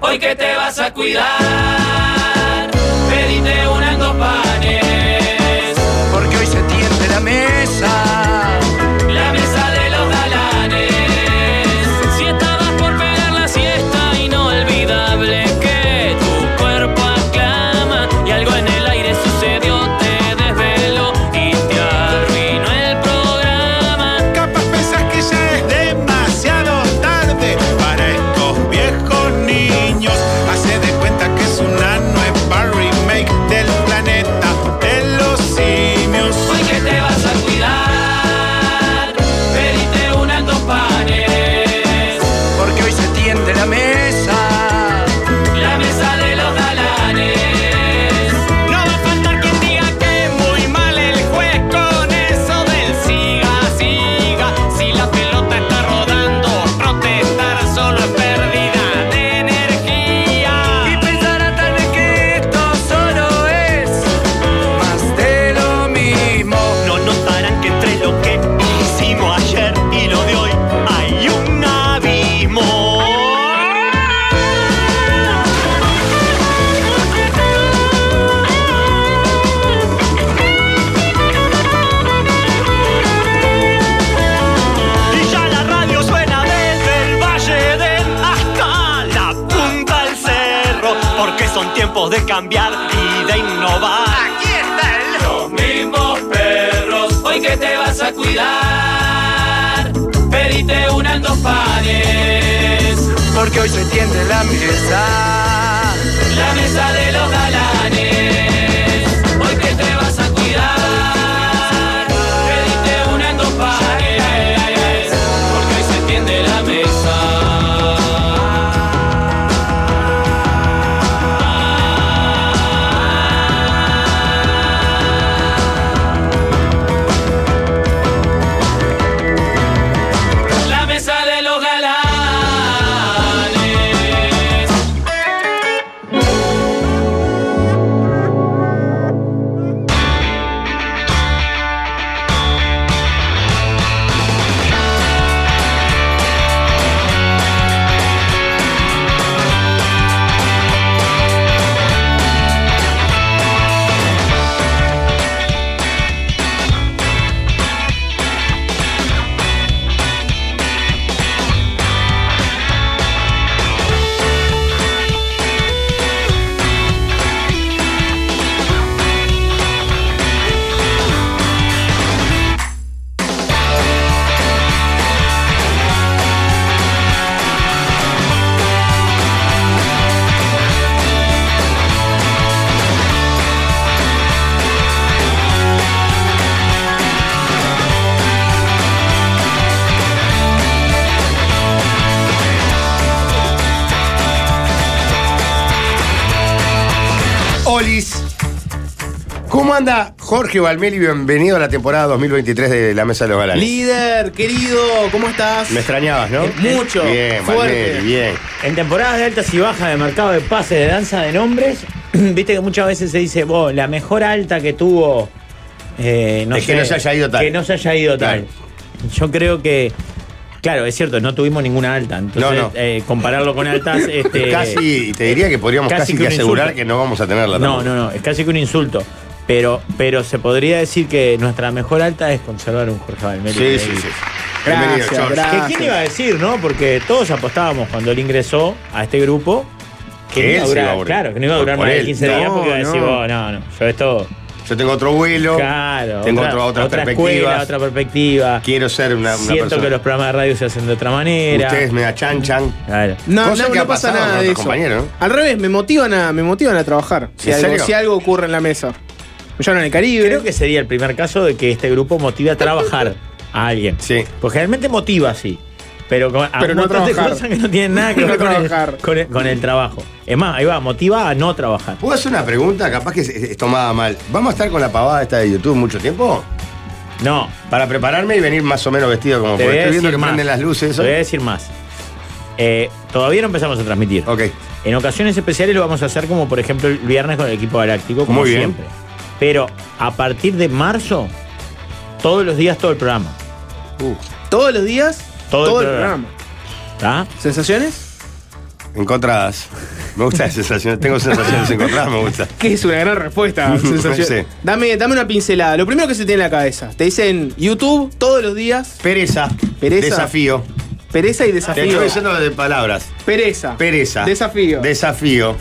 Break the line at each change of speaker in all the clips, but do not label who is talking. Hoy que te vas a cuidar, pedite unas dos panes.
Porque hoy se tiende la mesa.
La mesa de los galanes. Si estabas por pegar la siesta, inolvidable que tu cuerpo aclama. Y algo en el aire sucedió, te desveló y te arruinó el programa.
Capaz pensás que ya es demasiado tarde para estos viejos niños. Hace de cuenta que es una nueva remake del planeta de los simios.
Hoy que te vas a cuidar, pedite unas dos panes.
Porque hoy se tiende la mesa.
La mesa de los galanes.
No va a faltar quien diga que muy mal el juez con eso del siga, siga. Si la pelota está rodando, protestar solo es pérdida de
Y
energía.
pensará tal vez que esto solo es más de lo mismo.
No notarán que entre lo que hicimos ayer y lo de hoy hay un abismo. Y ya la radio suena desde el Valle del hasta la punta del cerro, porque son tiempos de cambiar y de innovar.
Los mismos perros, hoy que te vas a cuidar, pedite unas dos panes.
Porque hoy se tiende la mesa.
La mesa de los galanes, hoy que te vas a cuidar, pedite unas dos panes, porque hoy se tiende la mesa. La mesa de los galanes.
Olis. ¿Cómo anda Jorge Valmeli? Bienvenido a la temporada 2023 de La Mesa de los Galanes.
Líder, querido, ¿cómo estás?
Me extrañabas, ¿no?
Eh,
Mucho,
Bien,
fuerte.
Valmeli, bien.
En temporadas de altas y bajas de mercado de pases de danza de nombres, viste que muchas veces se dice, "Vos, la mejor alta que tuvo. eh, no
Es que
sé,
no se haya ido tal".
Que no se haya ido
Claro.
tal. Yo creo que. Claro, es cierto, no tuvimos ninguna alta. Entonces,
No, no.
eh, compararlo con altas. Este,
casi, y te diría que podríamos
casi
casi, que
que un
asegurar
insulto.
que no vamos a tenerla.
No,
tampoco.
no, no, es casi que un insulto. Pero, pero se podría decir que nuestra mejor alta es conservar un Jorge Valmeri.
Sí, sí, sí. Bienvenido,
Gracias,
George.
gracias.
Que quién iba a decir, ¿no? Porque todos apostábamos cuando él ingresó a este grupo
Que
que, no
él
iba a
se
durar,
iba a morir.
claro, que no iba a
Por-
durar
por
más de
él.
15 días
No,
porque iba a decir,
no.
"Oh, no, no, yo esto,
Yo tengo otro vuelo.
claro,
Tengo otra, otra, perspectiva.
escuela, otra perspectiva.
Quiero ser una, una
Siento
persona.
que los programas de radio se hacen de otra manera.
Ustedes me achanchan.
Claro.
No,
Cosa
no,
que
no
ha
pasa
pasado con
nada de
otros
eso.
compañeros, ¿no?
Al revés, me motivan a, me motivan a trabajar. Si
¿En
algo,
serio?
si algo ocurre en la mesa. Yo no en el Caribe.
Creo que sería el primer caso de que este grupo motive a trabajar a alguien.
Sí.
Porque generalmente motiva, sí. Pero con- a
Pero
un
no
montón de
trabajar.
cosas que no tienen nada que
No
ver con el,
trabajar.
con el- con el trabajo. Es más, ahí va, motiva a no trabajar.
¿Puedo hacer una pregunta? Capaz que es- es tomada mal. ¿Vamos a estar con la pavada esta de YouTube mucho tiempo?
No.
Para prepararme y venir más o menos vestido como
Te
porque
voy a
estoy viendo
decir
que
más.
prenden las luces. Eso.
Te voy a decir más. Eh, todavía no empezamos a transmitir.
Ok.
En ocasiones especiales lo vamos a hacer como por ejemplo el viernes con el equipo galáctico, como
Muy bien.
siempre. Pero a partir de marzo, todos los días todo el programa.
Uh.
Todos los días,
Todo
todo,
el
el
programa.
programa.
¿Está?
¿Sensaciones?
Encontradas. Me gusta la sensación, tengo sensaciones encontradas, me gusta.
Que es una gran
Ah,
respuesta. sensación.
Sí.
Dame, dame una pincelada. Lo primero que se tiene en la cabeza. Te dicen YouTube todos los días.
Pereza.
Pereza.
Desafío.
Pereza y
Te
desafío.
estoy diciendo de palabras.
Pereza.
Pereza.
Desafío.
Desafío.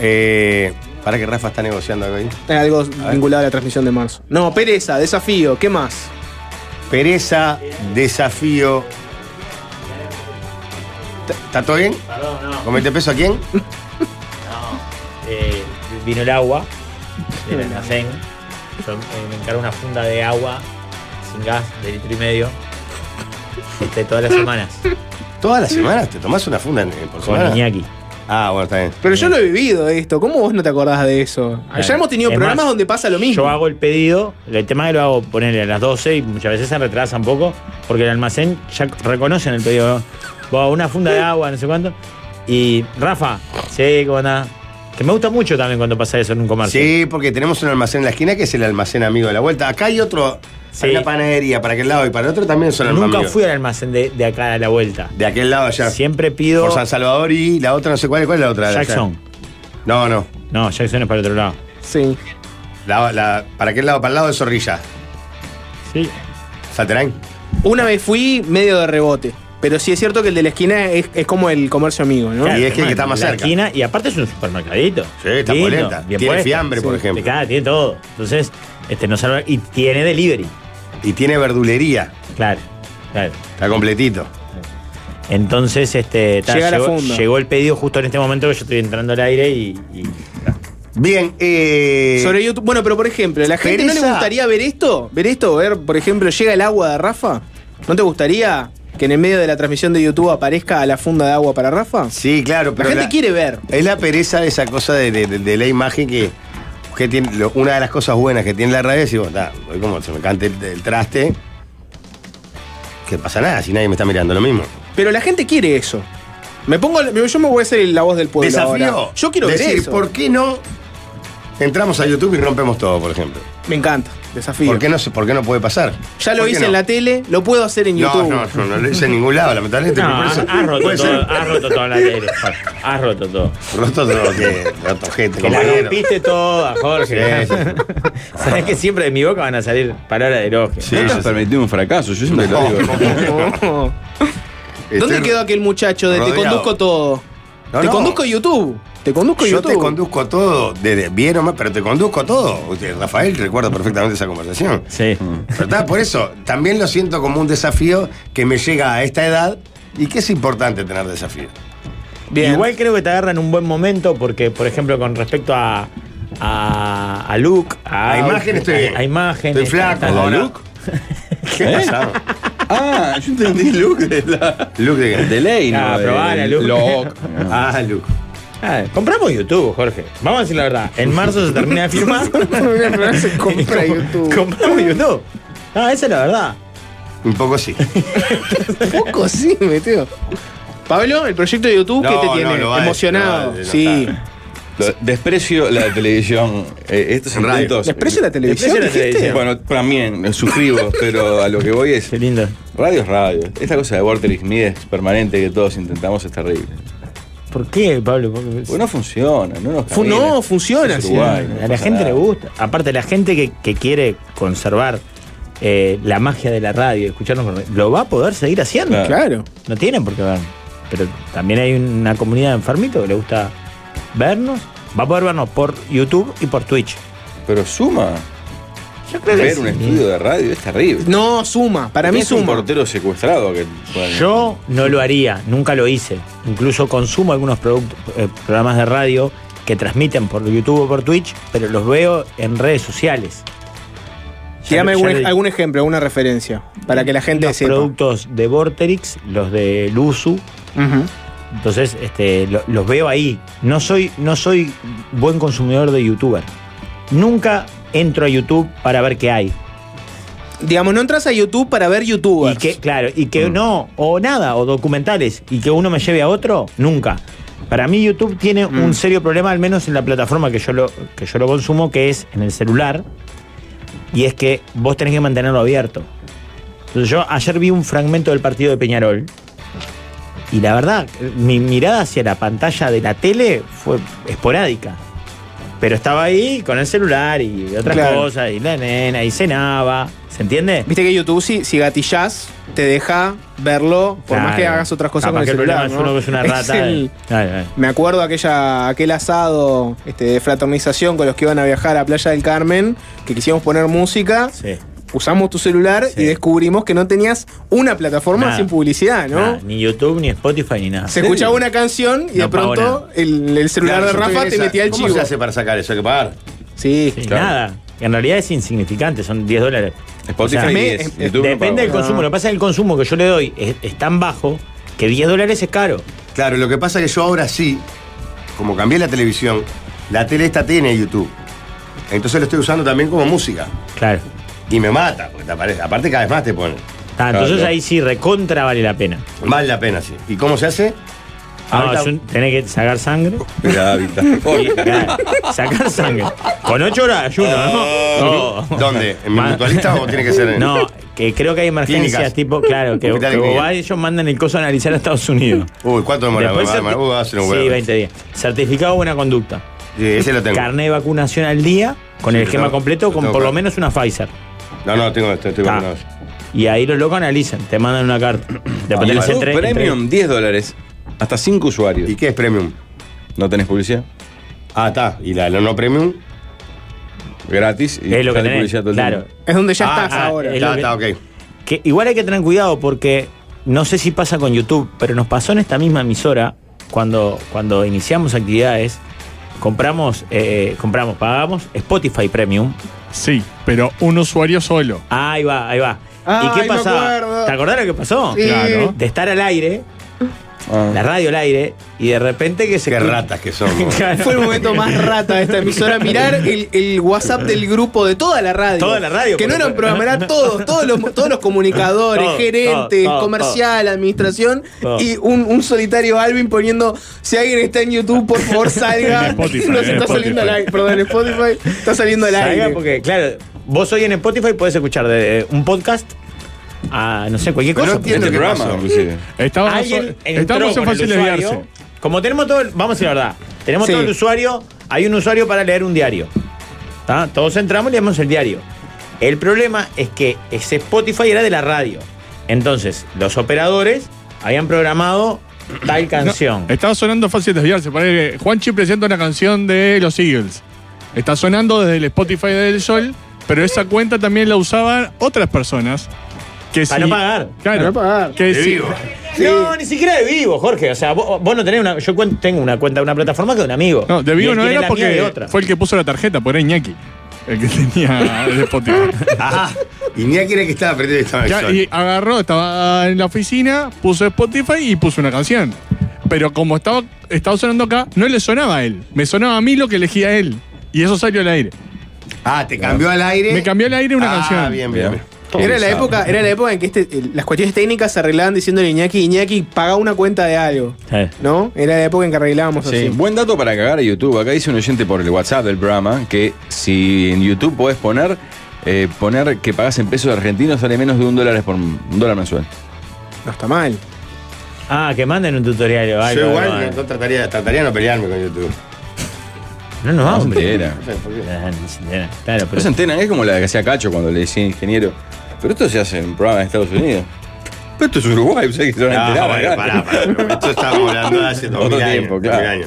Eh, para que Rafa está negociando algo ahí.
Eh, algo vinculado a la transmisión de marzo. No, pereza, desafío. ¿Qué más?
Pereza, desafío. ¿Está- ¿Está todo bien?
Perdón, no.
¿Comete peso a quién?
Eh, vino el agua del almacén. Yo eh, me encargo una funda de agua sin gas de litro y medio. Este, todas las semanas.
Todas las semanas te tomás una funda en- por
Con
semana.
Iñaki.
Ah, bueno, está bien.
Pero yo lo he vivido esto. ¿Cómo vos no te acordás de eso? Ya hemos tenido
Es
programas
más,
donde pasa lo mismo.
Yo hago el pedido, el tema que lo hago ponerle a las 12 y muchas veces se retrasa un poco, porque el almacén ya reconocen el pedido. Vos, una funda de agua, no sé cuánto. Y Rafa, sí, cómo andás? Que me gusta mucho también cuando pasa eso en un comercio.
Sí, porque tenemos un almacén en la esquina que es el almacén amigo de la vuelta. Acá hay otro,
Sí.
hay una panadería para aquel lado y para el otro también son
Nunca
amigos.
fui al almacén de, de acá a la vuelta.
De aquel lado allá.
Siempre pido
Por San Salvador y la otra no sé cuál, ¿cuál es la otra? de allá?
Jackson.
No, no.
No, Jackson es para el otro lado.
Sí.
La- la- para aquel lado, para el lado de Zorrilla.
Sí.
Salterán.
Una vez fui medio de rebote. Pero sí es cierto que el de la esquina es, es como el comercio amigo, ¿no?
Claro. Y es que el que está más
la
cerca.
esquina, y aparte es un supermercadito.
Sí, está
Lindo,
polenta.
bien
Tiene
puesto.
fiambre, por ejemplo.
Claro, tiene todo. Entonces, este no salva. Y tiene delivery.
Y tiene verdulería.
Claro, claro.
Está completito.
Entonces, este, ta,
Llega la
llegó,
funda.
llegó el pedido justo en este momento que yo estoy entrando al aire y. y-
Bien, eh.
Sobre YouTube. Bueno, pero por ejemplo, ¿la gente no le
Pereza.
gustaría ver esto? ¿Ver esto? ¿Ver, por ejemplo, llega el agua de Rafa? ¿No te gustaría que en el medio de la transmisión de YouTube aparezca la funda de agua para Rafa?
Sí, claro,
La
pero.
gente
la-
quiere ver.
Es la pereza de esa cosa de, de- de- de la imagen que, que tiene. lo- una de las cosas buenas que tiene la radio es decir, bueno, ta, hoy como se me cante el, el traste. Que pasa nada si nadie me está mirando, lo mismo.
Pero la gente quiere eso. Me pongo, yo me voy a hacer la voz del pueblo
Desafío.
ahora. Yo quiero
decir,
ver eso.
¿por qué no entramos a YouTube y rompemos todo, por ejemplo?
Me encanta, desafío.
¿Por qué no, se- por qué no puede pasar?
Ya lo
¿Por qué
hice
no?
en la tele, lo puedo hacer en
No,
YouTube.
no, no, no lo hice en ningún lado, lamentablemente.
No,
pero por
has,
eso-
has roto
puede
todo,
ser.
has roto toda la tele. Jorge. Has roto todo.
Roto todo lo que. Roto gente,
Que la
compañero.
rompiste toda, Jorge.
Sí, sí,
Sabes que siempre de mi boca van a salir palabras de elogio.
Sí,
no
sí,
nos
sí.
permitimos un fracaso, yo siempre lo
No.
digo.
Oh. ¿Dónde
Este
Estoy-
quedó aquel muchacho de
rodeado.
te conduzco todo?
No,
te
no.
conduzco YouTube. Te conduzco
Yo
YouTube.
te conduzco todo, desde bien o mal, pero te conduzco todo. Usted, Rafael recuerda perfectamente esa conversación.
Sí.
Pero está, por eso, también lo siento como un desafío que me llega a esta edad y que es importante tener desafío.
Bien.
Igual creo que te agarran un buen momento porque, por ejemplo, con respecto a, a, a look, a,
A imagen estoy bien.
A, imagen.
Estoy flaco,
tal, tal.
ahora.
Luke?
¿Qué
¿Eh?
pasaba?
Ah, yo entendí Luke de la.
Luke
De
de
ley,
Ah,
¿no? de-
probá la Luke.
Loc.
Ah, Luke.
Ah, compramos YouTube, Jorge. Vamos a decir la verdad. En marzo se termina de firmar.
Se compra YouTube.
compramos YouTube. Ah, esa es la verdad.
Un poco sí.
Poco sí, metido. Pablo, el proyecto de YouTube
No,
que te
no,
tiene
lo va a
emocionado.
decir, no, no
sí.
está.
Lo- Desprecio la televisión. eh, estos
Radio.
intentos.
Desprecio la televisión.
Desprecio la
dijiste?
televisión.
Bueno, también, eh, suscribo, pero a lo que voy es.
Qué lindo.
Radio es radio. Esta cosa de Vorterix Mides permanente que todos intentamos es terrible.
¿Por qué, Pablo? ¿Por qué?
Porque no funciona, no nos
Fu-
camina.
no, funciona,
Es
sí.
Uruguay, no
a la
pasa
gente
nada.
le gusta. Aparte, la gente que, que quiere conservar eh, la magia de la radio, escucharnos, por radio, lo va a poder seguir haciendo.
Claro.
Claro.
No tienen por qué vernos. Pero también hay una comunidad de enfermitos que le gusta vernos. Va a poder vernos por YouTube y por Twitch.
Pero suma.
Yo creo que
Ver
sí.
un estudio de radio es terrible.
No, suma. Para mí
Tenés un
suma.
portero secuestrado que. bueno,
Yo no lo haría, nunca lo hice. Incluso consumo algunos productos, eh, programas de radio que transmiten por YouTube o por Twitch, pero los veo en redes sociales. Ya
Tirame
lo- ya
algún,
lo-
algún ejemplo, alguna referencia. Para que la gente
los
sepa.
productos de Vorterix, los de Luzu,
Ujú.
entonces este, lo- los veo ahí. No soy, no soy buen consumidor de youtuber. Nunca entro a YouTube para ver qué hay.
Digamos, no entras a YouTube para ver
Y
youtubers. Mm.
que, claro, y que no, o nada, o documentales, y que uno me lleve a otro, nunca. Para mí YouTube tiene un
Mm.
serio problema, al menos en la plataforma que yo, lo, que yo lo consumo, que es en el celular, y es que vos tenés que mantenerlo abierto. Entonces yo ayer vi un fragmento del partido de Peñarol, Y la verdad, mi mirada hacia la pantalla de la tele fue esporádica. Pero estaba ahí con el celular y otras
Claro.
cosas, y la nena, y cenaba. ¿Se entiende?
Viste Este que YouTube, si, si gatillás, te deja verlo, por más
Claro.
que hagas otras cosas
Capaz
con el
que
celular.
problema es uno
¿no?
que es una
Es
rata.
el-
Dale, dale.
Me acuerdo aquella, aquel asado este, de fraternización con los que iban a viajar a Playa del Carmen, que quisimos poner música,
Sí.
usamos tu celular
Sí.
y descubrimos que no tenías una plataforma
Nada.
sin publicidad, ¿no?
Nada, ni YouTube, ni Spotify, ni nada.
Se escuchaba una canción y
No
de pronto
pagó
el, el celular
Claro,
de
yo estoy
Rafa
en
te
esa.
metía el
¿Cómo
chivo.
se hace para sacar eso? Hay que pagar.
Sí.
Sí,
Claro.
Nada. En realidad es insignificante, son 10 dólares.
Spotify
O sea,
10,
me-
YouTube no
Eh, Depende del
pago.
consumo. Lo que pasa es que el consumo que yo le doy es, es tan bajo que 10 dólares es caro.
Claro, lo que pasa es que yo ahora sí, como cambié la televisión, la tele esta tiene YouTube. Entonces lo estoy usando también como música.
Claro.
Y me mata, porque te aparece. Aparte cada vez más te ponen.
Ah, entonces
Claro.
ahí sí, recontra vale la pena.
Vale la pena, sí. ¿Y cómo se hace?
No,
Ahorita-
es un- tenés que sacar sangre.
Mira, hábitat.
y- claro, sacar sangre. Con 8 horas de ayuno, ¿no? No.
Oh. ¿Dónde? ¿En mi
Ma-
mutualista o tiene que ser en.?
No, que creo que hay emergencias
Clínicas.
tipo, claro, que,
Hospital
que
de
vos
clínica.
vas, ellos mandan el coso a analizar a Estados Unidos.
Uy, ¿cuánto demora?
Después
Va-
certi-
va- va a ser un
sí,
huevo.
20 días. Certificado de buena conducta.
Sí, ese lo tengo.
Carné de vacunación al día, con
Sí,
el
lo
esquema
tengo-
completo,
lo
con
tengo
por lo
acá.
menos una Pfizer.
No, no, tengo esto, estoy
Ta.
con- no.
Y ahí los locos analizan, te mandan una carta.
Ah,
Después tenés
YouTube
entre- entre-
Uh, Premium, 10 dólares. Hasta 5 usuarios.
¿Y qué es premium?
¿No tenés publicidad?
Ah, está. ¿Y la, la no premium?
Gratis. Y
Es lo que
sale
tenés.
publicidad todo el
Claro.
tiempo.
Es donde ya
Ah,
estás
ah,
ahora.
Es lo
Está,
que-
está, ok.
Que igual hay que tener cuidado porque no sé si pasa con YouTube, pero nos pasó en esta misma emisora cuando, cuando iniciamos actividades. Compramos, eh, compramos, pagamos Spotify Premium. Ah,
Sí, pero un usuario solo.
Ahí va, ahí va.
Ay,
¿Y qué
me
pasaba?
acuerdo.
¿Te acordás lo que pasó?
Sí.
Claro.
De estar al aire,
Ah.
la radio al aire, y de repente que se.
Qué ratas que son. vos.
Claro.
Fue el momento más rata de esta emisora. Mirar el, el WhatsApp del grupo de toda la radio.
Toda la radio,
Que no
porque-
eran programas, eran todos, todos los, todos los comunicadores,
Todo,
gerentes,
todo, todo,
comercial, administración.
Todo.
Y un, un solitario Alvin poniendo: si alguien está en YouTube, por favor salga.
En Spotify,
Nos
en
está saliendo al
Spotify.
aire. Perdón, en Spotify. Está saliendo al
Salga
aire.
porque, claro, vos hoy en Spotify podés escuchar de eh, un podcast a, no sé, cualquier
Pero
cosa.
no entiendo
Este
qué
programa,
pasó.
inclusive.
Estábamos,
Alguien entró
estábamos en
con el
fácil
usuario.
desviarse.
Como tenemos todo, el- vamos a decir la verdad, tenemos
Sí.
todo el usuario, hay un usuario para leer un diario. ¿Tá? Todos entramos y leemos el diario. El problema es que ese Spotify era de la radio. Entonces, los operadores habían programado tal canción.
No, estaba sonando fácil desviarse. Ponele, Juanchi presenta una canción de los Eagles. Está sonando desde el Spotify del Sol, pero esa cuenta también la usaban otras personas. Que
Para
si-
no pagar.
Claro.
Para no pagar.
Que
Te
si-
digo.
No, ni siquiera de vivo, Jorge. O sea, vos, vos no tenés una. Yo cuen- tengo una cuenta de una plataforma que de un amigo.
No, de
Y
vivo
él
no
tiene
era
la mía de
porque
otra.
fue el que puso la tarjeta, porque era Iñaki. El que tenía el Spotify.
Ah, y ni a quién era que estaba perdido estaba en el
Ya,
sol.
y agarró, estaba en la oficina, puso Spotify y puso una canción. Pero como estaba, estaba sonando acá, no le sonaba a él. Me sonaba a mí lo que elegía él. Y eso salió al aire.
Ah, te cambió al aire.
Me cambió al aire una
ah,
canción.
Bien, bien, bien.
Era la, época, era la época en que este- el- las cuestiones técnicas se arreglaban diciéndole a Iñaki, Iñaki, paga una cuenta de algo.
Sí.
¿No? Era la época en que arreglábamos
Sí.
así.
Buen dato para cagar a YouTube. Acá dice un oyente por el WhatsApp del programa que si en YouTube podés poner eh, poner que pagás en pesos argentinos sale menos de un dólar por un dólar mensual.
No está mal.
Ah, que manden un tutorial o algo.
Yo igual
algo, algo.
no trataría, trataría de no pelearme con YouTube.
No, no, vamos.
Hombre, era.
Ah, ni siquiera. Claro,
No
pero.
se enteran, es como la que hacía Cacho cuando le decía ingeniero. Pero esto se hace en un programa de Estados Unidos. Pero esto es Uruguay, sé que se van a
No,
enterar
bueno,
acá.
pará, pará. Esto estábamos hablando de hace
Otro
2000 años,
tiempo,
2000
claro.
años.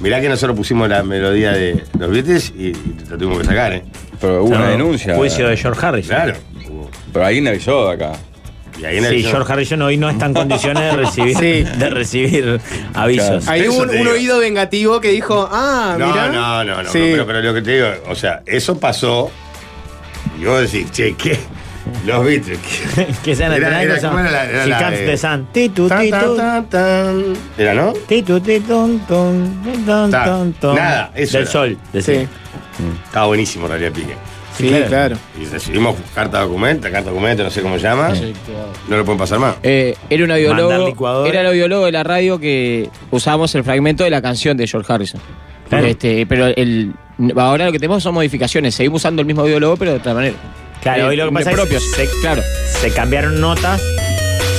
Mirá que nosotros pusimos la melodía de los Beatles y, y la tuvimos que sacar, ¿eh?
Pero hubo una
No,
denuncia.
Juicio de George Harrison.
Claro.
Pero alguien avisó de acá.
Y Ah, ahí en el
Sí, George Harrison hoy no está en condiciones de recibir,
Sí.
de recibir avisos.
Claro.
Ahí
Eso
hubo un,
te
un
digo.
oído vengativo que dijo, ah,
No,
mirá.
no, no, no.
Sí.
Pero, pero lo que te digo, o sea, eso pasó. Y vos decís, che, ¿qué? Los Beatles. ¿qué?
que sean
Era-
alternantes,
era-
son
¿cómo era la- era
She
la
Comes
de-
the Sun. Ti, tu,
Tan,
ti, tu.
tan, tan, tan. Era, ¿no?
Ti, tu, ti, tun, tun, tun, tun,
Ta.
tun, tun.
Nada, eso
Del
era.
sol, decía.
Sí,
Estaba buenísimo, Realidad Pique.
sí,
claro.
claro.
Y recibimos carta documento, carta documento, no sé cómo se llama. No lo pueden pasar más.
Eh, era un
Mandar
audiólogo.
licuadora.
Era el audiólogo de la radio que usábamos el fragmento de la canción de George Harrison.
Claro.
Este, pero el, ahora lo que tenemos son modificaciones. Seguimos usando el mismo audiólogo, pero de otra manera.
Claro,
Eh,
hoy lo que pasa es que
propios.
se,
Claro.
se cambiaron notas.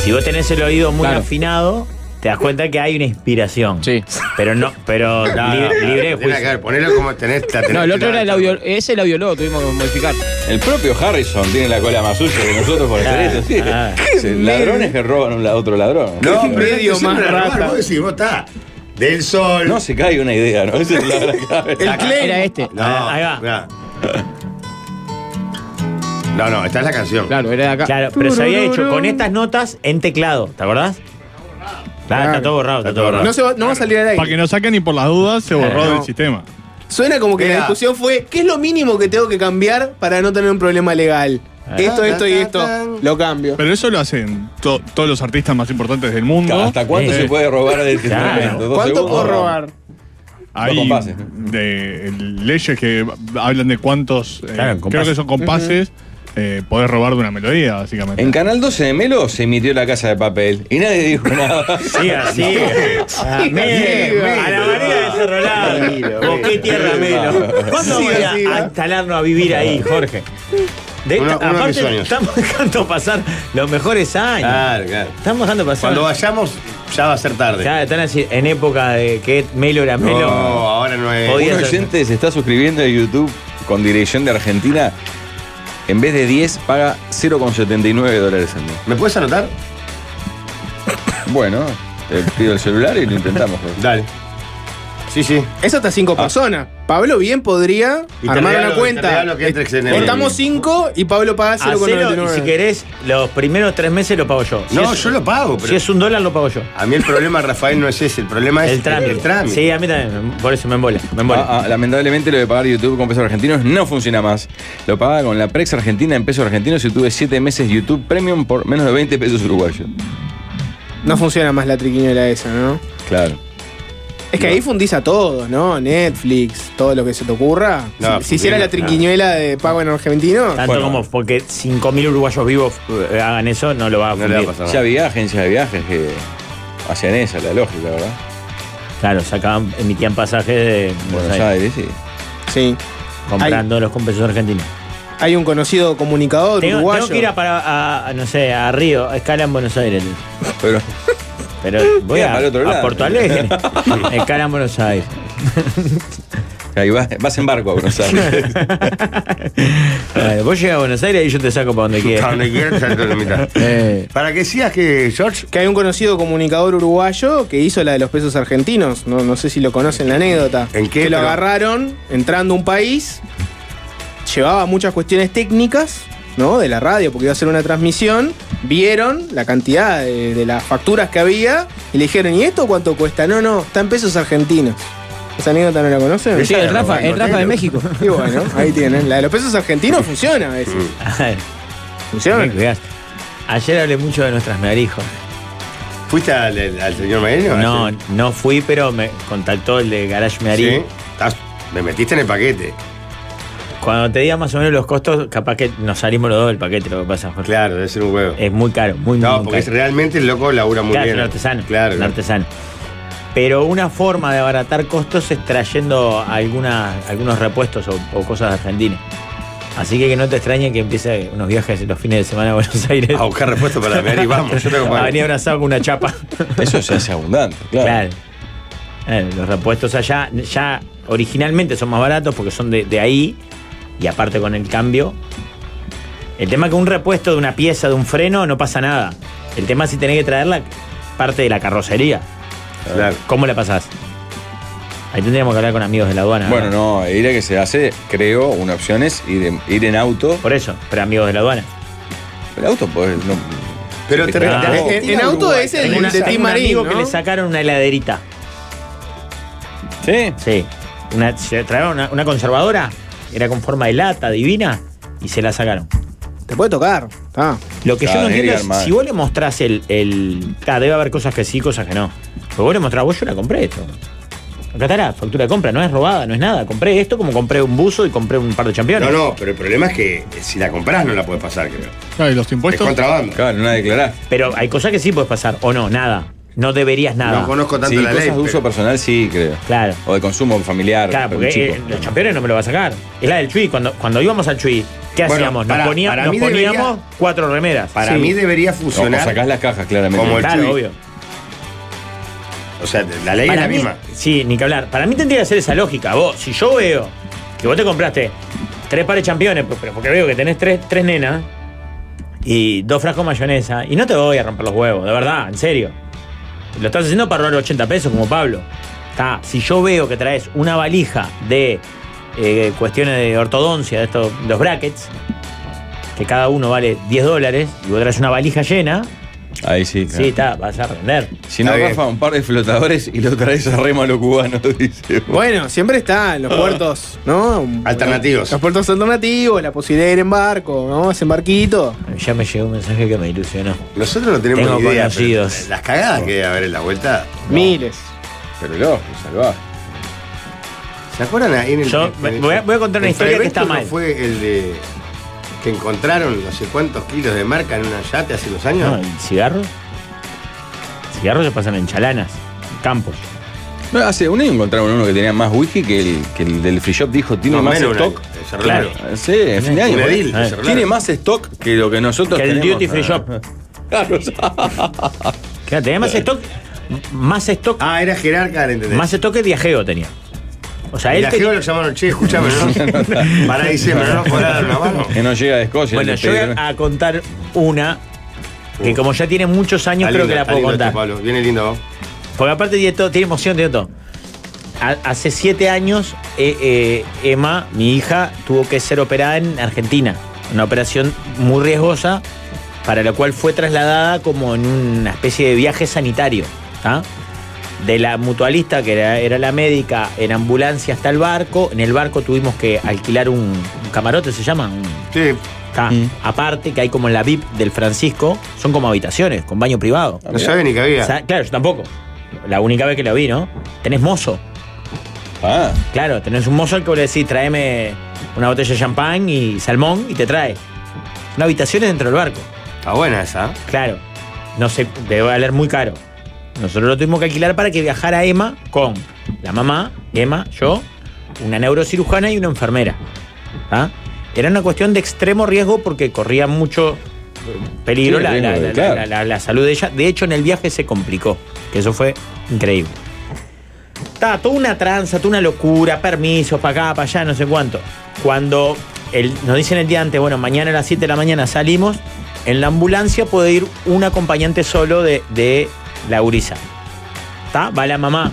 Si vos tenés el oído muy
Claro.
afinado, te das cuenta que hay una inspiración.
Sí.
Pero no, pero li- libre de
Tiene que
juicio.
ver, ponelo como tenés. la tenés
No, el otro era el
tirada.
audio. Ese el audiólogo tuvimos que modificar.
El propio Harrison tiene la cola más sucia que nosotros por hacer eso, sí.
Ah,
Sí, Ladrones que roban a un la- otro ladrón.
No, medio más
rata.
raro. Vos decís, vos está. Del sol.
No se cae una idea, ¿no? Esa es la gran clave.
El Clay.
Era este.
No,
Ah, Ahí va.
mirá. No, no, esta es la canción.
Claro, era de acá.
Claro, pero se había hecho con estas notas en teclado, ¿te acordás? Claro, está todo borrado, está todo borrado.
No, se va, no va a salir al aire.
Para que no saquen ni por las dudas, se borró
no.
del sistema.
Suena como que la
Era-
discusión fue, ¿qué es lo mínimo que tengo que cambiar para no tener un problema legal?
Ah,
Esto, esto y esto, lo cambio.
Pero eso lo hacen to- todos los artistas más importantes del mundo. Eh.
¿Hasta cuánto
Sí.
se puede robar del testamento? ¿Dos
¿Cuánto
segundos?
puedo robar?
Hay
compases.
de- leyes que hablan de cuántos, eh,
Claro, compases.
creo que son compases, eh, podés robar de una melodía, básicamente.
En Canal 12 de Melo se emitió La Casa de Papel y nadie dijo nada.
Sí, así. Ah, Melo, a la manera de Cerro Largo. ¿Con qué tierra Melo? ¿Cuándo
Sí,
voy
así,
a,
¿no?
a instalarnos a vivir ahí, Jorge? De-
Uno- uno de mis
aparte,
sueños.
estamos dejando pasar los mejores años.
Claro, claro.
Estamos dejando pasar.
Cuando vayamos, ya va a ser tarde.
Ya, están así, en época de que Melo era
No,
Melo.
ahora no es.
Podía
Un
ser.
oyente se está suscribiendo a YouTube con dirección de Argentina. En vez de 10, paga 0,79 dólares al mes.
¿Me puedes anotar?
Bueno, te pido el celular y lo intentamos. pues.
Dale. Sí, sí. Ah.
Es hasta cinco personas. Pablo bien podría
Y te
armar
regalo-
una
te
cuenta.
regalo que entres en el-
Estamos cinco y Pablo paga
Hacelo, y si
0,99.
querés, los primeros tres meses lo pago yo. Si
No,
es-
yo lo pago, pero.
Si es un dólar, lo pago yo.
A mí el problema, Rafael, no es ese. El problema es
El trámite.
El trámite.
Sí, a mí también. Por eso me embola. Me embola.
Ah, ah, lamentablemente lo de pagar YouTube con pesos argentinos no funciona más. Lo paga con la Prex Argentina en pesos argentinos y tuve 7 meses YouTube Premium por menos de 20 pesos uruguayos.
No funciona más la triquiñuela esa, ¿no?
Claro.
Es que ahí fundís a todos, ¿no? Netflix, todo lo que se te ocurra.
No,
si, si hiciera
no,
la triquiñuela de pago en argentino,
Tanto
Bueno.
como porque 5.000 uruguayos vivos eh, hagan eso, no lo va a
No le va a
fundir.
pasar
Ya
nada.
había agencias de viajes que hacían esa, la lógica, ¿verdad?
claro, sacaban, emitían pasajes de Buenos
Buenos
Aires,
Aires, sí.
sí.
comprándolos con pesos argentinos.
Hay un conocido comunicador
Tengo,
uruguayo.
tengo que ir a, para, a- a, no sé, a Río, a escala en Buenos Aires.
Pero
Pero voy
Queda
a,
para el otro
a
lado.
Porto Alegre, escala en Buenos Aires.
ahí vas, vas en barco a Buenos Aires.
Bueno, vos llegas a Buenos Aires y yo te saco para donde
Para
quieras.
donde quieras, ya te lo invitás.
Eh,
Para que sigas que, George.
Que hay un conocido comunicador uruguayo que hizo la de los pesos argentinos. No, no sé si lo conocen la anécdota.
¿En qué?
Que lo
Pero-
agarraron entrando a un país. Llevaba muchas cuestiones técnicas, ¿no? De la radio, porque iba a hacer una transmisión. Vieron la cantidad de, de las facturas que había y le dijeron, ¿y esto cuánto cuesta? No, no, está en pesos argentinos. ¿Esa anécdota no la conocen?
sí, el Rafa, el Rafa de México.
Y bueno, ahí tienen. La de los pesos argentinos funciona a veces. Funciona.
Mirá, Mm. Ayer hablé mucho de nuestras narijos.
¿Fuiste al, al- al señor Marino?
No,
¿Sí?
no fui, pero me contactó el de Garage Mearí.
Sí. Estás- Me metiste en el paquete.
Cuando te diga más o menos los costos, capaz que nos salimos los dos del paquete, lo que pasa, Jorge.
Claro, debe ser un huevo.
Es muy caro, muy,
No,
muy
porque es-
caro.
realmente el loco labura muy
Claro, es
bien.
un artesano.
Claro.
un
claro.
artesano. Pero una forma de abaratar costos es trayendo algunas, algunos repuestos o, o cosas de Argentina. Así que que no te extrañe que empiece unos viajes los fines de semana a Buenos Aires.
A buscar respuesta para ver y vamos. Yo tengo
a venir
que
abrazado con una chapa.
Eso se hace abundante, claro.
Claro. Claro, los repuestos allá ya originalmente son más baratos porque son de, de ahí y aparte con el cambio. El tema es que un repuesto de una pieza, de un freno, no pasa nada. El tema es si tenés que traer la parte de la carrocería.
Claro.
¿Cómo la pasás? Ahí tendríamos que hablar con amigos de la aduana.
Bueno,
¿verdad?
no, ir a que se hace, creo, una opción es ir en, ir en auto.
Por eso, pero amigos de la aduana.
El auto, pues, no.
Pero te
Ah.
te-
En- en, en auto es el
Tengo una-
de
tengo
Tim
un
Marín,
amigo
¿no?
que le sacaron una heladerita.
Sí.
Sí. Una, se trajeron una, una conservadora, era con forma de lata, divina, y se la sacaron.
Te puede tocar. Ah.
Lo que
Ah,
yo no
tiene
entiendo
que
es
armar.
si vos le mostrás el. el ah, debe haber cosas que sí, cosas que no. Pero vos le mostrás, vos yo la compré esto. Acá está la factura de compra, no es robada, no es nada. Compré esto como compré un buzo y compré un par de
No,
championes.
no, pero el problema es que si la compras no la puedes pasar, creo.
Claro, y los
Es
impuestos.
contrabando.
Claro, no la declarás.
Pero hay cosas que sí puedes pasar, o no, nada. No deberías nada.
No conozco tanto
Sí,
la
cosas
ley.
de uso
pero-
personal sí, creo.
Claro.
O de consumo familiar.
Claro,
pero
porque
chico.
eh, los campeones no me lo va a sacar. Es la del Chuy. Cuando, cuando íbamos al Chuy, ¿qué
Bueno,
hacíamos? Nos,
para-
ponía-
para
nos
mí debería-
poníamos cuatro remeras.
Para
Sí.
mí debería
No, pues o
funcionar.
sacás las cajas, claramente.
Como el
Claro,
Chuy.
obvio.
O sea, la ley es
Para
la
mí-
misma.
Sí, ni que hablar. Para mí tendría que ser esa lógica. Vos, si yo veo que vos te compraste tres pares de championes, pero- pero porque veo que tenés tres, tres nenas y dos frascos de mayonesa, y no te voy a romper los huevos, de verdad, en serio. Lo estás haciendo para ahorrar 80 pesos, como Pablo. Está, si yo veo que traes una valija de eh, cuestiones de ortodoncia, de estos, de los brackets, que cada uno vale 10 dólares, y vos traes una valija llena,
Ahí sí. claro.
sí, está, vas a render.
Si no,
Está bien.
Rafa, un par de flotadores y lo traes a remo a los cubanos, dice.
Bueno, siempre está en los puertos, ¿no?
Ah. Alternativos.
Los puertos alternativos, la posibilidad de ir en barco, ¿no? Es en barquito.
Ya me llegó un mensaje que me ilusionó.
Nosotros no tenemos
Tengo
ni idea. pero
conocidos.
Las cagadas que debe haber en la vuelta.
Miles.
Pero lógico, salvaje.
¿Se acuerdan ahí en el.
Yo
en el-
voy a, voy a contar una
el
historia que
Prevento
está
no
mal.
fue el de. que encontraron no sé cuántos kilos de marca en una yate hace unos
No,
años?
¿y cigarros? Cigarros se pasan en chalanas, en campos.
No, hace un año encontraron uno que tenía más whisky que el, que el del free shop dijo, tiene
No,
más
menos un
stock.
año, se arreglaron.
Claro.
Ah, Sí, en fin de año.
Un
¿eh?
edil,
Ah,
se arreglaron.
Tiene más stock que lo que nosotros
Que el
tenemos,
duty free
ah.
shop.
Claro, Eh.
Claro, tenía más stock, más stock,
Ah, era jerarca, ¿le ¿entendés?
más stock que viajeo tenía. O sea,
Y
él
la
tenía.
Geo lo llamaron, che, escúchame, ¿no? Para diciembre, ¿no? Podrá dar una mano.
Ah, que no llega de Escocia.
Bueno,
el
yo voy
Pedro.
a contar una que como ya tiene muchos años
Uh. Está
creo
lindo,
que la
está
puedo
lindo esto,
contar.
Pablo, viene lindo.
Porque aparte tiene, todo, tiene emoción, tiene todo. Ha- hace siete años, eh, eh, Emma, mi hija, tuvo que ser operada en Argentina. Una operación muy riesgosa, para la cual fue trasladada como en una especie de viaje sanitario. ¿tá? De la mutualista, que era, era la médica, en ambulancia hasta el barco. En el barco tuvimos que alquilar un, un camarote, ¿se llama? Un-
Sí,
tá, Aparte, que hay como en la VIP del Francisco, son como habitaciones, con baño privado.
no sabía ni que había.
Sa- Claro, yo tampoco. La única vez que lo vi, ¿no? Tenés mozo.
Ah,
Claro, tenés un mozo al que vos le decís, tráeme una botella de champán y salmón y te trae. Una habitación es dentro del barco.
Está buena esa.
Claro. No sé, debe valer muy caro. Nosotros lo tuvimos que alquilar para que viajara Emma con la mamá, Emma, yo, una neurocirujana y una enfermera. ¿Ah? Era una cuestión de extremo riesgo porque corría mucho eh, peligro
Sí,
la,
riesgo
la-
de-
la-
claro.
la- la- la salud de ella. De hecho, en el viaje se complicó, que eso fue increíble. Está toda una tranza, toda una locura, permisos para acá, para allá, no sé cuánto. Cuando el- nos dicen el día antes, bueno, mañana a las 7 de la mañana salimos, en la ambulancia puede ir un acompañante solo de, de la gurisa. ¿Está? Va la mamá.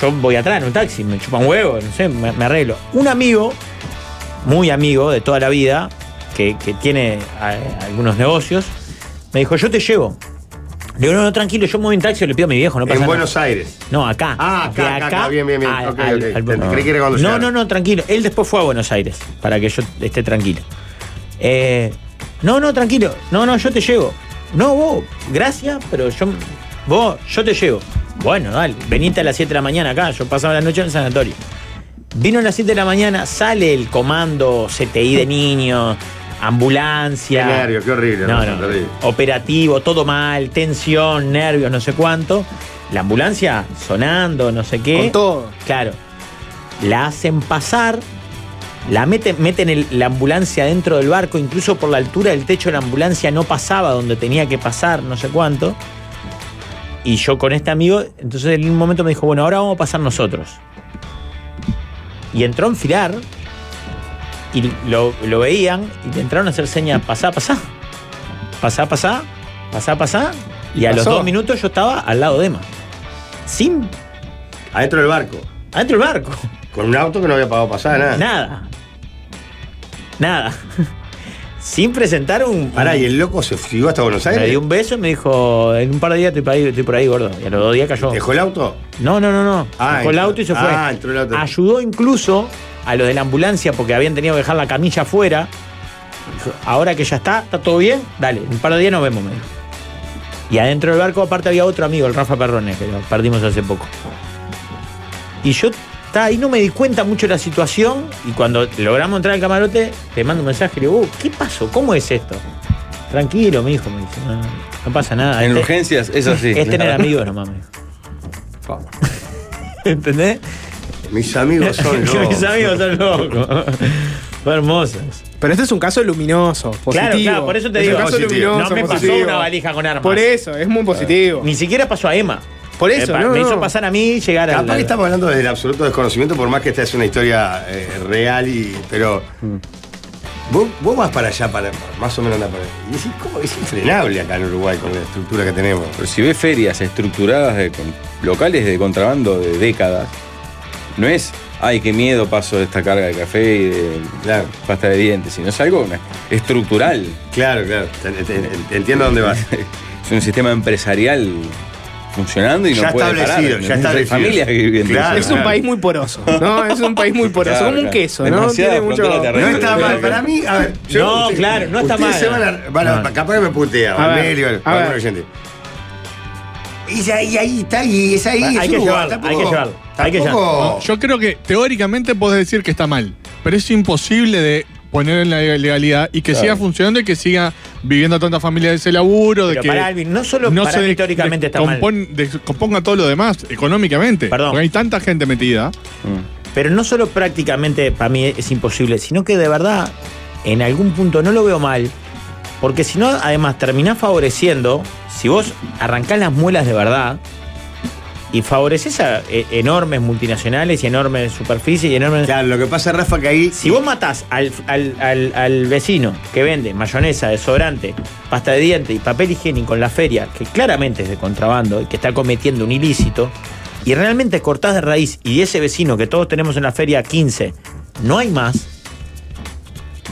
Yo voy atrás en un taxi, me chupan huevo, no sé, me, me arreglo. Un amigo, muy amigo de toda la vida, que, que tiene eh, algunos negocios, me dijo, yo te llevo. Le digo, no, no, tranquilo, yo me voy en taxi, le pido a mi viejo, no pasa
en
nada.
Buenos Aires.
No, acá.
Ah, acá,
De
acá, acá. Bien, bien, bien.
al-
Ok,
al-
ok.
al-
Te- te creí que era cuando
no,
llegaron.
no, no, tranquilo. Él después fue a Buenos Aires, para que yo esté tranquilo. Eh, no, no, tranquilo. No, no, yo te llevo. No, vos, gracias, pero yo. Vos, yo te llevo. Bueno, dale, venite a las 7 de la mañana acá. Yo pasaba la noche en el sanatorio. Vino a las 7 de la mañana, sale el comando CTI de niños, ambulancia.
Qué nervio, qué horrible,
No,
Rosa,
no.
terrible.
Operativo, todo mal, tensión, nervios, no sé cuánto. La ambulancia sonando, no sé qué.
Con todo.
Claro. La hacen pasar, la meten, meten el- la ambulancia dentro del barco, incluso por la altura del techo la ambulancia no pasaba donde tenía que pasar, no sé cuánto. Y yo con este amigo, entonces en un momento me dijo, bueno, ahora vamos a pasar nosotros. Y entró a enfilar y lo, lo veían y le entraron a hacer señas, pasá, pasá, pasá, pasá, pasá, pasá. Y, a los
pasó.
dos minutos yo estaba al lado de Emma. Sin
Adentro del barco.
adentro del barco.
Con un auto que no había pagado pasada, nada.
Nada. Nada. Sin presentar un.
Pará, y el loco se fugó hasta Buenos
Me dio
Aires.
un beso y me dijo, en un par de días estoy por ahí, estoy por ahí gordo. Y a los dos días cayó.
¿Dejó el auto?
No, no, no, no.
Ah,
Dejó el
entró.
auto y se fue.
Ah, entró el auto.
Ayudó incluso a los de la ambulancia porque habían tenido que dejar la camilla afuera. Dijo, ahora que ya está, está todo bien, dale, en un par de días nos vemos, me dijo. Y adentro del barco, aparte, había otro amigo, el Rafa Perrones, que lo perdimos hace poco. Y yo ta, ahí no me di cuenta mucho de la situación. Y cuando logramos entrar al camarote, le mando un mensaje y le digo, "Uh, ¿qué pasó? ¿Cómo es esto? Tranquilo, mi hijo, me dice. No, no, no pasa nada.
en
Este-
urgencias es así.
es tener amigos nomás, me dijo. ¿Entendés?
Mis amigos son
Que
locos.
mis amigos son locos. Son hermosos.
Pero este es un caso luminoso, positivo.
Claro, claro, por eso te
Es
digo.
un caso
Positivo.
luminoso,
No me pasó
positivo.
una valija con armas.
Por eso, es muy positivo.
Ni siquiera pasó a Emma.
Por eso,
pa-
no,
me
no.
hizo pasar a mí llegar a.
Capaz que estamos hablando desde el absoluto desconocimiento, por más que esta es una historia eh, real y. pero.
Mm.
Vos, vos vas para allá, para, más o menos anda para allá. Y decís, ¿cómo es infrenable acá en Uruguay con la estructura que tenemos?
Pero si ves ferias estructuradas de con- locales de contrabando de décadas, no es, ay, qué miedo paso de esta carga de café y de
Claro.
pasta de dientes, sino es algo una- estructural.
Claro, claro. Te- te- te- Entiendo dónde vas.
es un sistema empresarial funcionando y no
Ya
puede parar.
establecido, ya
Hay
establecido.
familias que viven de
Claro,
eso.
Es un país muy poroso. No, es un país muy poroso.
Claro,
como un
claro.
queso, ¿no?
Demasiada
Tiene
frontera
mucho.
terrestre.
No está mal, para mí, a ver.
No, claro, no está
ustedes
mal.
Se van a, van a-
No.
Capaz que me putea,
A ver,
Valerio,
a
algún
ver.
oyente. Y ahí, ahí está, y es ahí.
Hay
es
que
Uruguay,
llevarlo, hay que llevarlo, hay que
tampoco-
Yo creo que teóricamente podés decir que está mal, pero es imposible de poner en la legalidad y que
Claro.
siga funcionando y que siga viviendo tanta familia de ese laburo, de
Pero
que
para Alvin, no solo para
se
mí históricamente está mal.
descompon- descomponga todo lo demás económicamente.
Perdón.
Porque hay tanta gente metida.
Mm. Pero no solo prácticamente para mí es imposible, sino que de verdad en algún punto no lo veo mal. Porque si no, además terminás favoreciendo, si vos arrancás las muelas de verdad y favoreces a eh, enormes multinacionales y enormes superficies y enormes...
Claro, lo que pasa, Rafa, que ahí.
Si vos matás al, al- al- al vecino que vende mayonesa, desodorante, pasta de diente y papel higiénico en la feria, que claramente es de contrabando y que está cometiendo un ilícito, y realmente cortás de raíz y ese vecino que todos tenemos en la feria 15, no hay más,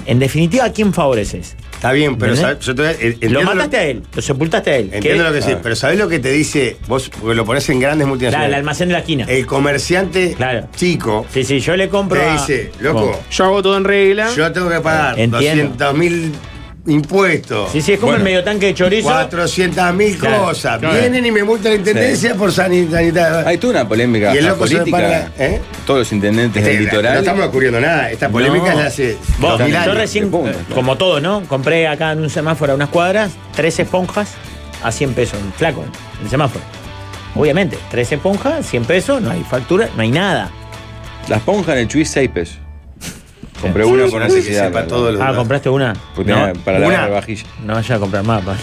en definitiva, ¿a quién favoreces?
Está bien, pero
¿Entendés?
sabes- yo te voy a- eh, entiendo
Lo mataste
lo-
a él, lo sepultaste a él.
Entiendo lo que sí,
Ah.
pero ¿sabés lo que te dice? Vos porque lo ponés en grandes
La- el
multinacionales.
almacén de la esquina.
el comerciante
Claro.
chico
Sí, sí, yo le compro.
te
a- Ah,
dice, loco,
Yo hago todo en regla.
yo tengo que pagar
Entiendo.
200 mil impuestos.
Sí, sí, es como el medio tanque de chorizo.
400 mil
Claro.
cosas.
Claro.
Vienen y me multan la intendencia por sanit- sanitario.
Hay toda Ah, una polémica
Y el
hasta
loco se
política.
para, ¿eh?
Todos los intendentes
Este,
del litoral.
No estamos descubriendo nada. Esta polémica
No.
es la hace
Vos,
2000
yo
años.
recién,
de punta,
eh,
claro.
como todo, ¿no? Compré acá en un semáforo a unas cuadras, tres esponjas a 100 pesos, un flaco, en el semáforo. Obviamente, tres esponjas, 100 pesos, no hay factura, no hay nada.
La esponja en el Chuy 6 pesos. Compré una por
Así que
necesidad.
sepa
¿no?
todos los
Ah,
datos.
¿compraste una?
Porque
No,
tenía para lavar
una.
la vajilla.
no vaya a comprar más. pa.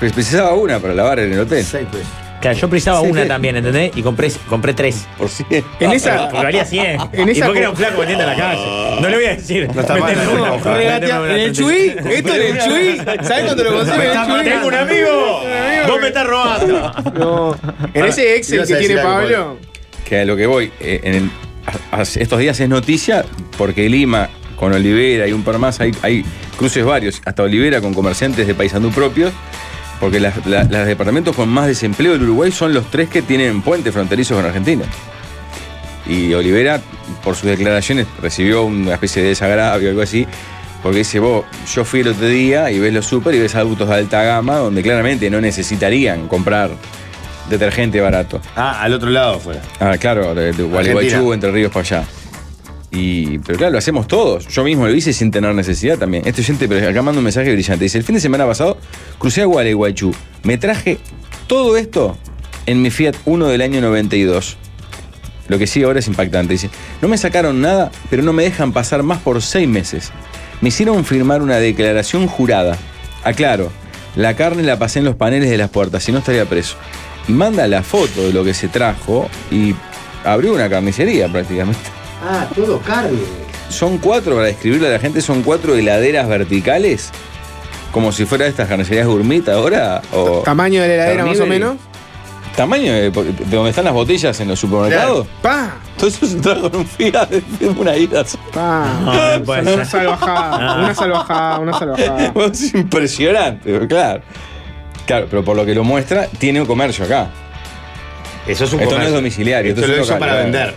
Pero precisaba una para lavar en el hotel.
Seis
pues.
pesos.
Claro, yo precisaba
Sí,
una
sí.
también, ¿entendés? Y compré, compré tres.
Por cien.
En esa.
Porque valía 100.
Ah, En
y
esa
porque
co-
era un flaco vendiendo en la calle. No le voy a decir.
está mal,
Meteme
no,
una,
no,
meteme
Regatea-
una,
En el
meteme-
Chuy, esto en el Chuy, ¿sabes cuánto lo consigo en el Chuy?
Tengo un amigo. Vos me estás robando.
No, en ese Excel
ibas a
que tiene
decir algo,
Pablo,
Que a lo que voy, eh, en el- a- a- estos días es noticia porque Lima, con Olivera y un par más, hay, hay cruces varios, hasta Olivera con comerciantes de Paysandú propios, porque las- la- los departamentos con más desempleo del Uruguay son los tres que tienen puentes fronterizos con Argentina. Y Olivera, por sus declaraciones, recibió una especie de desagravio o algo así, porque dice, vos, yo fui el otro día y ves los super y ves adultos de alta gama donde claramente no necesitarían comprar detergente barato.
Ah, al otro lado fuera.
Ah, claro, de, de Gualeguaychú,
Argentina.
Entre Ríos para allá. Y, pero claro, lo hacemos todos. Yo mismo lo hice sin tener necesidad también. Este gente, pero acá manda un mensaje brillante. Dice, el fin de semana pasado crucé a Gualeguaychú. Me traje todo esto en mi Fiat 1 del año 92. Lo que sí ahora es impactante. Dice, no me sacaron nada, pero no me dejan pasar más por seis meses. Me hicieron firmar una declaración jurada. Aclaro, la carne la pasé en los paneles de las puertas, si no estaría preso. Y manda la foto de lo que se trajo y abrió una carnicería prácticamente.
Ah, todo carne.
Son cuatro, para describirle a la gente, son cuatro heladeras verticales. Como si fuera de estas carnicerías gourmet ahora. O
tamaño de la heladera más o
Carnívoro.
menos.
tamaño de, de donde están las botellas en los supermercados.
Pa,
Todo eso se trajo en un Fiat, en una ida.
pa.
Ah, No, no puede
Una
ser. Ah.
salvajada,
No.
una salvajada, una salvajada.
Bueno, Es impresionante, pero claro. Claro, pero por lo que lo muestra, tiene un comercio acá.
Eso es un
Esto no
comercio.
es domiciliario,
Esto,
esto es
lo
un
hizo
local,
para
claro.
vender,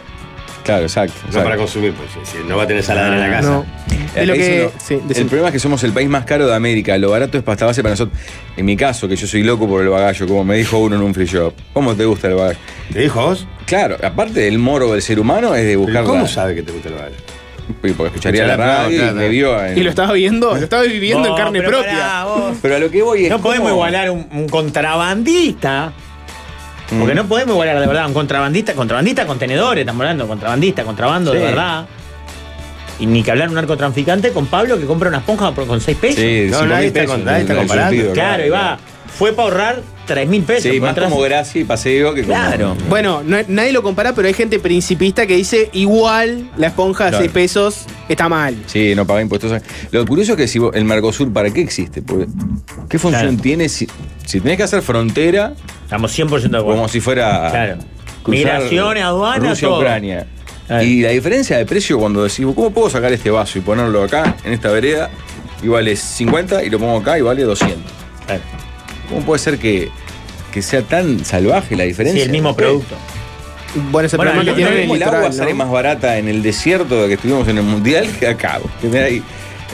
Claro, exacto.
no
exacto.
para consumir. Pues, si- si no va a tener salada en la casa.
Ah, No.
Eh,
Es lo
ahí se
que.
lo-
sí,
el
decime.
problema es que somos el país más caro de América. Lo barato es pasta base para nosotros. En mi caso, que yo soy loco por el bagallo, como me dijo uno en un free shop. ¿Cómo te gusta el bagallo?
¿Te dijo a vos?
Claro, aparte del moro del ser humano es de buscar.
¿Cómo
la-
sabe que te gusta el baile?
Y Porque escucharía la
Escuchar la-
radio
claro,
y
claro.
me vio. en-
Y lo estaba viendo, lo estaba viviendo en
Vos,
carne
pero
propia.
pará, vos.
Pero a lo que voy es.
No podemos
cómo-
igualar un, un contrabandista.
Mm.
Porque no podemos igualar de verdad un contrabandista, contrabandista con tenedores, estamos hablando, contrabandista, contrabando de
Sí.
verdad. Y ni que hablar un narcotraficante con Pablo que compra una esponja por- con 6 pesos.
Sí,
No,
cinco
nadie
mil
está
pesos,
con- nadie está
el
comparando.
surtido,
claro, y va. Fue para ahorrar 3 mil pesos.
Sí,
porque
más
atrás-
como Graci y paseo que como-
Claro.
Bueno, no- nadie lo compara, pero hay gente principista que dice igual la esponja de
Claro.
6 pesos está mal.
Sí, no paga impuestos. Lo curioso es que si vos- el Mercosur, ¿para qué existe? Porque, ¿Qué función
Claro.
tiene si, si tenés que hacer frontera
Estamos 100% de acuerdo.
como si fuera.
Claro.
cruzar
Migraciones, aduanas,
Rusia,
todo.
Ucrania.
Claro.
Y la diferencia de precio cuando decís, ¿cómo puedo sacar este vaso y ponerlo acá, en esta vereda? Y vale 50 y lo pongo acá y vale 200.
Claro.
¿Cómo puede ser que, que sea tan salvaje la diferencia?
Sí, el mismo producto.
Bueno, ese
Bueno,
problema
no-
que
Como
tiene
no
el
el agua
litoral,
sale
¿no?
más barata en el desierto de que estuvimos en el mundial que acá. Que no hay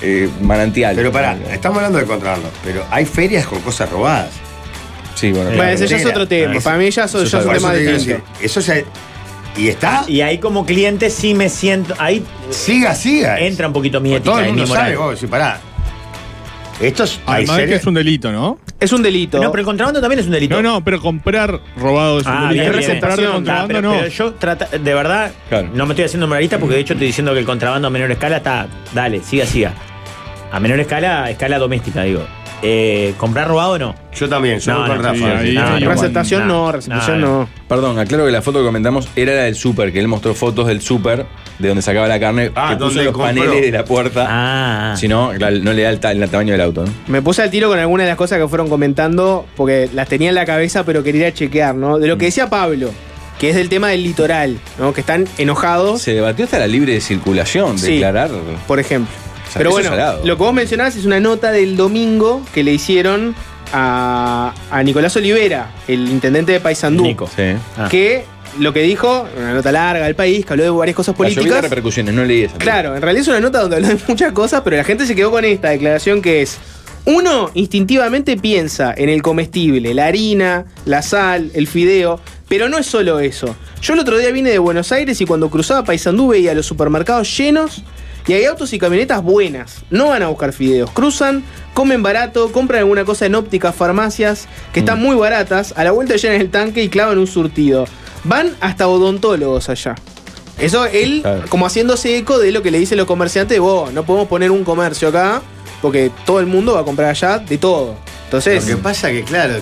eh, manantial.
Pero pará, estamos hablando de contrabando, pero hay ferias con cosas robadas.
Sí, bueno.
Bueno, ese ya es
Entera.
otro tema.
Eso-
Para mí ya, eso-
eso
ya es un
Por eso
tema
te digo,
distinto.
sí, Eso ya. ¿Y está?
Y ahí como cliente sí me siento. Ahí
siga, siga.
entra un poquito mi
Pues
ética
Todo el
y
mundo
mi moral.
sabe, vos, sí, pará. Esto es. hay
Además de que
series-
Ah, es un delito, ¿no?
Es un delito.
No, pero el contrabando también es un delito.
No, no, pero comprar robado es un
Ah,
delito.
bien,
Pero
bien,
comprar de
bien. Ah,
contrabando
pero,
no.
pero yo trata- de verdad
Claro.
no me estoy haciendo moralista porque de hecho estoy diciendo que el contrabando a menor escala está, dale, siga, siga. A menor escala, a escala doméstica, digo. Eh, comprar robado no.
Yo también, yo
No,
voy con
no,
sí,
Rafa.
ahí- ahí-
Receptación no,
no,
receptación
no,
no.
Perdón, aclaro que la foto que comentamos era la del súper, que él mostró fotos del súper, de donde sacaba la carne,
Ah,
que puso
donde
los
compró.
paneles de la puerta.
Ah,
Si no, la- no le da el, ta- el tamaño del auto. ¿no?
Me puse al tiro con algunas de las cosas que fueron comentando, porque las tenía en la cabeza, pero quería chequear, ¿no? De lo que
Mm.
decía Pablo, que es del tema del litoral, ¿no? Que están enojados,
Se debatió hasta la libre de circulación,
Sí.
declarar.
por ejemplo.
sea,
Pero
eso
bueno,
es salado.
lo que vos mencionás es una nota del domingo que le hicieron a, a Nicolás Olivera, el intendente de Paysandú,
Nico.
Sí.
Ah.
que lo que dijo, una nota larga del país, que habló de varias cosas
La lluvia de
políticas.
repercusiones, no leí esa.
Claro, en realidad es una nota donde habló de muchas cosas, pero la gente se quedó con esta declaración que es. Uno instintivamente piensa en el comestible, la harina, la sal, el fideo, pero no es solo eso. Yo el otro día vine de Buenos Aires y cuando cruzaba Paysandú veía los supermercados llenos y hay autos y camionetas buenas. No van a buscar fideos, cruzan, comen barato, compran alguna cosa en ópticas, farmacias, que están muy baratas, a la vuelta llenan el tanque y clavan un surtido. Van hasta odontólogos allá. Eso él,
Claro.
como haciéndose eco de lo que le dicen los comerciantes, vos, no podemos poner un comercio acá, porque todo el mundo va a comprar allá de
Lo
todo.
que
Entonces,
pasa que, claro,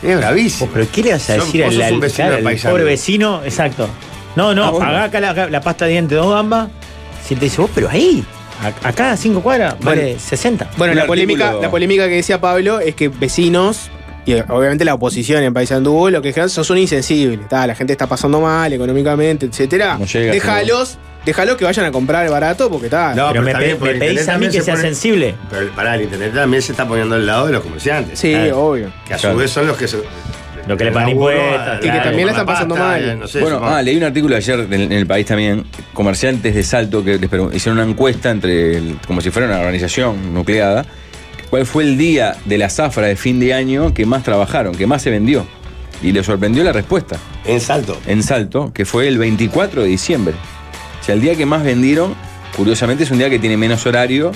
que- es bravísimo.
Oh, pero ¿qué le vas a
Son-
decir
vos
al,
sos
al-
un vecino
claro,
de
al
paisano.
pobre vecino? Exacto. No, no,
Ah, bueno.
pagá acá la, la pasta de diente dos gambas. Si te dice vos, pero ahí, a- acá a cinco cuadras, vale 60.
bueno,
un
la polémica,
artículo-
la polémica que decía Pablo es que vecinos, y obviamente la oposición en Paysandú, lo que dijeron, sos un insensible, ta, la gente está pasando mal económicamente, etcétera.
No llega,
déjalos, déjalos que vayan a comprar barato porque está.
pero,
No, pero
me,
está
pe-
bien, porque
me
el
pedís
internet
a mí
también
que
se
sea
pone-
sensible.
Pero pará, el internet también se está poniendo al lado de los comerciantes.
sí,
claro.
obvio.
Que a su vez son los que se.
Lo que le pagan
laburo,
impuestos,
a-
Y que
a-
también la
con
están pasando
pasta,
mal.
eh, no sé,
bueno,
supongo.
ah, leí un artículo ayer en, en el país también, comerciantes de Salto que les pregun- hicieron una encuesta entre, el- como si fuera una organización nucleada, cuál fue el día de la zafra de fin de año que más trabajaron, que más se vendió. Y les sorprendió la respuesta
En salto.
en Salto, que fue el 24 de diciembre. O sea, el día que más vendieron, curiosamente, es un día que tiene menos horario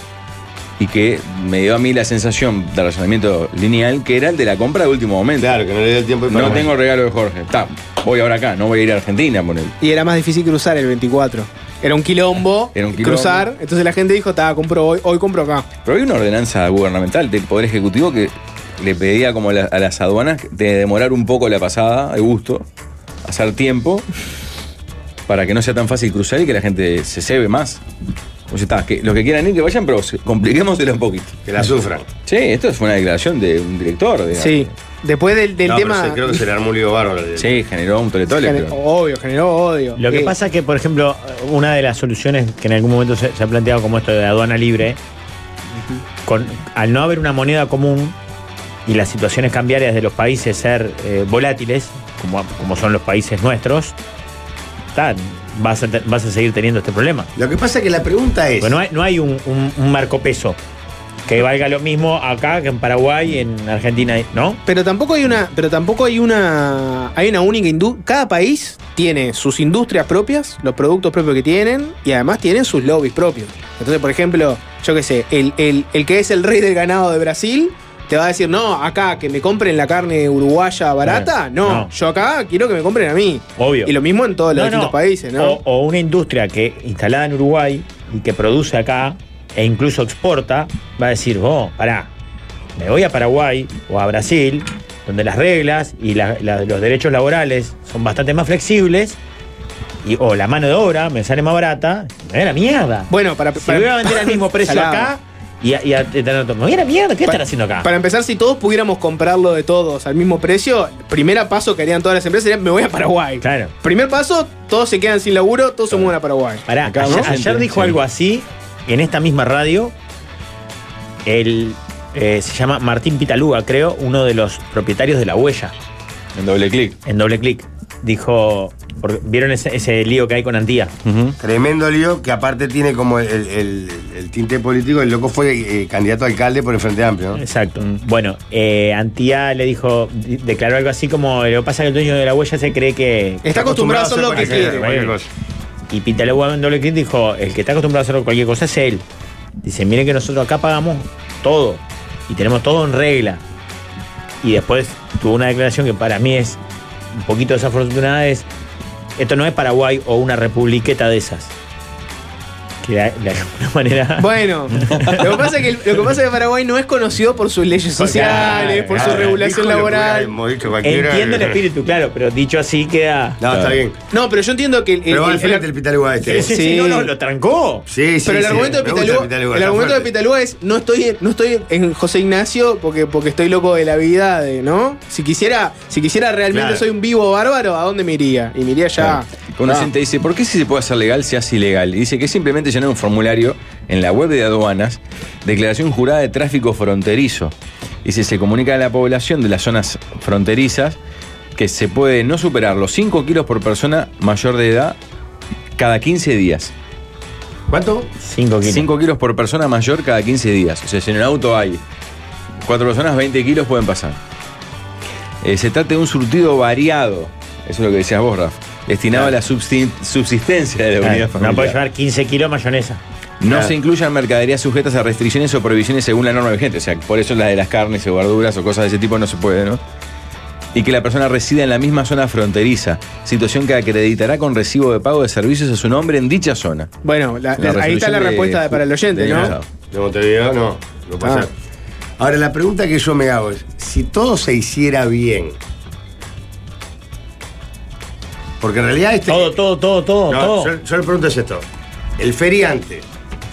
y que me dio a mí la sensación de razonamiento lineal que era el de la compra de último momento.
Claro, que no le dio el tiempo.
No tengo regalo de Jorge. Está, voy ahora acá, no voy a ir a Argentina por él.
Y era más difícil cruzar el 24. Era un quilombo,
Era un quilombo.
cruzar, entonces la gente dijo, ta, compro hoy, hoy compro acá.
Pero hay una ordenanza gubernamental del Poder Ejecutivo que le pedía como a la- a las aduanas de demorar un poco la pasada, de gusto, hacer tiempo, para que no sea tan fácil cruzar y que la gente se cebe más. O sea, está, que los que quieran ir, que vayan, pero se- compliquémoselo un poquito.
Que la sufran.
Sí, esto fue una declaración de un director. digamos.
Sí. Después del, del
No, pero
tema.
se- creo que se le armó un lío bárbaro.
Sí, generó un toletole.
Gener-
pero-
obvio, generó odio.
Lo que
Eh,
pasa es que, por ejemplo, una de las soluciones que en algún momento se, se ha planteado como esto de aduana libre, con, al no haber una moneda común y las situaciones cambiarias de los países ser eh, volátiles, como, como son los países nuestros, tan, vas, a, te- vas a seguir teniendo este problema.
Lo que pasa es que la pregunta es.
Porque no hay, no hay un, un- un marco peso que valga lo mismo acá que en Paraguay, en Argentina, ¿no?
Pero tampoco hay una. Pero tampoco hay una. Hay una única industria. Cada país tiene sus industrias propias, los productos propios que tienen, y además tienen sus lobbies propios. Entonces, por ejemplo, yo qué sé, el, el- el que es el rey del ganado de Brasil. Te va a decir, no, acá que me compren la carne uruguaya barata. No,
Eh, no.
yo acá quiero que me compren a mí.
Obvio.
Y lo mismo en todos los
No,
distintos
no.
países, ¿no?
O, o una industria que instalada en Uruguay y que produce acá e incluso exporta, va a decir, oh, pará, me voy a Paraguay o a Brasil, donde las reglas y la- la- los derechos laborales son bastante más flexibles, y, o la mano de obra me sale más barata, me voy a la mierda.
Bueno, para,
Si me voy a vender al mismo precio
Salado.
acá y, a- y a- te- te- me voy a la mierda, ¿qué voy a estar haciendo acá?
Para empezar, si todos pudiéramos comprarlo de todos al mismo precio, primer paso que harían todas las empresas sería me voy a Paraguay.
Claro.
Primer paso, todos se quedan sin laburo, todos se mueven a Paraguay.
Pará,
Acá,
ayer,
¿no?
ayer
Gente,
dijo
sí.
algo así en esta misma radio. El, eh, se llama Martín Pitalúa, creo, uno de los propietarios de La Huella,
En doble clic.
en doble clic. Dijo, porque- ¿vieron ese, ese lío que hay con Antía?
Tremendo lío que aparte tiene como el, el- el- el tinte político. El loco fue eh, candidato a alcalde por el Frente Amplio. ¿no?
Exacto. Bueno, eh, Antía le dijo, di- declaró algo así como, lo que pasa es que el dueño de La Huella se cree que...
Está acostumbrado a hacer lo que
cualquier-
quiere.
cualquier cosa.
Y Pitalúa en doble clic dijo, el que está acostumbrado a hacer cualquier cosa es él. Dice, miren que nosotros acá pagamos todo y tenemos todo en regla. Y después tuvo una declaración que para mí es un poquito desafortunada, es, esto no es Paraguay o una republiqueta de esas. Que de de alguna manera...
Bueno, lo que, pasa es que, lo que pasa es que Paraguay no es conocido por sus leyes sociales, por su
claro,
regulación
Hijo de puta,
laboral.
hemos dicho cualquiera.
Entiendo el espíritu, claro, pero dicho así queda...
No, está bien.
No, pero yo entiendo que el, el-
Pero va
el-
al frente el Pitalúa este.
Sí,
Sí,
sí, sí, no, no, lo trancó.
sí,
pero el
sí.
argumento,
Me
de,
gusta
Pitalúa, el
está
argumento de
fuerte.
Pitalúa es no estoy, no estoy en José Ignacio porque, porque estoy loco de la vida, de, ¿no? Si quisiera, si quisiera realmente
Claro.
soy un vivo bárbaro, ¿a dónde me iría? Y me iría ya.
Cuando
Ah.
se te dice, ¿por qué si se puede hacer legal se hace ilegal? Y dice que simplemente llenar un formulario en la web de aduanas, declaración jurada de tráfico fronterizo. Dice, se comunica a la población de las zonas fronterizas que se puede no superar los 5 kilos por persona mayor de edad cada 15 días.
¿Cuánto?
5 kilos.
5 kilos por persona mayor cada 15 días. O sea, si en el auto hay 4 personas, 20 kilos pueden pasar. Eh, se trata de un surtido variado. Eso es lo que decías vos, Raf. Destinado a la subsi- subsistencia de la
Claro,
unidad
no puedes
familiar.
llevar 15 kilos de mayonesa.
No
Claro.
se incluyan mercaderías sujetas a restricciones o prohibiciones según la norma vigente. O sea, por eso las de las carnes o verduras o cosas de ese tipo no se puede, ¿no? Y que la persona resida en la misma zona fronteriza, situación que acreditará con recibo de pago de servicios a su nombre en dicha zona.
Bueno, la- la- Ah, ahí está la
resolución de-
respuesta de- para el oyente,
del año
¿no?
pasado.
De Montevideo no, no pasa.
Ah.
Ahora, la pregunta que yo me hago es, si todo se hiciera bien, porque en realidad este...
Todo, todo, todo, todo,
No,
todo.
Yo, yo le pregunto es esto, el feriante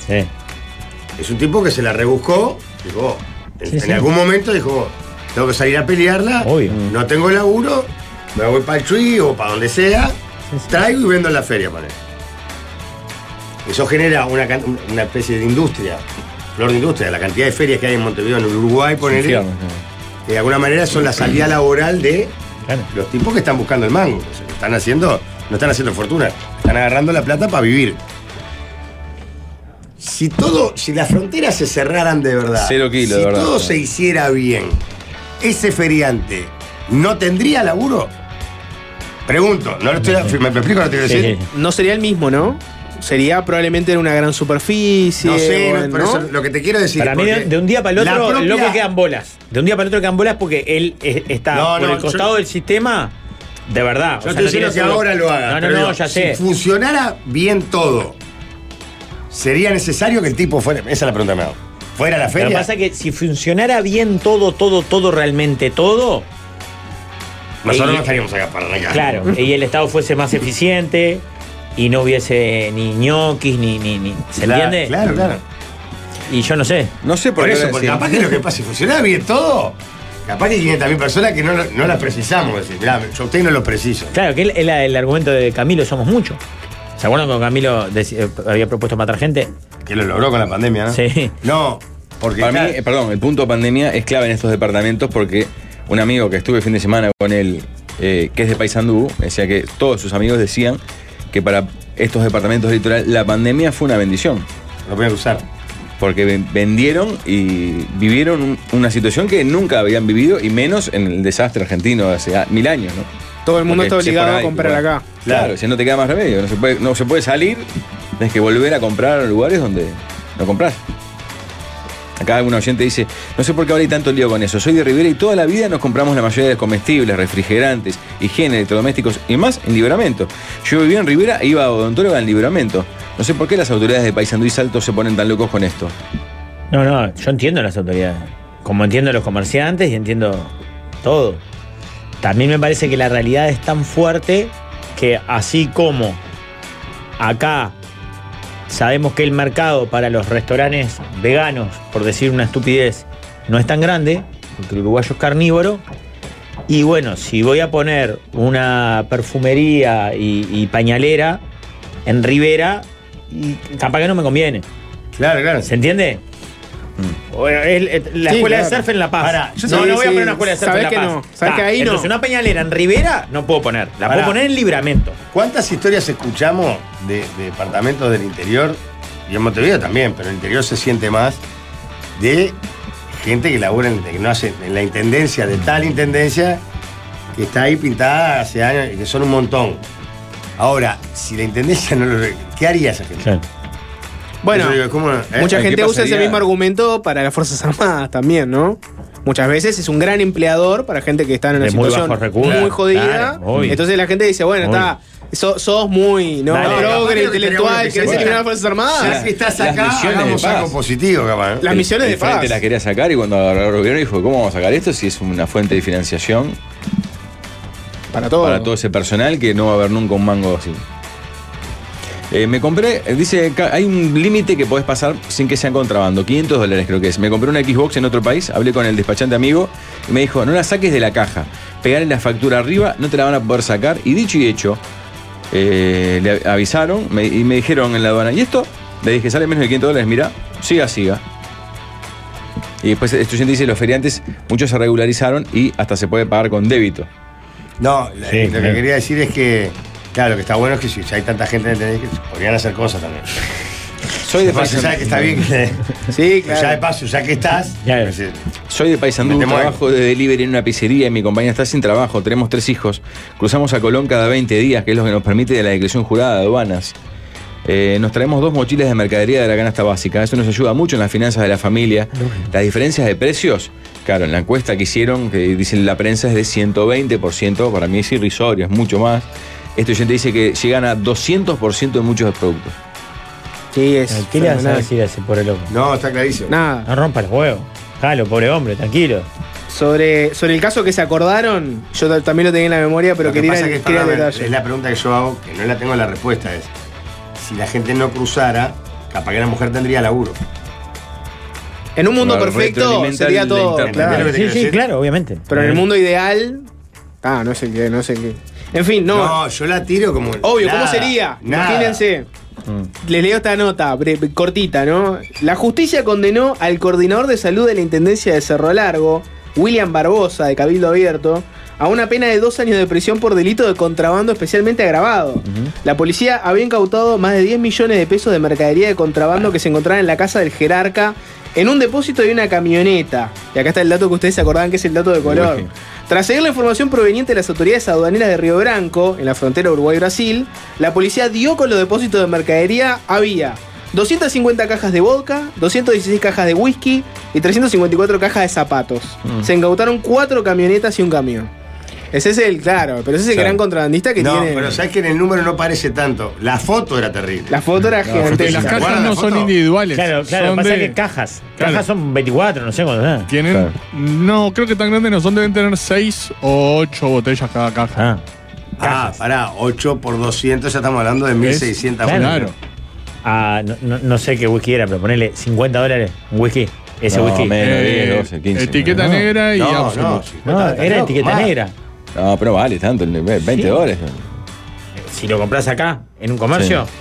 Sí.
es un tipo que se la rebuscó, dijo, oh, en,
Sí,
en
sí. Mm.
algún momento dijo, oh, tengo que salir a pelearla,
Obvio.
no tengo laburo, me voy para el Chuy o para donde sea, traigo y vendo en la feria, para Eso genera una, can- una especie de industria, flor de industria, la cantidad de ferias que hay en Montevideo, en Uruguay, ponele,
Infierno,
que de alguna manera son la salida laboral de
Claro.
los tipos que están buscando el mango, o sea, que están haciendo, no están haciendo fortuna, están agarrando la plata para vivir. Si todo, si las fronteras se cerraran de verdad,
Cero kilo,
si
de verdad.
todo se hiciera bien, ese feriante no tendría laburo. Pregunto, no lo estoy, me, me explico lo que te quiero
Sí,
decir.
sí.
No sería el mismo, ¿no? Sería probablemente en una gran superficie.
No sé,
o
no,
en-
por eso lo que te quiero decir.
para
es
mí, de,
porque
de un día para el
la
otro, el
propia-
loco quedan bolas. De un día para el otro quedan bolas porque él eh, está
No,
por
no,
el costado
yo-
del sistema, de verdad.
Yo
O sea,
estoy diciendo
tiene
que
solo-
ahora lo haga.
No, no,
pero
no,
digo,
ya sé.
Si funcionara bien todo, sería necesario que el tipo fuera. Esa es la pregunta que me hago. Fuera a la
Lo que
feria.
pasa es que si funcionara bien todo, todo, todo, realmente todo,
Nosotros
y-
no estaríamos acá para acá.
claro, y el Estado fuese más eficiente y no hubiese ni ñoquis, ni. ni, ni- ¿Se
Claro,
entiende?
Claro, claro.
Y yo no sé.
No sé por,
Por
qué
eso,
ahora
porque
sí.
capaz que lo que pasa, si funcionara bien todo, capaz que hay 500.000 personas que no, lo- no las precisamos. Decir, mirá, yo a ustedes no los preciso.
Claro, que el, el- el argumento de Camilo somos muchos. ¿Se acuerdan cuando Camilo deci- eh, había propuesto matar gente?
Que lo logró con la pandemia, ¿no?
Sí.
No, porque.
Para mí,
claro,
eh, perdón, el punto pandemia es clave en estos departamentos porque un amigo que estuve el fin de semana con él, eh, que es de Paysandú, me decía que todos sus amigos decían que para estos departamentos del litoral la pandemia fue una bendición.
lo voy a usar.
Porque ven- vendieron y vivieron un- una situación que nunca habían vivido y menos en el desastre argentino de hace ah, mil años, ¿no?
Todo el mundo
Porque
está
si es
obligado
por
a
ahí,
comprar
bueno,
acá.
Claro, si no te queda más remedio, no se puede, no se puede salir, tienes que volver a comprar a lugares donde no compras. Acá algún oyente dice, no sé por qué ahora hay tanto lío con eso, soy de Rivera y toda la vida nos compramos la mayoría de comestibles, refrigerantes, higiene, electrodomésticos y más en Libramento. Yo vivía en Rivera e iba a odontóloga en Libramento. No sé por qué las autoridades de Paysandú y Salto se ponen tan locos con esto.
No, no, yo entiendo las autoridades. como entiendo los comerciantes y entiendo todo. También me parece que la realidad es tan fuerte que así como acá sabemos que el mercado para los restaurantes veganos, por decir una estupidez, no es tan grande, porque el uruguayo es carnívoro, y bueno, si voy a poner una perfumería y, y pañalera en Rivera, y capaz que no me conviene.
Claro, claro.
¿Se entiende? O el- el- la
Sí,
escuela de
claro.
surf en La Paz.
Pará,
yo
Mm. yo
no,
sí,
no voy a
sí,
poner una escuela de surf
sabés
en La
que
Paz.
no,
Ta,
sabés que ahí no.
entonces una pañalera en Rivera no puedo poner. La
Pará.
puedo poner en Libramento.
¿Cuántas historias escuchamos de, de departamentos del interior? Y en Montevideo también, pero en el interior se siente más de gente que labura en, que no hace, en la intendencia, de tal intendencia, que está ahí pintada hace años y que son un montón. Ahora, si la intendencia no lo. re- ¿Qué haría esa gente?
Bueno,
Yo digo, ¿cómo no? ¿Eh?
mucha
¿qué
gente usa ese
pasaría?
mismo argumento para las Fuerzas Armadas también, ¿no? Muchas veces es un gran empleador para gente que está en una
De muy
situación
bajos recursos.
muy jodida.
Claro, obvio.
Entonces la gente dice, bueno,
Obvio.
está, so- sos muy, ¿no?
Dale, capaz
que
progre,
lo que
intelectual,
quería
querés
bueno,
eliminar a las Fuerzas
Ya
Armadas.
que estás
Las
acá,
misiones de
hagamos
paz.
algo positivo, capaz. ¿eh? ¿no?
Las misiones de
el frente
paz.
la quería sacar y cuando agarró el gobierno dijo, ¿cómo vamos a sacar esto si es una fuente de financiación
Para todo.
para todo ese personal que no va a haber nunca un mango así? Eh, me compré, eh, dice, ca- hay un límite que podés pasar sin que sea contrabando, 500 dólares creo que es. Me compré una Xbox en otro país, hablé con el despachante amigo y me dijo, no la saques de la caja, pegarle la factura arriba, no te la van a poder sacar. Y dicho y hecho, eh, le av- avisaron me- y me dijeron en la aduana, ¿y esto? Le dije, sale menos de 500 dólares, mira, siga, siga. Y después el estudiante dice, los feriantes, muchos se regularizaron y hasta se puede pagar con débito.
No, la-
Sí,
lo
claro.
que quería decir es que, claro, lo que está bueno es que si si hay tanta gente en el que podrían hacer cosas también.
Soy de, país,
Además, se sabe que está bien que-
Sí, claro.
Ya de paso, ya que estás.
Claro.
pues, eh,
soy de Paysandú,
Metemos
trabajo de delivery en una pizzería y mi compañía está sin trabajo, tenemos tres hijos, cruzamos a Colón cada 20 días, que es lo que nos permite de la declaración jurada de aduanas. Eh, nos traemos dos mochilas de mercadería de la canasta básica, eso nos ayuda mucho en las finanzas de la familia. Las diferencias de precios, claro, en la encuesta que hicieron, que dicen la prensa es de 120%, para mí es irrisorio, es mucho más. Este oyente dice que llegan a 200% de muchos productos.
Sí, es.
¿Qué le vas a
fenomenal.
decir a ese pobre loco?
No, está clarísimo.
Nada.
No rompa los huevos. Jalo, pobre hombre, tranquilo.
Sobre, sobre el caso que se acordaron, yo ta- también lo tenía en la memoria, pero
Lo que
quería,
pasa es que,
quería el
perdóname,
detalle.
es la pregunta que yo hago, que no la tengo la respuesta, es si la gente no cruzara, capaz que la mujer tendría laburo.
En un mundo
Claro,
perfecto
retroalimenta
sería
el-
todo.
la internet.
claro.
Pero que te
Sí,
quiero
sí,
decir-
claro, obviamente.
Pero en el mundo ideal. Ah, no sé qué, no sé qué. En fin, no.
yo la tiro como.
Obvio,
nada,
¿cómo sería?
nada. Mm.
Imagínense. Les leo esta nota, bre- cortita, ¿no? La justicia condenó al coordinador de salud de la Intendencia de Cerro Largo, William Barbosa, de Cabildo Abierto, a una pena de dos años de prisión por delito de contrabando especialmente agravado. La policía había incautado más de 10 millones de pesos de mercadería de contrabando que se encontraba en la casa del jerarca en un depósito de una camioneta. Y acá está el dato que ustedes se acordaban que es el dato de color.
Uy.
Tras seguir la información proveniente de las autoridades aduaneras de Río Branco, en la frontera Uruguay-Brasil, la policía dio con los depósitos de mercadería había 250 cajas de vodka, 216 cajas de whisky y 354 cajas de zapatos.
Mm.
Se incautaron cuatro camionetas y un camión. Ese es el, claro, pero ese es el
Claro.
gran contrabandista que
No,
tiene.
pero sabes que en el número no parece tanto. La foto era terrible.
La foto era
Porque las
gigantesca.
cajas
¿Guardan
no
la
son
foto?
individuales.
Claro, claro,
son
pasa
de-
que cajas.
Claro.
Cajas son 24, no sé cuándo nada.
Tienen.
Claro.
No, creo que tan grandes no son, deben tener 6 o 8 botellas cada caja.
Ah,
Ah, pará, 8 por 200, ya estamos hablando de 1600
claro.
Claro.
Ah, no, no- no sé qué whisky era, pero ponele 50 dólares un whisky. Ese
No,
whisky.
menos,
Eh,
10, 12, 15.
etiqueta
No.
negra y
No,
Absolut.
no,
No,
50,
era
loco,
etiqueta
más.
negra.
No, pero vale tanto, 20
Sí.
dólares.
Si lo compras acá, en un comercio,
Sí.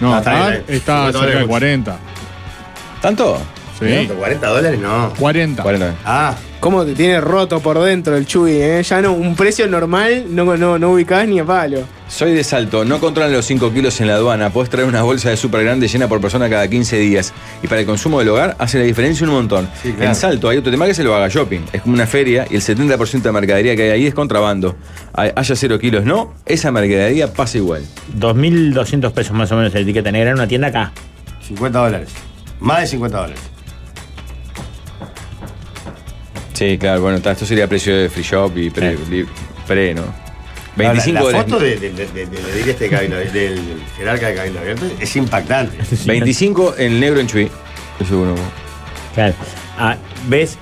No,
Ah, está
acá
bien, está bien.
está
50
cerca de
dólares.
40.
¿Tanto?
Sí.
¿Cuánto, 40 dólares no.
40.
40.
Ah,
¿Cómo te tiene roto por dentro el Chuy, eh? Ya no, un precio normal no, no, no ubicás ni a palo.
Soy de Salto, no controlan los 5 kilos en la aduana. Podés traer una bolsa de súper grande llena por persona cada 15 días. Y para el consumo del hogar hace la diferencia un montón.
Sí, claro.
En Salto hay otro tema que se lo haga shopping. Es como una feria y el 70% de mercadería que hay ahí es contrabando. Hay- Haya 0 kilos, no, esa mercadería pasa igual.
2.200 pesos más o menos la etiqueta negra en una tienda acá.
50 dólares. Más de 50 dólares.
Sí, claro, bueno, ta, esto sería precio de free shop y pre, li- pre, ¿no?
No, la-
25
la,
dólares.
foto de, de, de, de- de- de- de este cabildo, del, del jerarca de cabildo abierto es impactante.
25 en negro en Chuy. Eso es uno.
Claro. Ah, ¿Ves?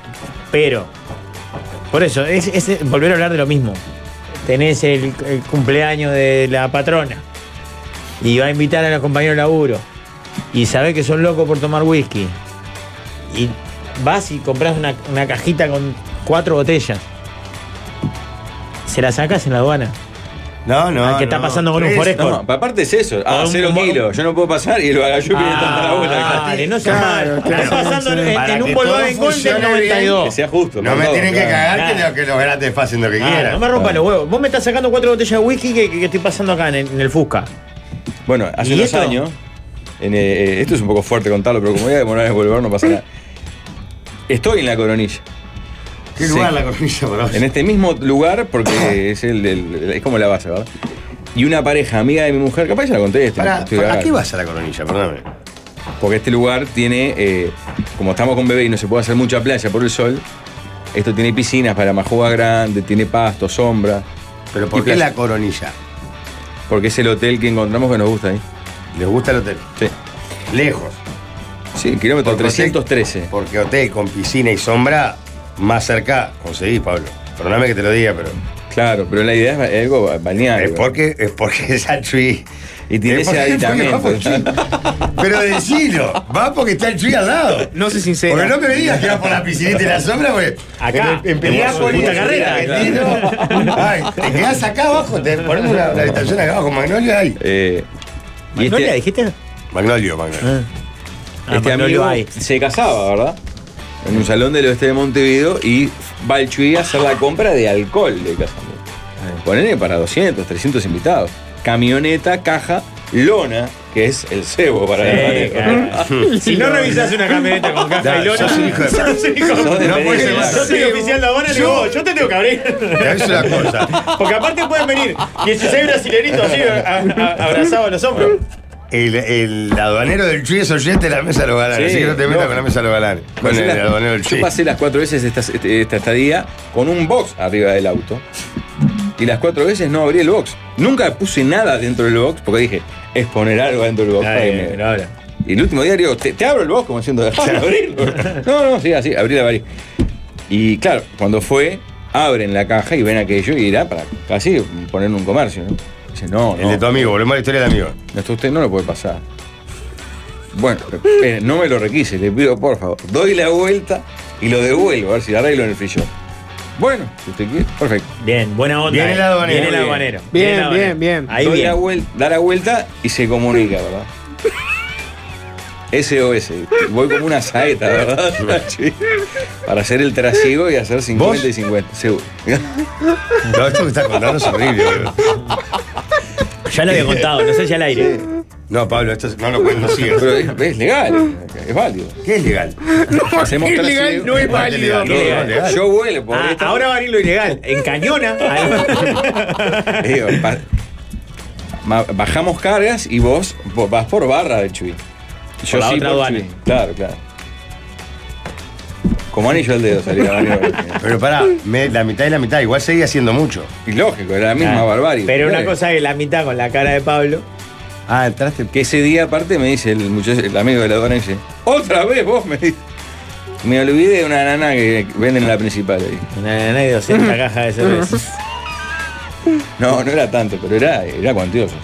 Pero, por eso, es, es volver a hablar de lo mismo. Tenés el, el cumpleaños de la patrona y va a invitar a los compañeros de laburo y sabés que son locos por tomar whisky y vas y compras una, una cajita con cuatro botellas. Se la sacas en la aduana.
No, no.
Al que está
no.
pasando con un
Tres,
Foresco.
No, pa- aparte es eso, a
Un-
cero
un-
kilos, yo no puedo pasar y el bagayú viene tanta la
Ah,
bola.
dale, no seas
Claro,
malo.
claro.
Está pasando en, en
Para que
un
todo
Volkswagen Gol del
funcione bien,
92.
Que sea justo.
No
por
me
favor,
tienen que
claro.
cagar que,
Claro.
lo- que los grandes hacen lo que
Ah,
quieran.
no me rompan los huevos. Vos me estás sacando cuatro botellas de whisky que, que- que estoy pasando acá en el, en el Fusca.
Bueno, hace
¿Y
unos
esto?
años, en, eh, eh, esto es un poco fuerte contarlo, pero como voy a demorar en volver, no pasa nada. Estoy en la coronilla.
Qué
Sí.
lugar la cornilla, bro.
En este mismo lugar,
Ah.
porque es, el, del- es como la base, ¿verdad? Y una pareja amiga de mi mujer, capaz ya la conté este.
Pará,
estoy
¿A
cagado.
qué vas a la coronilla? Perdóname.
Porque este lugar tiene, eh, como estamos con bebé y no se puede hacer mucha playa por el sol, esto tiene piscinas para más jugar grande, tiene pasto, sombra,
Pero ¿por
Y
qué
plaza.
la coronilla?
porque es el hotel que encontramos que nos gusta ahí.
¿Les gusta el hotel?
Sí,
Lejos.
sí kilómetro
Porque hotel-
313.
porque hotel con piscina y sombra, más cerca conseguís, Pablo. Perdóname que te lo diga, pero.
Claro, pero la idea es ba- algo ba- balneario.
Es porque es, porque es al Chuy.
Y tiene
Es
ese
porque- porque va
aditamento.
por Chuy. Pero decilo, va porque está el Chuy al lado.
No sé sincero.
Porque no me digas que vas por la piscinita y la sombra, porque
Acá,
en, en
en
Peliápolis,
Punta Carrera,
Argentino, ay, te quedás acá abajo, te ponemos una, una habitación acá abajo, Magnolio Ah, ahí.
Eh, y
¿No le
este,
dijiste?
Magnolio, Magnolio.
Ah,
este
Manolo
amigo
Ibai.
se casaba, ¿verdad? En un salón del oeste de Montevideo y va al Chuy a hacer la compra de alcohol de casamiento. Ponele para 200, 300 invitados. Camioneta, caja, lona, que es el cebo para el manejo.
Sí, claro. Si no revisás una camioneta con caja y
Ya,
lona,
sos un hijo de-
sos un hijo de-
Sos de
No
pedir,
puede ser.
claro.
Yo soy oficial de Habana, le digo, "Vos, yo te tengo que abrir.
Te aviso una cosa.
Porque aparte pueden venir 16 brasileritos así a- a- abrazados a los hombros.
El, el aduanero del Chuy es oyente de la mesa de los galanes,
Sí,
así que no te metas
no.
con la mesa de los galanes. Con
Pasé
el,
las-
aduanero del
yo
Chuy.
pasé las cuatro veces esta, este- esta estadía con un box arriba del auto. Y las cuatro veces no abrí el box. Nunca puse nada dentro del box porque dije, es poner algo dentro del box. para que me- Y el último día digo, te, te abro el box como diciendo, dejame abrirlo. No, no, sí, así, abrí la varilla. Y claro, cuando fue, abren la caja y ven aquello y irá para casi poner un comercio, ¿no? Dice, no,
El de tu
no,
amigo, volvemos a la historia del amigo.
esto usted no lo puede pasar. Bueno, eh, no me lo requise, le pido por favor. Doy la vuelta y lo devuelvo, a ver si lo arreglo en el frío. Bueno, si usted quiere, perfecto.
Bien, buena onda. eh.
Viene el aduanero,
Viene el
bien.
aduanero.
Bien,
Viene el aduanero.
bien, bien.
Ahí
Doy la
bien.
vuelta, da la vuelta y se comunica, ¿verdad? SOS. Voy como una saeta, ¿verdad? Sí. Para hacer el trasiego y hacer 50 y 50, seguro.
No, esto que estás contando es horrible, boludo.
Ya lo había contado, no sé si al aire.
No, Pablo, esto es- no lo cuento, sigue.
Pero es, es legal, es válido.
¿Qué es legal?
Hacemos
es legal,
trasiego.
no es
Aparte,
válido.
legal, no, no, legal.
Yo vuelo, por
Ah,
esta-
ahora va a ir lo ilegal. En cañona.
Eh, Digo, pa- ma- bajamos cargas y vos vo- vas por barra de Chuy. Yo
la otra aduana.
Chuy. Claro, claro. Como anillo al dedo salía Mario.
Pero pará, me- la mitad y la mitad, igual seguía haciendo mucho.
Y lógico, era la misma
Ah,
barbarie.
Pero una
Claro.
cosa es la mitad con la cara de Pablo.
Ah, entraste.
Que ese día aparte me dice el muchacho, el amigo de la aduana, dice, otra vez vos me dice. Me olvidé de una nana que venden en la principal ahí.
Una nana de 200 cajas de cerveza.
No, no era tanto, pero era, era cuantioso.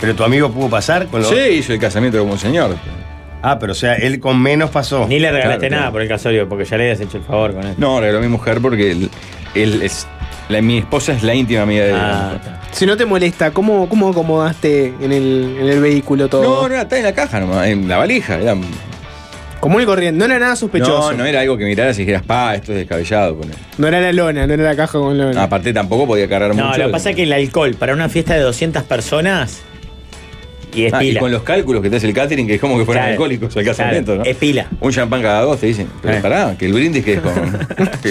Pero tu amigo pudo pasar con los.
Sí, hizo el casamiento como un señor.
Ah, pero o sea, él con menos pasó.
Ni le
Claro,
regalaste
claro.
nada por el casorio, porque ya le habías hecho el favor con esto.
No, regaló a mi mujer porque él, él es, la- mi esposa es la íntima amiga de
Ah, está.
Si no te molesta, ¿cómo, cómo acomodaste en el, en el vehículo todo?
No, no, está en la caja nomás, en la valija. Era, no,
Común y corriente. No era nada sospechoso.
no era algo que miraras y dijeras, pa, esto es descabellado. ponele.
No era la lona, no era la caja con lona.
Aparte tampoco podía cargar
No,
Ah, mucho.
lo que pasa es que el alcohol para una fiesta de 200 personas y es
Ah, y
pila.
con los cálculos que te hace el catering, que es como que fueran
Claro,
alcohólicos al
claro,
casamiento, ¿no?
Es pila.
Un champán cada dos, te dicen. Pero
Eh.
pará, que el brindis que es con.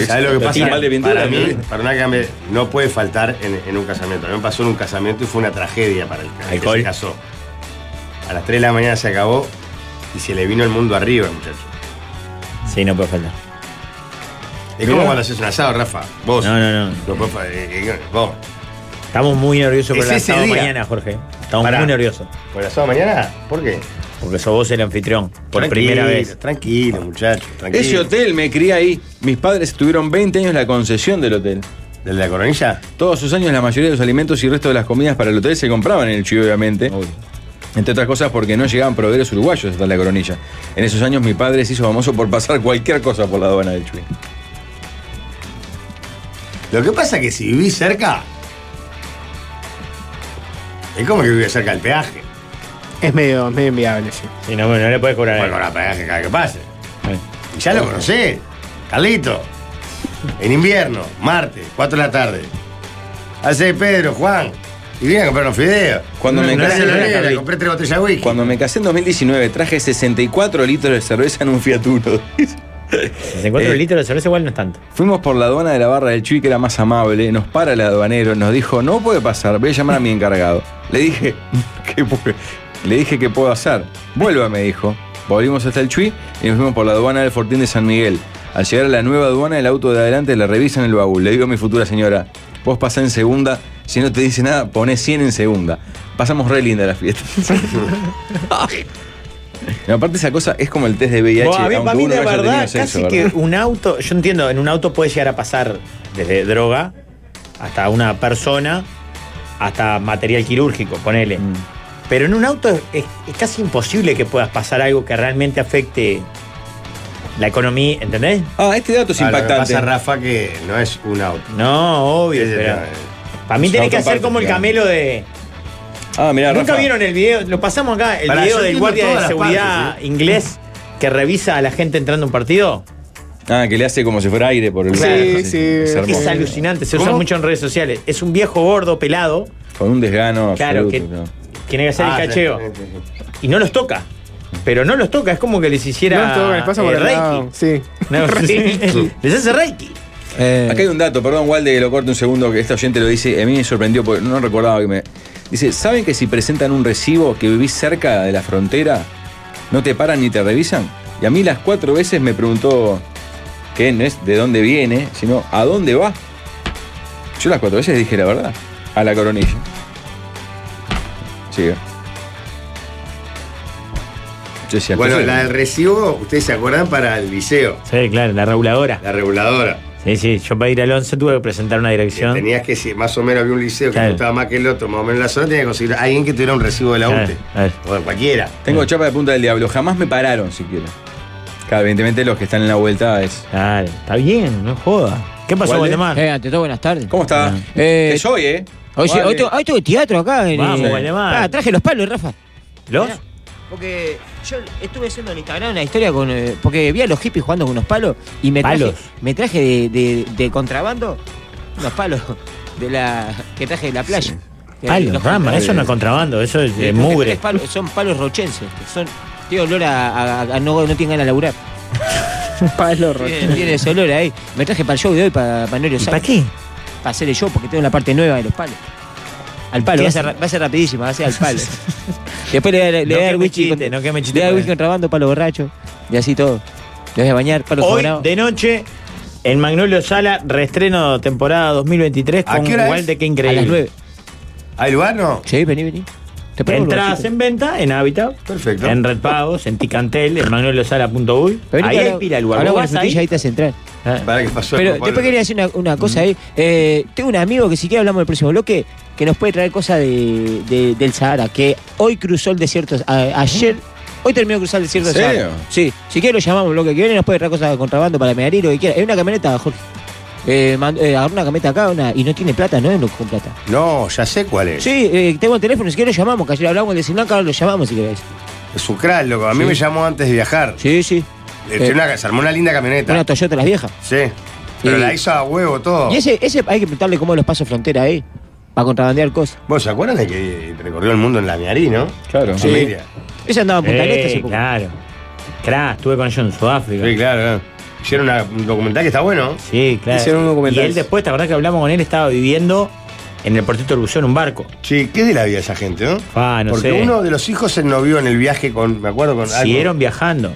¿Sabes lo que pasa?
Mal de pintura,
para mí,
¿no?
para una cambie, no puede faltar en, en un casamiento. A mí me pasó en un casamiento y fue una tragedia para el, el que
Alcohol.
se casó. A las 3 de la mañana se acabó y se le vino el mundo arriba, muchacho.
Sí, no puede faltar.
Es como cuando haces un asado, Rafa. Vos.
No, no, no.
No puedes fa- eh, eh, vos.
Estamos muy nerviosos por
Es
el
ese
asado
día.
Eh.
mañana, Jorge. Estamos
Pará.
muy nerviosos.
¿Con el asado mañana? ¿Por qué?
Porque sos vos el anfitrión. Por
Tranquilo,
primera vez.
Tranquilo, muchacho. Tranquilo.
Ese hotel me crié ahí. Mis padres tuvieron 20 años la concesión del hotel.
¿Del de la coronilla?
Todos sus años la mayoría de los alimentos y resto de las comidas para el hotel se compraban en el Chuy, obviamente. Entre otras cosas porque no llegaban proveedores uruguayos hasta la coronilla. En esos años mi padre se hizo famoso por pasar cualquier cosa por la aduana del Chuy.
Lo que pasa es que si vivís cerca. Es como que vivís cerca del peaje.
Es medio, es medio inviable, sí.
Y no, no le puedes cobrar.
Bueno, ahora peaje cada que pase.
Eh.
Y ya lo conocés. Carlito. En invierno, martes, 4 de la tarde. Hace Pedro, Juan. Y vine a comprar unos fideos.
Cuando me
Gracias,
casé,
Lorena,
Carlito.
compré tres botellas de whisky.
Cuando me casé en 2019 traje 64 litros de cerveza en un Fiat Uno.
Si se encuentra
Eh.
un litro de cerveza, igual no es tanto.
Fuimos por la aduana de la barra del Chuy, que era más amable. Nos para el aduanero, nos dijo, no puede pasar, voy a llamar a mi encargado. Le dije, ¿qué puede? Le dije, ¿qué puedo hacer? Vuelva, me dijo. Volvimos hasta el Chuy y nos fuimos por la aduana del Fortín de San Miguel. Al llegar a la nueva aduana, el auto de adelante le revisan el baúl. Le digo a mi futura señora, vos pasá en segunda, si no te dice nada, poné 100 en segunda. Pasamos re linda la fiesta. No, aparte esa cosa es como el test de VIH.
Bueno, a mí,
aunque
para mí,
uno
la
no haya
verdad,
tenido sexo,
casi que
¿verdad?
un auto. Yo entiendo, en un auto puede llegar a pasar desde droga hasta una persona, hasta material quirúrgico, ponele.
Mm.
Pero en un auto es, es- es casi imposible que puedas pasar algo que realmente afecte la economía, ¿entendés?
Ah, este dato es
Ah, lo que
impactante.
pasa, Rafa, que no es un auto.
No, obvio,
Es el-
pero. Para mí
es
tenés
auto
que hacer
aparte,
como el
claro.
camelo de.
Ah, mirá,
Nunca
Rafa.
vieron el video, lo pasamos acá, el
Pará,
video
yo
del
entiendo
guardia
todas
de
las
seguridad
partes, ¿eh?
inglés que revisa a la gente entrando a un partido.
Ah, que le hace como si fuera aire por el
Sí,
lugar.
sí.
Es hermoso.
Es alucinante, se usa
¿Cómo?
mucho en redes sociales. Es un viejo gordo, pelado,
Con un desgano
Claro,
absoluto.
que-
claro.
tiene que hacer
Ah,
el cacheo.
sí, sí, sí.
Y no los toca. Pero no los toca, es como que les hiciera
No, todo, les pasa
eh,
por el
reiki.
lado. Sí.
No, les hace reiki.
Acá hay un dato, perdón, Walde, que lo corte un segundo, que esta oyente lo dice. A mí me sorprendió porque no recordaba que me. Dice: ¿Saben que si presentan un recibo que vivís cerca de la frontera, no te paran ni te revisan? Y a mí las cuatro veces me preguntó que no es de dónde viene, sino a dónde va. Yo las cuatro veces dije la verdad. A la coronilla. Sigue. Yo decía,
Bueno,
entonces-
la del recibo, ustedes se acuerdan para el liceo,
Sí, claro, la reguladora.
la reguladora.
Sí, sí, yo para ir al 11 tuve que presentar una dirección.
Tenías que, si más o menos había un liceo que te
Claro.
gustaba más que el otro, más o menos la zona, tenías que conseguir a alguien que tuviera un recibo de la
Claro,
UTE.
claro.
O de cualquiera.
Tengo chapa de punta del diablo, jamás me pararon siquiera. Claro, evidentemente los que están en la vuelta es.
Claro, está bien, no joda. ¿Qué pasó,
Walde?
Guatemala?
Eh, ante todo, buenas tardes.
¿Cómo está?
Eh,
que soy, ¿eh?
Hoy, sí,
Vale.
hoy, tengo, hoy tengo teatro acá. en-
Vamos,
eh,
Guatemala.
Ah, traje los palos, Rafa.
¿Los?
Mirá, Porque yo estuve haciendo en Instagram una historia con. eh, porque vi a los hippies jugando con unos palos y me traje,
Palos.
Me traje de, de- de contrabando unos palos de la, que traje de la playa. Eh,
Ah, los
los-
rama, eso no es contrabando, eso es
eh,
eh,
creo que
mugre.
tres palos- son palos rochenses. Son, tiene olor a, a- a no, no tienen ganas de laburar.
Palo roto.
Tiene, tiene ese olor ahí. Me traje para el show de hoy, para Manolio
¿Y
Sanz.
para qué?
Para hacer el show, porque tengo la parte nueva de los palos. Al palo,
¿Qué
va a,
hace?
ser, ra- va a ser rapidísima, va a ser al palo. Después le voy a, le voy a
No que
dar
me
whisky.
chiste,
con-
no que me chiste
le voy a dar
con
whisky
él.
contrabando, palo borracho. Y así todo. Los voy a bañar, palo
Hoy
sobrado.
de noche en Magnolio Sala, reestreno temporada 2023
¿A
con
qué hora
Walde,
es?
qué
A
increíble.
las 9.
¿Hay urbano?
Sí, vení, vení. Te pego el
Entradas
bolsito.
en venta en Habitat,
Perfecto.
en Red Pagos, en Ticantel, en magnoliosala.uy.
Vení
Ahí
que
hay
habla-
pila el lugar.
hablamos
¿Vos
con
vas
la frutilla,
ahí?
ahí te hace entrar.
Ah,
Para que pasó
Pero
algo, Pablo.
después quería decir una, una cosa ahí. Eh, tengo un amigo que si quiere hablamos el próximo bloque que nos puede traer cosas de, de- del Sahara, que hoy cruzó el desierto, a- ayer, hoy terminó de cruzar el desierto
¿En
del
serio?
Sahara. Sí, si quiere lo llamamos el bloque que viene, nos puede traer cosas de contrabando para Medellín, lo que quiera. Hay una camioneta, Jorge. Eh, mand- eh, agarró una camioneta acá una, y no tiene plata, no es lo que con plata.
No, ya sé cuál es.
Sí, eh, tengo el teléfono, si quiere lo llamamos, que ayer hablamos de Sinanca, ahora lo llamamos si querés.
Es Ucral, loco. A mí
Sí.
me llamó antes de viajar.
Sí, sí.
Eh, tiene una- se armó una linda camioneta.
Una Toyota las viejas.
sí. Pero
Y-
la hizo a huevo todo.
Y ese, ese hay que preguntarle cómo los pasos frontera ahí, para contrabandear cosas.
¿Vos se acuerdan de que recorrió el mundo en la Miarí, no?
Claro.
Sí. Familia.
Ese andaba en Punta del Este hace
eh,
poco.
claro. Crash, estuve con ellos en Sudáfrica.
Sí, claro. claro. Hicieron una- un documental que está bueno.
Sí, claro.
Hicieron un documental.
Y él después, ¿te acordás que hablamos con él? Estaba viviendo en el puertito de Lucio en un barco.
Sí, ¿qué es de la vida esa gente, no?
Ah, no
Porque
sé.
uno de los hijos se ennovió en el viaje con, me acuerdo, con algo.
Siguieron viajando.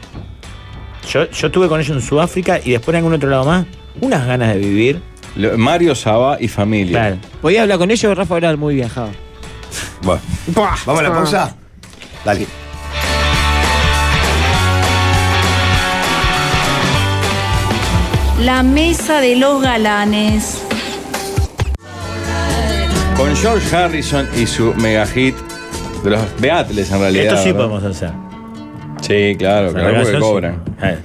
Yo, yo estuve con ellos en Sudáfrica y después en algún otro lado más. Unas ganas de vivir.
Lo- Mario Saba y familia.
Claro.
Podía hablar con ellos, Rafa era muy viajado.
Bueno,
Buah.
¿Vamos a la pausa? Dale.
La mesa de los galanes.
Con George Harrison y su mega hit de los Beatles, en realidad.
Esto sí
¿verdad?
podemos hacer.
Sí, claro,
La
claro, porque
canción sí.
cobran.
Eh,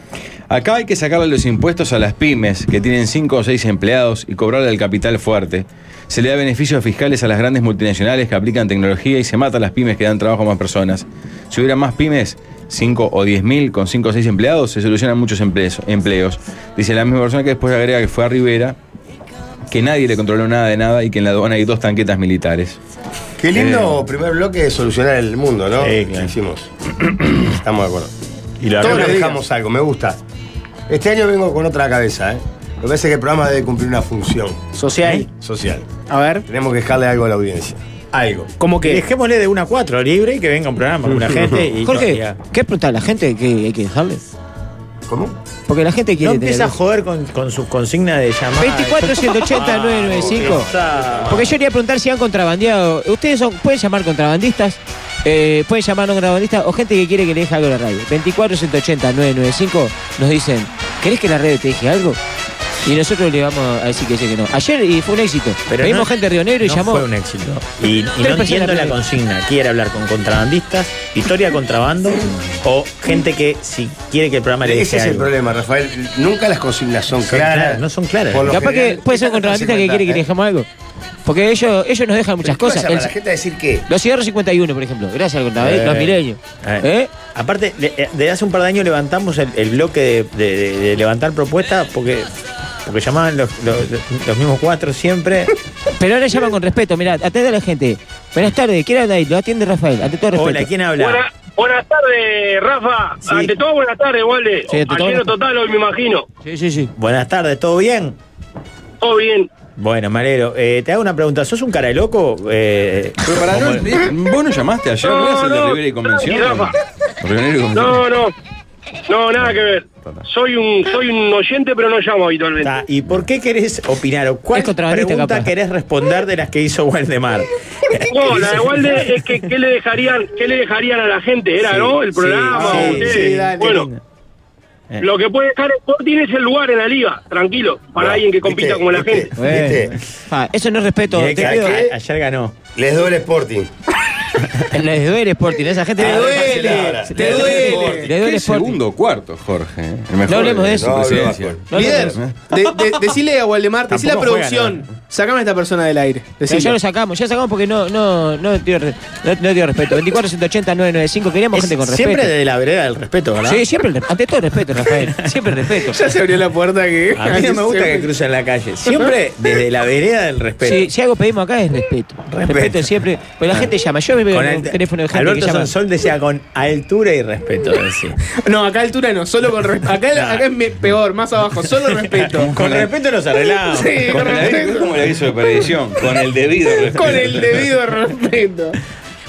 Acá hay que sacarle los impuestos a las pymes que tienen 5 o 6 empleados y cobrarle el capital fuerte. Se le da beneficios fiscales a las grandes multinacionales que aplican tecnología y se mata a las pymes que dan trabajo a más personas. Si hubiera más pymes, 5 o 10 mil con 5 o 6 empleados, se solucionan muchos empleos, empleos. Dice la misma persona que después agrega que fue a Rivera, que nadie le controló nada de nada y que en la aduana hay dos tanquetas militares. Eh,
Qué lindo primer bloque de solucionar el mundo, ¿no?
Eh. Sí, claro.
Que Hicimos. Estamos de acuerdo.
Y la
Todos
verdad-
nos dejamos algo, me gusta. Este año vengo con otra cabeza, ¿eh? Lo que pasa es que el programa debe cumplir una función ¿Eh?
Social.
social.
A ver,
Tenemos que dejarle algo a la audiencia. Algo.
¿cómo que?
Dejémosle de 1 a 4 libre y que venga un programa con la gente. Y
Jorge,
no,
¿qué pregunta la gente que hay que dejarle?
¿Cómo?
Porque la gente
y- no
quiere
empieza a
tener.
joder con, con sus consignas de llamada.
24 180 995. Porque yo quería preguntar si han contrabandeado. Ustedes son, pueden llamar contrabandistas, eh, pueden llamar no contrabandistas o gente que quiere que le deje algo a la radio. 24 180 995 nos dicen, ¿querés que la radio te deje algo? Y nosotros le vamos a decir que sí que no. Ayer y fue un éxito.
Pero
Pedimos
no-
gente de Río Negro y
no
llamó.
Fue un éxito. Y, y no
personas
entiendo la
perdieron.
consigna. Quiere hablar con contrabandistas, historia de contrabando o gente que si quiere que el programa le
Ese
deje
es el
algo.
problema, Rafael. Nunca las consignas son
este Son
claras.
claras, no son claras.
Por lo
Capaz que
general,
puede ser un
dejan
contrabandista que quiere que le
¿eh?
dejemos algo. Porque ellos, ellos nos dejan muchas
¿Qué vas a
cosas.
llamar a
El-
la gente a decir qué?
los cigarros 51, por ejemplo. Gracias al contrabandista,
Eh.
los mileños.
Eh.
¿Eh?
Aparte, de, de hace un par de años levantamos el, el bloque de, de- de- de levantar propuestas porque, porque llamaban los, los- los mismos cuatro siempre.
Pero ahora llaman con respeto, mirá, atende a la gente. Buenas tardes, ¿quién habla ahí? Lo atiende Rafael, ante todo respeto.
Hola, ¿quién habla?
Buena- buenas tardes, Rafa.
Sí.
Ante todo, buenas tardes, Walde.
Sí, ante todo,
Ayer
buenas-
total, hoy me imagino.
Sí, sí, sí.
Buenas tardes, ¿todo bien?
Todo bien.
Bueno, Marero, te hago una pregunta. ¿Sos un cara de loco? Eh,
Pero para
como-
no, vos no llamaste ayer, ¿no eras el de
No, no,
Rivera y Convención?
no, Rafa.
Rivera y Convención.
No, no. No, nada que ver. Soy un soy un oyente, pero no llamo habitualmente.
Ta, ¿Y por qué querés opinar? ¿O cuál
Es contrabandista,
pregunta
capaz.
querés responder de las que hizo Waldemar?
No, la de Walde es que ¿qué le dejarían, qué le dejarían a la gente? Era,
Sí,
¿no? El programa.
sí,
o ustedes.
sí, dale.
bueno,
Eh.
lo que puede dejar Sporting es el lugar en la liga, tranquilo, para alguien que compita
¿Viste?
como la
¿Viste?
gente.
¿Viste?
Ah, eso no es respeto,
Mirá
te eh.
que
pido.
a- ayer ganó.
Les doy el Sporting.
Les duele Sporting, esa gente
Ah,
le duele.
dársela ahora.
Te
Les
duele.
Sporting.
Le duele
Eh, ¿Qué
Sporting.
segundo o cuarto, Jorge? eh? El mejor
No hablemos de eso.
su
No,
presidencia.
no, no.
No, no,
Líder,
no.
de- de- decile a Waldemar, decile a
Tampoco
producción,
juegan,
sacame a esta persona del aire.
No, ya
Decile.
lo sacamos, ya sacamos porque no, no, no dio, re- no, no dio respeto. 24 180 995, queríamos
Es
gente con respeto.
siempre desde la vereda del respeto, ¿verdad?
Sí, siempre, el re- ante todo respeto, Rafael. Siempre el respeto.
Ya se abrió la puerta que...
A mí no me gusta que
se-
crucen la calle. Siempre desde la vereda del respeto.
Si, si algo pedimos acá es respeto. Respeto, siempre. Pues la gente llama. Yo me veo
Con
en un
alt-
teléfono de gente
Alberto
que llama.
Sansol decía con altura y respeto. decía.
No, acá altura no, solo con respeto. Acá, acá es me- peor, más abajo, solo respeto.
con respeto nos arreglamos.
Sí,
Con
con
el,
respeto.
¿Cómo le hizo de perdición? Con el debido respeto.
Con el debido respeto.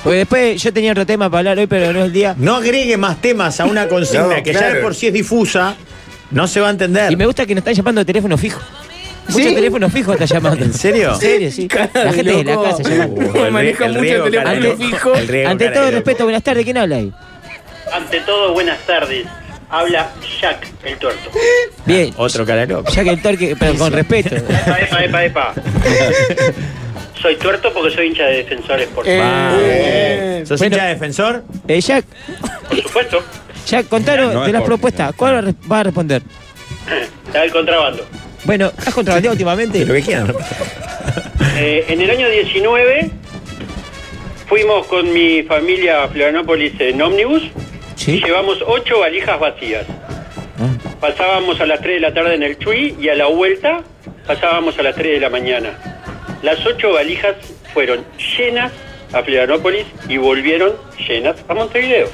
Porque después yo tenía otro tema para hablar hoy, pero no es el día.
No agregue más temas a una consigna
No,
que ya
claro.
de por sí es difusa. No se va a entender.
Y me gusta que nos están llamando de teléfono fijo. Mucho
¿Sí?
teléfono fijo está llamando.
¿En serio?
En serio, sí.
Cara
La
de
gente de la
loco.
casa llamando.
Uh, maneja mucho el teléfono fijo.
Ante todo respeto, buenas tardes, ¿quién habla ahí?
Ante todo, buenas tardes. Habla Jack, el tuerto.
Bien.
Otro cara loco.
Ya que el torque, pero con respeto.
Epa, epa, epa, epa. Soy tuerto porque soy hincha de defensores, por
Eh,
Vamos.
eh,
¿Sos
bueno.
hincha defensor?
Eh, Jack,
supuesto.
Jack, contanos
No es
de las
porque,
propuestas.
no.
¿Cuál va a re- va a responder?
La del contrabando.
Bueno, ¿has contrabandeado últimamente?
Lo que quieran.
Eh, en el año 19 fuimos con mi familia a Florianópolis en ómnibus y
Sí.
llevamos ocho valijas vacías. Pasábamos a las 3 de la tarde en el Chuy y a la vuelta pasábamos a las 3 de la mañana. Las ocho valijas fueron llenas a Florianópolis y volvieron llenas a Montevideo.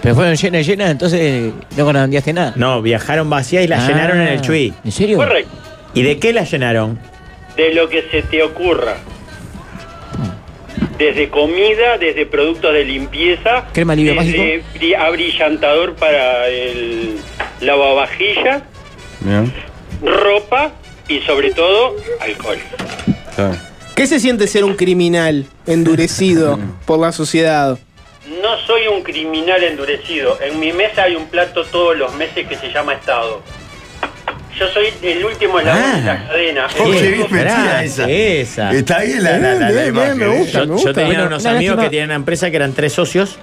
Pero fueron llenas, llenas, entonces no contrabandeaste nada.
No, viajaron vacías y las
Ah,
llenaron en el Chuy.
¿En serio?
Correcto.
¿Y de qué las llenaron?
de lo que se te ocurra. Desde comida, desde productos de limpieza,
Crema alivio
desde bri- abrillantador para el lavavajilla,
Bien,
ropa y sobre todo alcohol.
está bien.
¿Qué se siente ser un criminal endurecido por la sociedad?
No soy un criminal endurecido. En mi mesa hay un plato todos los meses que se llama Estado. Yo soy el último en la,
Ah.
de la cadena.
Oye,
El
bien
único-
metida
pará,
esa.
esa.
Está bien la, la, la- la imagen, ¿eh?
yo, yo tenía unos amigos que tenían una empresa que eran tres socios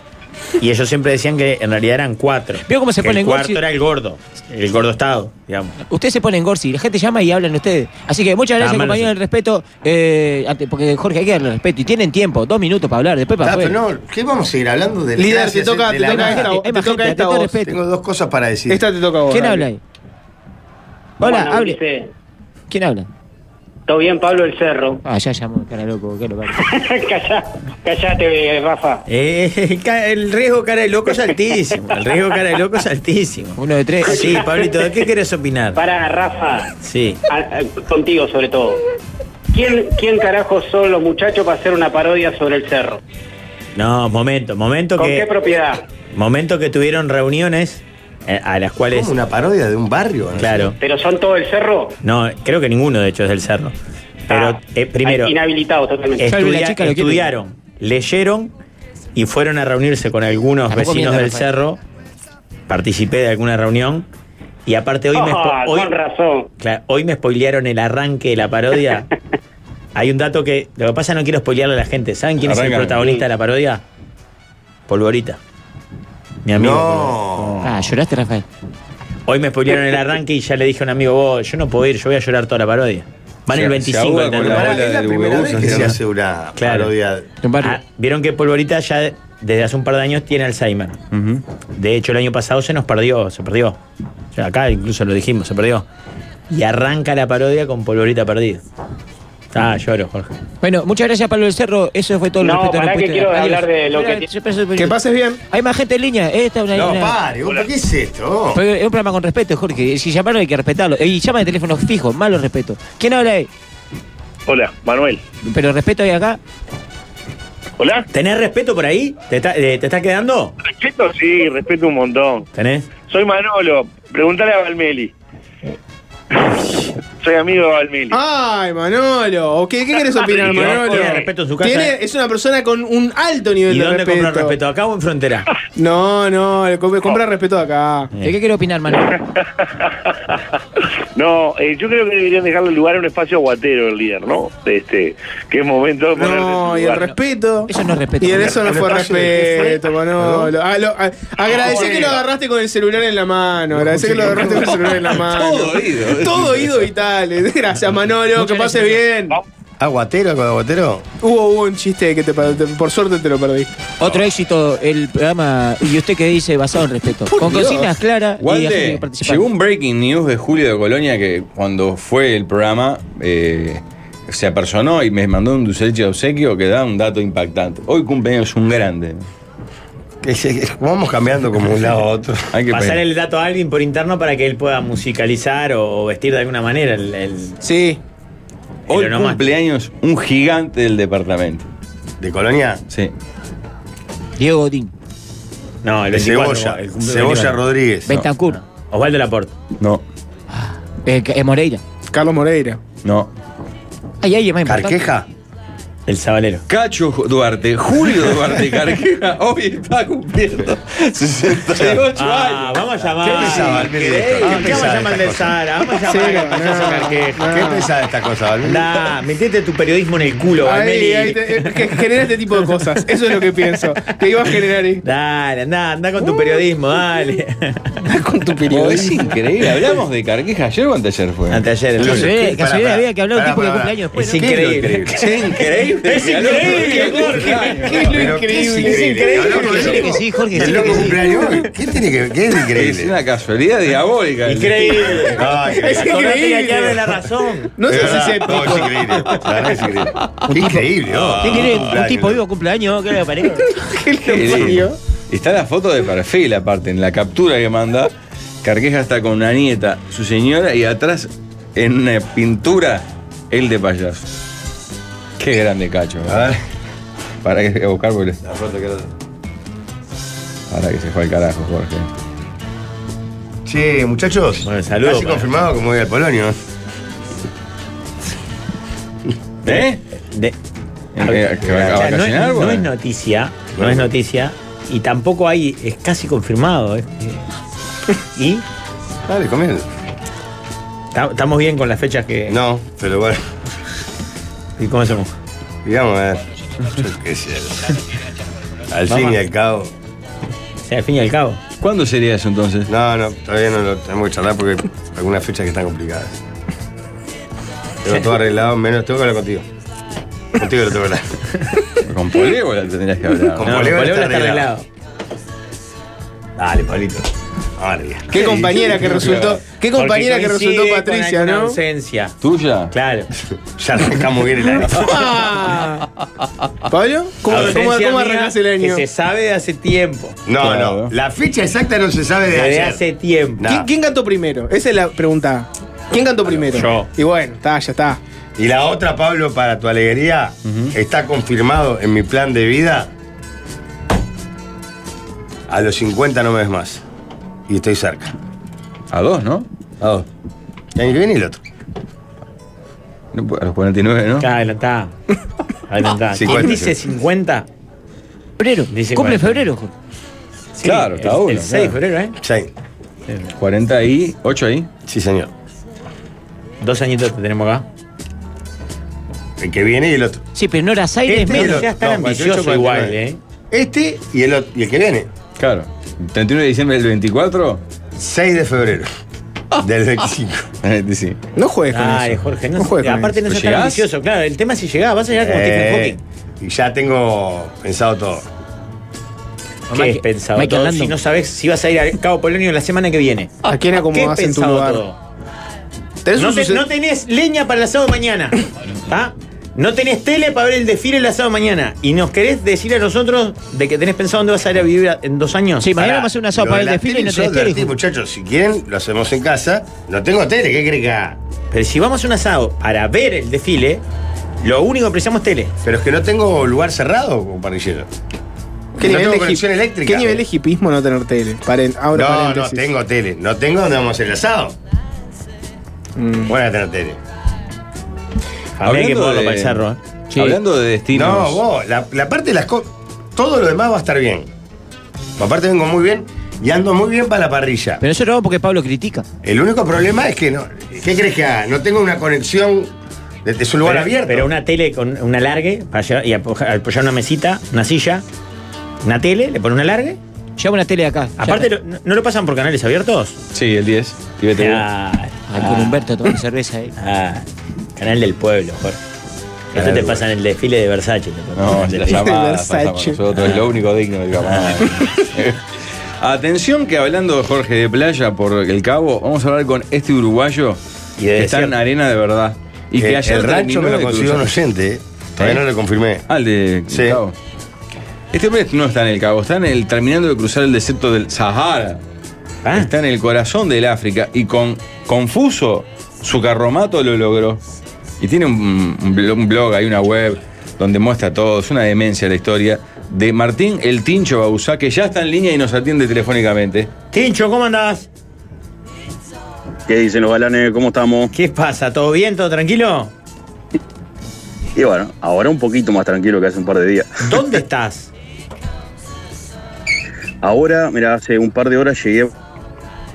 y ellos siempre decían que en realidad eran cuatro.
¿Vio cómo se
Que
ponen
El cuarto
Gorsi?
era el gordo, el gordo estado, digamos.
Ustedes se ponen Gorsi, la gente llama y hablan ustedes. Así que muchas gracias,
Ah, bueno,
compañeros
sí.
del respeto. eh, ante- porque Jorge, hay que darle respeto. Y tienen tiempo, dos minutos para hablar, después para
Ah, pero
afuera.
no, ¿qué vamos a seguir hablando de
Líder,
gracias,
te toca-
de
te
la
toca
nada?
esta voz.
Hay más
Te toca
gente,
esta
atento al
voz.
Eh, respeto.
Tengo dos cosas para decir.
Esta te toca a vos.
¿Quién
Gabriel.
habla ahí? Hola,
Bueno,
hable.
dice,
¿Quién habla?
Todo bien, Pablo el Cerro.
Ah, ya llamó, cara loco, que lo parió.
Callá, callate, eh, Rafa.
Eh, ca- el riesgo cara de loco es altísimo. El riesgo cara de loco es altísimo.
Uno de tres.
Sí, Pablito, ¿de qué querés opinar?
Para, Rafa.
Sí.
A- a- Ah, eh, contigo sobre todo. ¿Quién, ¿Quién carajo son los muchachos para hacer una parodia sobre el cerro?
No, momento, momento
¿Con
que.
qué propiedad?
Momento que tuvieron reuniones eh, a las cuales.
Como una parodia de un barrio. ¿no?
Claro.
¿Pero son todo el cerro?
No, creo que ninguno de hecho es del cerro. Pero
Ah,
eh, primero,
Inhabilitado totalmente.
Salvo la
estudia-
chica, lo quiero.
estudiaron, leyeron y fueron a reunirse con algunos
Tampoco
vecinos
mientas,
del
Rafael.
cerro. Participé de alguna reunión. Y aparte hoy me
Ah,
spo- hoy-
Con razón.
Claro, hoy me spoilearon el arranque de la parodia. Hay un dato que. Lo que pasa no quiero spoilearle a la gente. ¿Saben quién es el
Arráncame.
protagonista de la parodia? Polvorita. Mi amigo.
No.
Ah, lloraste, Rafael.
Polvorita. Hoy me spoilearon el arranque y ya le dije a un amigo, vos, yo no puedo ir, yo voy a llorar toda la parodia. Van
Se-
el
se
25
ahoga
del
con
Pero
la
terreno.
pará,
bola
es la
del
primera
huevuzo,
vez que
¿no?
se hace una
Claro.
parodia.
Un barrio.
Ah, Vieron que Polvorita ya desde hace un par de años tiene Alzheimer.
Ujú.
De hecho, el año pasado se nos perdió, se perdió. O sea, acá incluso lo dijimos, se perdió. Y arranca la parodia con Polvorita perdida. Ah, lloro, Jorge.
Bueno, muchas gracias, Pablo del Cerro. Eso fue todo el
No,
respeto
pará que
puesto-
quiero
Adiós.
hablar de lo
Espera,
que-
yo paso-
Que pases bien.
Hay más gente en línea. Esta es una,
No,
una-
pare, ¿por qué es esto?
Pero es un programa con respeto, Jorge. Si llamaron hay que respetarlo. Y llama de teléfono fijo, malo respeto. ¿Quién habla ahí?
Hola, Manuel.
Pero respeto hay acá.
¿Hola?
¿Tenés respeto por ahí? ¿Te, está- eh, ¿te estás quedando?
Respeto, sí, respeto un montón.
¿Tenés?
Soy Manolo, preguntale a Valmeli. Soy amigo de Valmeli.
Ay, Manolo. ¿O ¿Qué, qué querés opinar,
Tiene
Manolo?
respeto en su casa,
Tiene-
eh.
es una persona con un alto nivel
¿Y
de Ah,
dónde
respeto.
comprar respeto? ¿Acá o en frontera?
No, no, le comp- compra respeto de acá.
Eh.
¿De qué quiero opinar, Manuel?
No, eh, yo creo que deberían dejarle lugar a un espacio aguatero el líder, ¿no? Este, que es momento de ponerse en su
No, y el
lugar.
respeto.
Eso no es respeto.
Y en eso no
¿Pero
fue
espacio de qué fue?
respeto, Manolo. Ah, lo- ah, Agradecé que lo agarraste con el celular en la mano. Agradecé que lo agarraste con el celular en la mano.
Todo oído.
Todo oído vital. Gracias, Manolo. Que pase bien.
eh, ¿Aguatero, con aguatero?
Hubo, hubo un chiste que te, per- te- por suerte te lo perdí.
Otro éxito, el programa. ¿Y usted qué dice? Basado en respeto. Con
Dios.
consignas claras y la gente que
Walde,
participa.
llegó un breaking news de Julio de Colonia que cuando fue el programa eh, se apersonó y me mandó un dulce de obsequio que da un dato impactante. Hoy cumpleaños un grande.
Que se- que Vamos cambiando como un lado a otro.
Hay que
Pasar
pe-
el dato a alguien por interno para que él pueda musicalizar o, o vestir de alguna manera el, el-
Sí.
Hoy
el onomástico.
cumpleaños un gigante del departamento.
¿De Colonia?
Sí.
Diego Godín,
No, el
De
24.
Cebolla.
el cumple-
Cebolla
24.
Rodríguez.
Bentancur,
Osvaldo Laporte.
No,
eh, que- eh, Moreira.
Carlos Moreira.
no.
Ay, ay, es más importante.
¿Carqueja?
El sabalero.
Cacho Duarte, Julio Duarte Carqueja, hoy está cumpliendo 68
Ah,
años.
vamos a llamar.
¿Qué pesaba Valmeli de esto?
Ah,
Ey,
¿Qué
vamos a
pesaba
llamar
esta
de
cosa?
Sara? Vamos a
Sí,
llamar al
no,
payaso Carqueja.
no.
¿Qué pesada esta cosa, Valmeli?
Da, metete tu periodismo en el culo,
Ahí,
Valmeli.
ahí te- eh, que genera este tipo de cosas. Eso es lo que pienso. Que iba a generar ¿eh? Uh, ahí.
Dale, anda, anda con tu periodismo, dale.
Con tu
Oh, es increíble. Hablamos de Carqueja ayer o anteayer fue.
Anteayer, el
Que se
lunes.
ve-
Sí,
que se
pará,
ve la
pará.
vida que habló el
Pará,
tipo de
pará,
cumpleaños
pará.
después.
Es
¿no?
¿Qué es lo
increíble.
increíble?
Es increíble.
Es increíble, Jorge.
Es lo
Pero qué
increíble.
Es increíble. Hablamos de
Decirle
loco.
que sí,
¿Y
Jorge,
el
decirle
loco
que sí.
cumpleaños hoy? ¿Qué tiene que ver? ¿Qué es
Es
increíble?
una casualidad diabólica.
Ah, Increíble.
Ah,
No, increíble.
Es
Acordate
increíble.
que abre la razón.
No sé
Es
si
verdad,
ese
no, es
tipo.
increíble. La verdad es increíble. Qué increíble,
Ah,
oh.
¿Quién quiere un
Cumpleaños.
tipo vivo cumpleaños? ¿Qué le parece?
que lo parió.
Está la foto de perfil, aparte, en la captura que manda. Carqueja está con una nieta, su señora, y atrás, en una pintura, el de payaso. Qué grande cacho.
A ver.
Para que voy a buscar porque. Para que se fue al carajo, Jorge.
Che, muchachos.
Bueno, saludo,
Casi
para-
confirmado como voy al Polonio.
¿Eh?
De-
¿En qué- que va a
O sea, no, es,
vacacionar,
no
güey?
es noticia, no es noticia. Y tampoco hay, es casi confirmado. ¿eh? Y
Dale, comiendo.
Ta- Estamos bien con las fechas que.
No, pero bueno.
¿Y cómo hacemos?
Digamos, a ver. Yo qué sé. Al fin
Vamos.
y al cabo.
Sí, al fin y al cabo.
¿Cuándo sería eso entonces?
No, no, todavía no lo tenemos que charlar porque hay algunas fechas que están complicadas. Tengo todo arreglado, menos tengo que hablar contigo. Contigo lo tengo que hablar.
Con Polévola tendrías que hablar.
Con
No,
Polévola
Polévola
está,
está
arreglado. Dale, Pablito. Dale.
Qué compañera que resultó, qué compañera que
Porque
resultó
coincide con
Patricia,
alguna
¿no?
ausencia.
¿Tuya?
Claro. Ah.
ya arrancamos bien el año.
¿Pablo? ¿Cómo,
Ausencia
cómo- cómo
mía
arrancás el
Que
año?
se sabe de hace tiempo.
No, no. La fecha exacta no se sabe de
Desde
ayer.
hace tiempo.
¿Quién, quién cantó primero? Esa es la pregunta. ¿Quién cantó primero?
yo.
Y bueno, está, ya está.
Y la otra, Pablo, para tu alegría, está confirmado en mi plan de vida. A los 50 no me ves más. Y estoy cerca.
A dos, ¿no?
A dos. El año que viene y el otro.
No, A los 49, ¿no?
Está adelantado. Adelantado. ¿Quién
50,
dice 50?
Febrero.
Dice 40.
Cumple febrero, Jorge.
Sí,
Claro, está
el,
uno.
El 6 de
claro.
febrero, ¿eh?
Sí.
48 ahí.
Sí, señor.
Dos añitos te tenemos acá.
El que viene y el otro.
Sí, pero no las aires
Este y el
menos.
No
otro.
seas tan
No, 48,
ambicioso igual,
49.
¿eh?
Este y el, otro- y el que viene.
Claro. 31 de diciembre del 24.
6 de febrero del 25.
eh, sí.
No juegues con
Ay,
eso.
Jorge, no,
No juegues con
Aparte, no
eso.
seas tan
¿Llegás?
ambicioso. Claro, el tema es si llegás, vas a llegar como
Eh,
Stephen Hawking.
y ya tengo pensado todo.
¿Qué
Mike-
es pensado
Michael
todo
Landon.
si no sabes si vas a ir al Cabo Polonio la semana que viene?
Ah,
¿A quién
Ah, ¿Qué
acomodás en tu
pensado
lugar?
todo?
¿Tenés
No,
un
te-
suce-
no tenés leña para el asado de mañana. ¿tá? No tenés tele para ver el desfile el asado de mañana. ¿Y nos querés decir a nosotros de que tenés pensado dónde vas a ir a vivir a- en dos años?
Sí, mañana
Pará,
vamos a hacer una
lo
sopa
de
del
la
desfile y
tele
no
yo
tenés
advertí,
tele. Jorge.
muchachos, si quieren, lo hacemos en casa. No tengo tele, ¿qué creen que haga?
Pero si vamos a un asado para ver el desfile, lo único que precisamos es tele.
Pero es que no tengo lugar cerrado como parrillero.
¿Qué,
no
nivel
tengo
de
conexión
hip-
eléctrica.
¿Qué nivel de hipismo no tener tele? Paren, ahora
No, no tengo tele. No tengo donde vamos a hacer el asado. Voy a tener tele.
Habría que
Hablando
ponerlo
de-
para el cerro. ¿eh?
Sí.
Hablando de destinos.
No, vos, la, la parte de las cosas. Todo lo demás va a estar bien. Aparte, vengo muy bien y ando muy bien para la parrilla.
Pero nosotros vamos porque Pablo critica.
El único problema es que no. ¿Qué crees que haga? No tengo una conexión desde su lugar
pero,
abierto.
pero una tele con un alargue para llevar- y apo- apoyar una mesita, una silla, una tele, le pone un alargue.
Lleva una tele de acá. Ya
Aparte,
está.
lo- no, no lo pasan por canales abiertos?
Sí, el 10. Tibete.
Ah,
Ay, con Humberto tomando cerveza ahí.
ah, canal del pueblo, Jorge. Esto
Canal
te
del
pasa en el desfile de Versace. te pasa en
No, es
el
la
desfile.
llamada.
Versace.
pasa con nosotros, es lo único digno del camarada. Atención que hablando Jorge de playa por el cabo, vamos a hablar con este uruguayo
Y de
que está en
desierto.
arena de verdad. Y que
Eh,
ayer
el rancho
terminó
me lo
de
consiguió un
cruzar-
oyente. eh. Todavía
¿Eh?
no lo confirmé.
Ah, el de
Sí.
el Cabo. Este hombre no está en el Cabo, está en el, terminando de cruzar el desierto del Sahara.
Ah.
Está en el corazón del África y con confuso su carromato lo logró. Y tiene un, un blo- un blog, hay una web donde muestra todo, es una demencia la historia de Martín El Tincho Bausá, que ya está en línea y nos atiende telefónicamente.
Tincho, ¿cómo andás?
¿Qué dicen los galanes? ¿Cómo estamos?
¿Qué pasa? ¿Todo bien? ¿Todo tranquilo?
Y bueno, ahora un poquito más tranquilo que hace un par de días.
¿Dónde estás?
Ahora, mira, hace un par de horas llegué a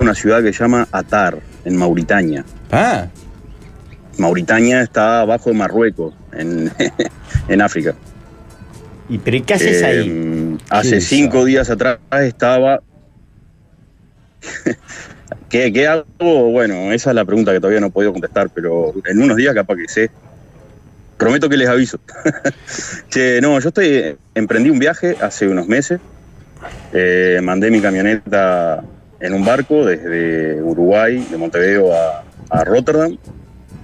una ciudad que se llama Atar, en Mauritania.
Ah,
Mauritania está abajo de Marruecos, en, en África.
¿Y pero, ¿y qué haces
Eh,
ahí?
Hace
Sí,
cinco días atrás estaba. ¿Qué, ¿Qué hago? Bueno, esa es la pregunta que todavía no he podido contestar, pero en unos días capaz que sé. Prometo que les aviso. che, no, yo estoy, emprendí un viaje hace unos meses. Eh, mandé mi camioneta en un barco desde Uruguay, de Montevideo a, a Rotterdam.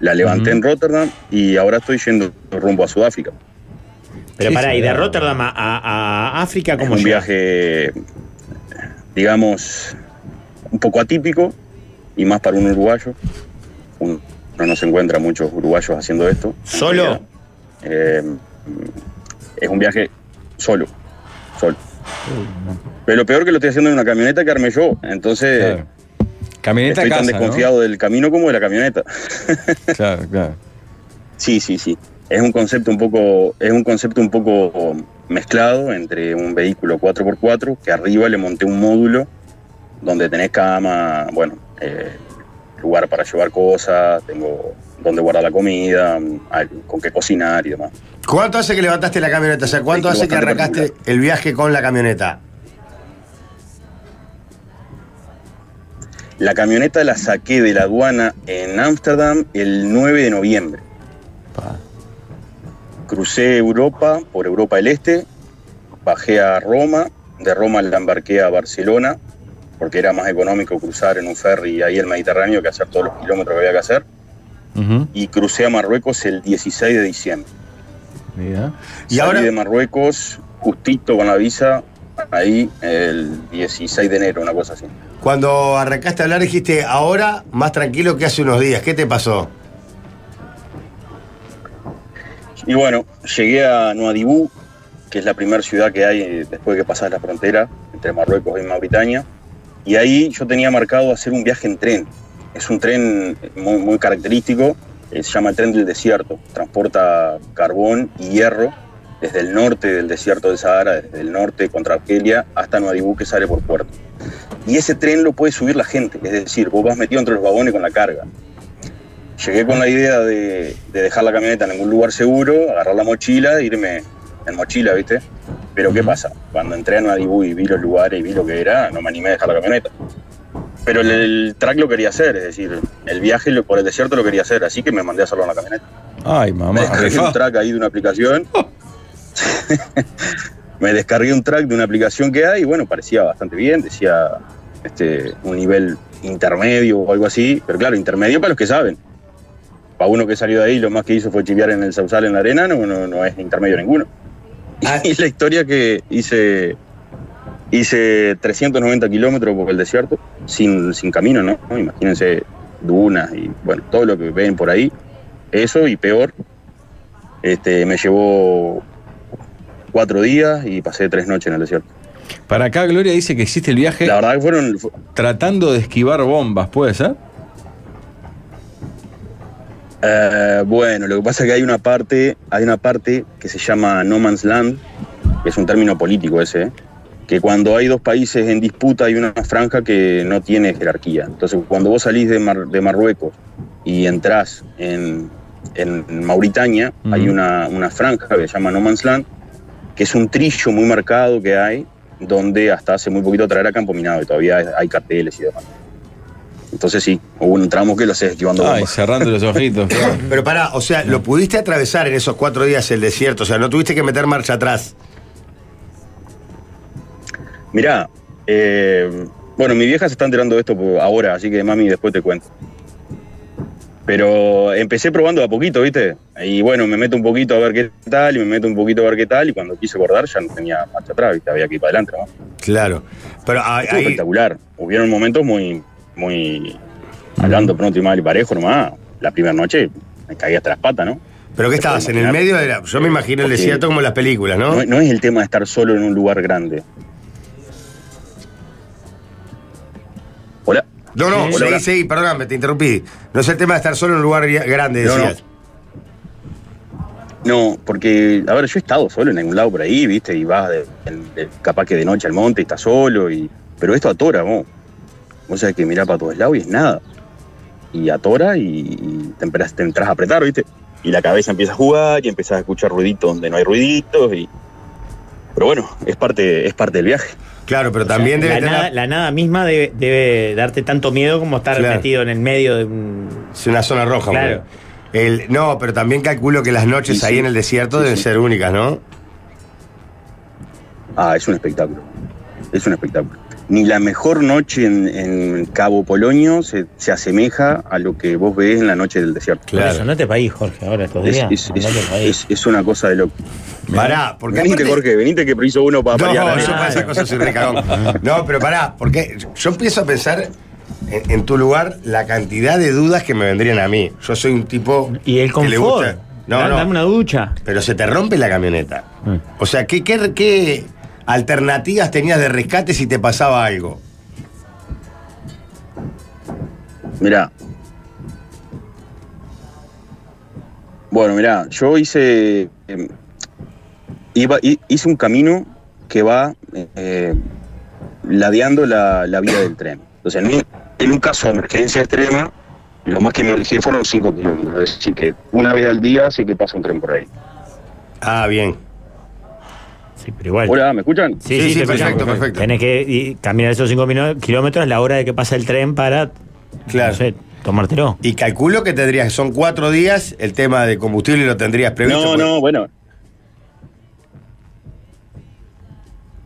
La levanté
Ujú.
en Rotterdam y ahora estoy yendo rumbo a Sudáfrica.
Pero
sí,
pará,
sí,
¿y de
claro.
Rotterdam a, a- a África
Es
cómo
un
llegas?
viaje, digamos, un poco atípico y más para un uruguayo. Un- no nos encuentra muchos uruguayos haciendo esto.
¿Solo?
Eh, es un viaje solo, solo. Pero lo peor que lo estoy haciendo en una camioneta que armé yo. Entonces
claro. Camioneta
estoy
a
tan
casa, ¿no?
desconfiado del camino como de la camioneta.
Claro, claro.
Sí, sí, sí. Es un concepto un poco, es un concepto un poco mezclado entre un vehículo 4x4 que arriba le monté un módulo donde tenés cama, bueno, eh, lugar para llevar cosas, tengo dónde guardar la comida, mm, al- con qué cocinar y demás.
¿Cuánto hace que levantaste la camioneta? O sea, ¿cuánto
Sí,
hace que
bastante
arrancaste el viaje con la camioneta?
La camioneta la saqué de la aduana en Ámsterdam el 9 de noviembre. Crucé Europa por Europa del Este, bajé a Roma, de Roma la embarqué a Barcelona, porque era más económico cruzar en un ferry ahí el Mediterráneo que hacer todos los kilómetros que había que hacer, y crucé a Marruecos el 16 de diciembre.
Y
Salí de Marruecos justito con la visa ahí el 16 de enero, una cosa así.
Cuando arrancaste a hablar dijiste, ahora más tranquilo que hace unos días. ¿Qué te pasó?
Y bueno, llegué a Nuadibú, que es la primera ciudad que hay eh, después de que pasas la frontera entre Marruecos y Mauritania. Y ahí yo tenía marcado hacer un viaje en tren. Es un tren muy, muy característico, eh, se llama el tren del desierto. Transporta carbón y hierro desde el norte del desierto del Sahara, desde el norte contra Argelia, hasta Nuadibú, que sale por puerto. Y ese tren lo puede subir la gente, es decir, vos vas metido entre los vagones con la carga. Llegué con la idea de, de dejar la camioneta en algún lugar seguro, agarrar la mochila e irme en mochila, ¿viste? Pero ¿qué pasa? Cuando entré a Nuadibú y vi los lugares y vi lo que era, no me animé a dejar la camioneta. Pero el, el track lo quería hacer, es decir, el viaje lo- por el desierto lo quería hacer, así que me mandé a hacerlo en la camioneta.
Ay, mamá.
Me descargué un track ahí de una aplicación. me descargué un track de una aplicación que hay y bueno, parecía bastante bien, decía este, un nivel intermedio o algo así, pero claro, intermedio para los que saben. Para uno que salió de ahí, lo más que hizo fue chiviar en el Sausal en la arena, no, no, no es intermedio ninguno. Y la historia que hice, hice 390 kilómetros por el desierto, sin, sin camino, ¿no? Imagínense dunas y bueno, todo lo que ven por ahí. Eso y peor, este, me llevó cuatro días y pasé tres noches en el desierto.
Para acá Gloria dice que existe el viaje. La
verdad que fueron.
Tratando de esquivar bombas, ¿puede ser?
Eh, bueno, lo que pasa es que hay una parte, hay una parte que se llama No Man's Land, que es un término político ese, ¿eh? que cuando hay dos países en disputa hay una franja que no tiene jerarquía. Entonces, cuando vos salís de, Mar- de Marruecos y entrás en, en Mauritania, hay una, una franja que se llama No Man's Land, que es un trillo muy marcado que hay, donde hasta hace muy poquito atrás era campo minado y todavía hay carteles y demás. Entonces sí, hubo un tramo que lo haces esquivando
Ay,
bombas.
cerrando los ojitos. claro.
Pero pará, o sea, lo pudiste atravesar en esos cuatro días el desierto, o sea, no tuviste que meter marcha atrás.
Mirá, eh, bueno, mi vieja se está enterando de esto por- ahora, así que mami, después te cuento. Pero empecé probando de a poquito, ¿viste? Y bueno, me meto un poquito a ver qué tal, y me meto un poquito a ver qué tal, y cuando quise acordar ya no tenía marcha atrás, ¿viste? Había que ir para adelante, ¿no?
Claro. Pero ah, ahí-
Estuvo espectacular. Hubieron momentos muy, muy hablando pronto y mal y parejo nomás. La primera noche me caí hasta las patas, ¿no?
¿Pero qué
Se puede
estabas? ¿En el
imaginar.
medio? de la- yo me imagino el
Porque-
desierto como las películas, ¿no?
No, no es el tema de estar solo en un lugar grande. Hola.
No, no,
Hola,
seguí,
hola.
seguí, perdóname, te interrumpí. No es el tema de estar solo en un lugar ri- grande,
No, no.
decías.
No, porque, a ver, yo he estado solo en algún lado por ahí, ¿viste? Y vas de- de- capaz que de noche al monte y estás solo, y, pero esto atora, vos. Vos sabés que mirá para todos lados y es nada. Y atora y, y te, emperas- te entras a apretar, ¿viste? Y la cabeza empieza a jugar y empezás a escuchar ruiditos donde no hay ruiditos. Y... Pero bueno, es parte, es parte del viaje.
Claro, pero
también
la,
debe tener-
nada, la nada misma debe, debe darte tanto miedo como estar
Claro.
metido en el medio de un.
Es una zona roja,
Claro.
hombre. El- no, pero también calculo que las noches
Sí,
ahí
sí.
en el desierto
Sí,
deben
sí.
ser únicas, ¿no?
Ah, es un espectáculo. Es un espectáculo. Ni la mejor noche en, en Cabo Polonio se, se asemeja a lo que vos ves en la noche del desierto.
Por eso, no te país, Jorge, ahora estos
Es,
días.
es- es-
andate pa' ahí.
es- es una cosa de loco.
Pará, porque
Venite,
aparte-
Jorge, venite que hizo uno para
No,
paliar.
yo para esas cosas soy recagón. No, pero pará, porque yo empiezo a pensar en, en tu lugar la cantidad de dudas que me vendrían a mí. Yo soy un tipo. Y el
confort.
No,
Da-
no.
dame una ducha.
Pero se te rompe la camioneta. O sea, ¿qué, qué, qué alternativas tenías de rescate si te pasaba algo?
Mirá. Bueno, mirá, yo hice. em, iba- hi- hice un camino que va eh, ladeando la, la vía del tren. Entonces, en un, en un caso de emergencia extrema, Lo más que me alejé fueron 5 kilómetros. Así que una vez al día sí que pasa un tren por ahí.
Ah, bien.
Sí, pero igual.
Hola, ¿me escuchan?
Sí, sí, te escuchamos. Tenés que ir- caminar esos 5 kilómetros la hora de que pasa el tren para.
Claro.
tomártelo.
Y calculo que tendrías, son cuatro días, el tema de combustible lo tendrías previsto.
No,
pues.
no, bueno.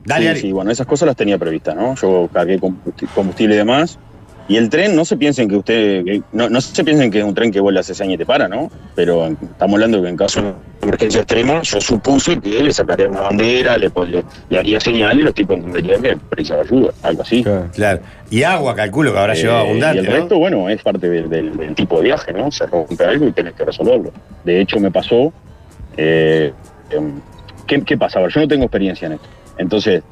Dale,
sí,
dale.
sí, bueno, esas cosas las tenía previstas, ¿no? Yo cargué combusti- combustible y demás. Y el tren, no se piensen que usted, que- no, no se piensen que es un tren que vuela hace años y te para, ¿no? Pero en- estamos hablando que en caso de emergencia extrema, yo supuse que le sacaría una bandera, le, pon- le- le haría señal y los tipos entenderían que precisaba ayuda, algo así. Claro.
Y agua, calculo que habrá llevado abundante,
Eh, Y el
¿no?
resto, bueno, es parte del, del- del tipo de viaje, ¿no? Se rompe algo y tenés que resolverlo. De hecho, me pasó. eh, em, ¿qué, ¿Qué pasa? A ver, yo no tengo experiencia en esto. Entonces,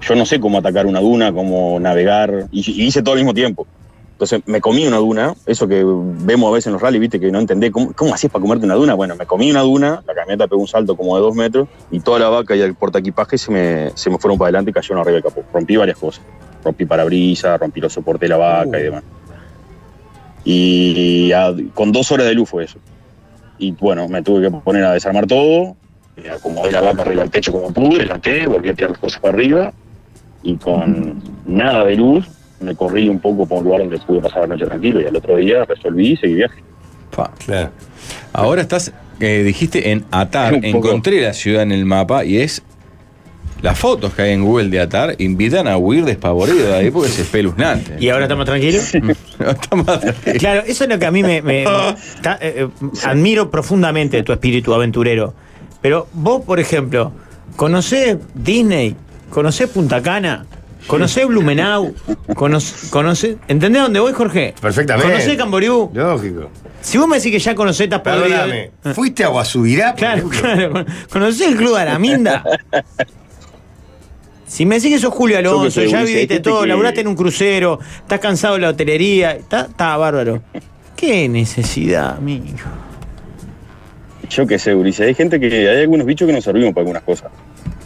yo no sé cómo atacar una duna, cómo navegar, y, y hice todo al mismo tiempo. Entonces me comí una duna, eso que vemos a veces en los rally, viste, que no entendés cómo, cómo hacías para comerte una duna. Bueno, me comí una duna, la camioneta pegó un salto como de dos metros, y toda la vaca y el portaequipaje se me, se me fueron para adelante y cayeron arriba del capó. Rompí varias cosas. Rompí parabrisas, rompí los soportes de la vaca y demás. Y a- con dos horas de luz fue eso. Y bueno, me tuve que poner a desarmar todo, eh, acomodé la vaca arriba del techo como pude, la até, volví a tirar las cosas para arriba y con nada de luz me corrí un poco por un lugar donde pude pasar la noche tranquilo y al otro día resolví y seguí viaje.
Claro.
Ahora estás, eh, dijiste en Atar,
Un poco.
encontré la ciudad en el mapa y es. Las fotos que hay en Google de Atar invitan a huir despavorido de ahí porque es espeluznante.
¿Y ahora estamos tranquilos? Claro, eso es lo que a mí me, me- ta- eh, eh, admiro profundamente de tu espíritu aventurero. Pero vos, por ejemplo, ¿conocés Disney? ¿Conocés Punta Cana? ¿Conocés Blumenau? ¿Conocés, conocés- entendés dónde voy, Jorge?
Perfectamente.
¿Conocés Camboriú?
Lógico.
Si vos me decís que ya conocés, estás podrido.
Perdóname, ¿fuiste a Guasubirá?
Claro, claro. Con- ¿Conocés el Club Araminda? Si me decís que sos Julio
Yo que
Alonso,
soy
ya
Ulises,
viviste
gente
todo,
que-
laburaste en un crucero, estás cansado de la hotelería, está, está bárbaro. ¿Qué necesidad, mijo?
Yo qué sé, Ulises, hay gente que hay algunos bichos que nos servimos para algunas cosas.